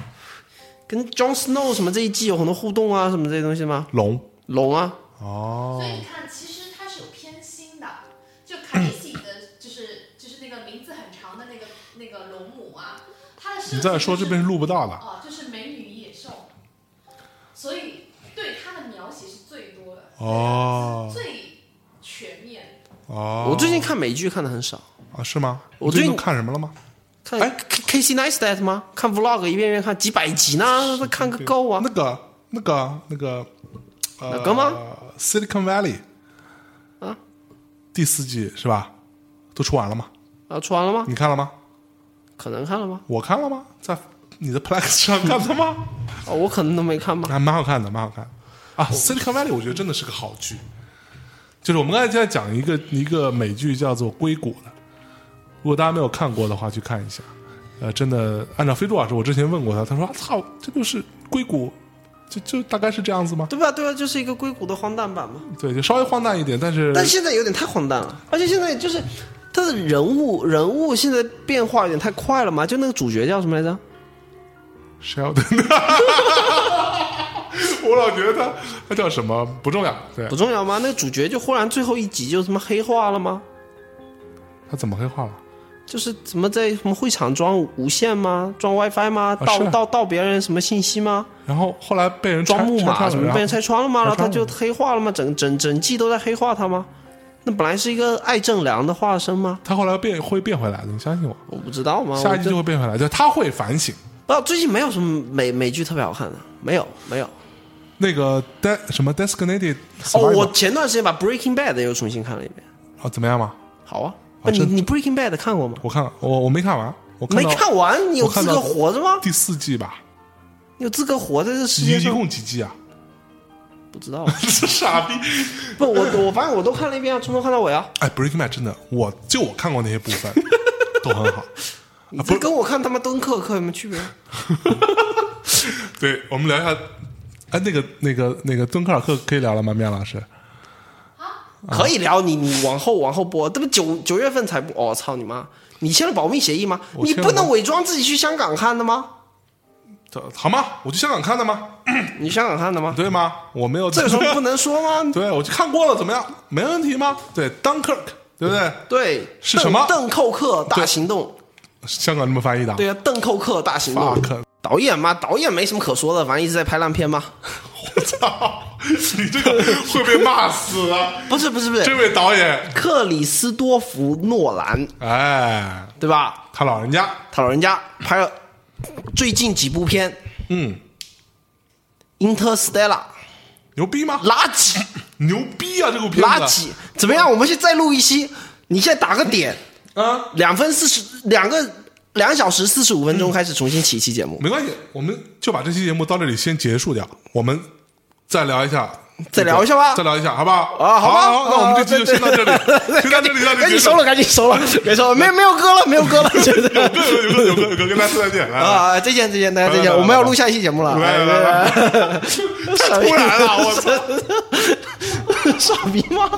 跟 Jon Snow 什么这一季有很多互动啊，什么这些东西吗？
龙
龙啊，
哦
所以，你看，其实它是有偏心的。就卡利西的，就是就是那个名字很长的那个那个龙母啊，它的设计
你再说
就是
这边是录不到的
哦，就是美女与野兽，所以对它的描写是最多的，
哦
最全面。
哦，
我最近看美剧看的很少，
啊是吗？
我
最
最近
近都看什么了吗？
看
哎
K C Nice That 吗？看 Vlog 一遍遍看几百集呢，那看个够啊
那！个那个那个呃
哪个吗
？Silicon Valley
啊
第四季是吧？都出完了吗？
啊，出完了吗？
你看了吗？
可能看了吗？
我看了吗？在你的 Plex 上看的吗？
哦，我可能都没看吧。
(laughs) 还蛮好看的，蛮好看的啊！《Silicon Valley》我觉得真的是个好剧，就是我们刚才在讲一个一个美剧叫做《硅谷》的，如果大家没有看过的话，去看一下。呃，真的，按照飞猪老师，我之前问过他，他说：“啊操，这就是硅谷，就就大概是这样子吗
对吧？对吧？就是一个硅谷的荒诞版嘛。？”
对，就稍微荒诞一点，但是
但现在有点太荒诞了，而且现在就是他的人物人物现在变化有点太快了嘛。就那个主角叫什么来着？
(laughs) Sheldon，我老觉得他他叫什么不重要，对
不重要吗？那个主角就忽然最后一集就他妈黑化了吗？
他怎么黑化了？
就是怎么在什么会场装无线吗？装 WiFi 吗？
啊
盗
是啊
盗盗别人什么信息吗？
然后后来被人
装木马什么被人拆
拆
穿了吗？
拆
然后他
穿了
就黑化了吗？整整整季都在黑化他吗？那本来是一个爱正良的化身吗？
他后来变会变回来的，你相信我。
我不知道吗？
下
哦我
一季
这
就会变回来，就他会反省。
不，最近没有什么美美剧特别好看的，没有没有。
那个 de 什么 designated
哦，我
survivor
前段时间把 Breaking Bad 又重新看了一遍，
哦怎么样嘛？
好啊。
啊
那你
真的
你 Breaking Bad 看过吗？
我看了，我我没看完，我看
没
到
看完，你有
我看
资
到
格活着吗？
第四季吧，
你有资格活在这世
一
界
一
上？
共几季啊？ (laughs)
不知道，啊
是傻逼！
不，我我发现我都看了一遍啊，从头看到尾啊。
哎，Breaking Bad 真的，我就我看过那些部
(laughs)
分都很好。
你
啊不
这
是
跟我看他妈敦刻尔克有什么区别？
对，我们聊一下，哎，那个那个那个敦刻尔克可以聊了吗？米娅老师，
可以聊，你你往后往后播，这不九九月份才播？哦，操你妈！你签了保密协议吗？
我
你
签了
不能伪装自己去香港看的吗？
这好吗？我去香港看的吗？
你香港看的吗？
对吗？我没有
这有什么不能说吗？
(laughs) 对，我去看过了，怎么样？没问题吗？对，Dunkirk，对不对？
对，
是什么
邓邓寇克大
对
行动，
香港这么翻译的啊。
对啊，邓寇克大行动。
fuck，
导演嘛，导演没什么可说的，反正一直在拍烂片嘛。
我操，你这个会被骂死啊！
不是不是不是
这，位导演，
克里斯多福诺兰
哎，
对吧？
他老人家，
他老人家拍了最近几部片，
嗯，
《Interstellar》
牛逼吗？
垃
(laughs)
圾
牛逼啊！这部片子，
垃圾，怎么样？我们去再录一期，你现在打个点，
啊！
两分四十两个两小时四十五分钟开始重新起一期节目，
没关系，我们就把这期节目到这里先结束掉，我们再聊一下，
再聊一下吧
再聊一下，好不好？
啊好
好
吧
好，那我们这期就先到这里，先到这里，到
(laughs) 赶
这里
紧
结束
收了，。赶紧收了，别收了，没没有歌了，没有
(laughs)
歌了，真的。
有个有个有个有个，跟大家说再见啊！
啊，再见再见，大家再
拜
见，
拜
我们要录下一期节目了，哎
拜拜拜
拜。太
(laughs) 突然了，我操！
我 (laughs) 傻逼吗？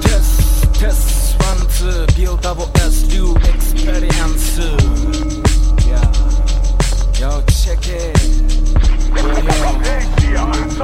Test, test, one, two, build double S, you experience. Yeah. Yo, check it. Yo, yo.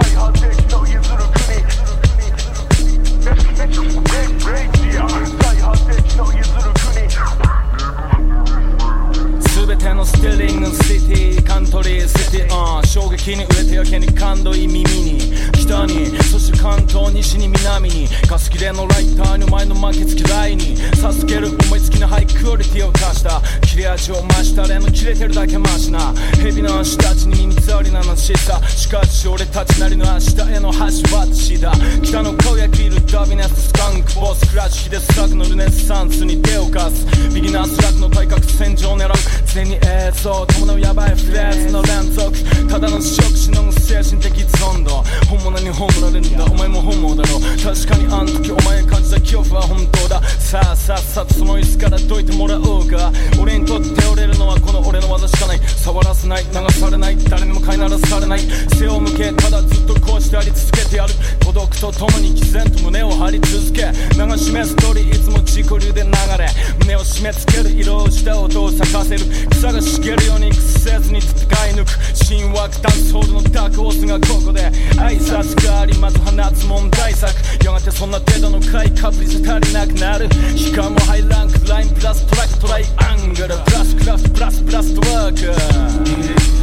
「すべてのステリングシティカントリーシティオン」「衝撃に飢えてやけに感動い耳に」「北にそして関東西に南に」「貸し切れのライターにお前の負けつき台に」「授ける思いつきのハイクオリティを貸した」「切れ味を増したれの切れてるだけマシな」「蛇の足たちに耳障りなのしさ」「しかし俺たちなりの明日への橋渡だ」「北の顔焼きいるダビネススカンクボスクラッシュヒデスラクのルネッサンスに手を貸す」「ビギナースラクの対角線上狙う」「常に映像伴うヤバいフレーズの連続」「ただの試食しのぐ精神的依存度」「本物に葬られるんだお前も本物だろ」「確かにあの時お前が感じた恐怖は本当だ」「さあさあさあその椅子からどいてもらおうか」「俺にとって折れるのはこの俺の技しかない」「触らせない流されない誰にも飼いならされない」「背を向けただずっとこうしてあり続けてやる」「孤独とともに毅然と胸を張り続け」「流し目ストーリーいつも自己流で流れ」「胸を締め付ける色をした音を咲かせる」「草が茂るように屈せずに戦い抜く」「神話ダンスホールのダークホースがここで挨拶代わりまず放つ問題作やがてそんな程度の買いかぶりじゃ足りなくなるしかもハイランクラインプラストラックトライアングルプラスクラフトプラスプラストワーク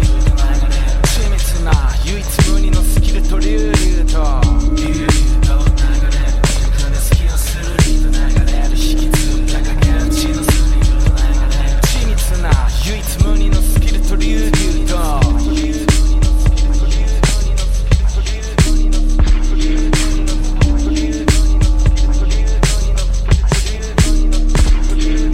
緻密な唯一無二のスキルと流々と緻密な唯一無二のスキルと流々と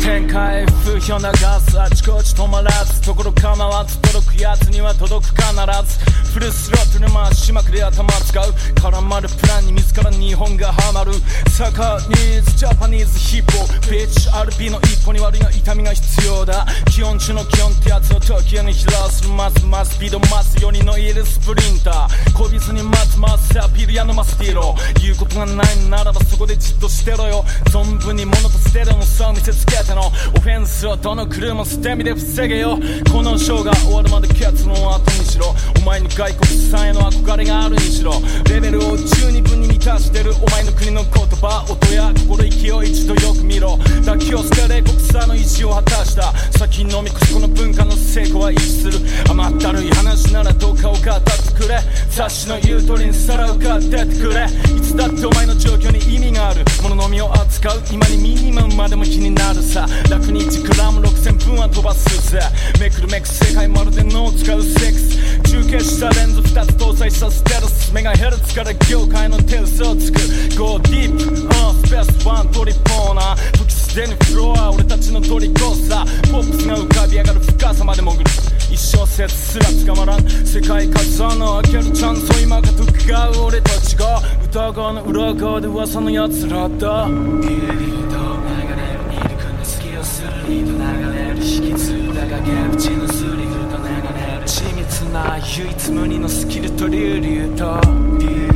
展開不評なガスあちこち止まらずところ構わず届くやつには届く必ずフルスロットル回しまくり頭使う絡まるプランに自ら日本がハマるサカニーズジャパニーズヒップホビーチ RP の一歩に悪いな痛みが必要だ気温中の気温ってやつを時計に披露するますますスピードます4人のいるスプリンターこびずに待つますアピールやのマスティーロ言うことがないならばそこでじっとしてろよ存分に物とステレオの差を見せつけてのオフェンスをどのクルーも捨て身で防げよこのショーが終わるまで結論を後にしろお前に外国産への憧れがあるにしろレベルを十二分に満たしてるお前の国の言葉音や心意気を一度よく見ろ妥協して冷酷さの意志を果たした先に飲み越すこの文化の成功は一致する甘ったるい話ならどうかを語ってくれ雑誌の言う通りにさらうか出てくれいつだってお前の状況に意味がある物のみを扱う今にミニマムまでも気になるさ楽に1グラム6000分は飛ばすぜめくるめく世界まるで脳を使うセックス中継したレンズ2つ搭載したステルスメガヘルツから業界の手嘘をつく Go deep on space one トリポーナー時すでにフロア俺たちのトリコさポップスが浮かび上がる深さまで潜る一小節すら捕まらん世界火山の開けるチャンスを今が疑う俺たちが歌川の裏側で噂のやつらだ緻密なない唯一無二のスキルと流々と理由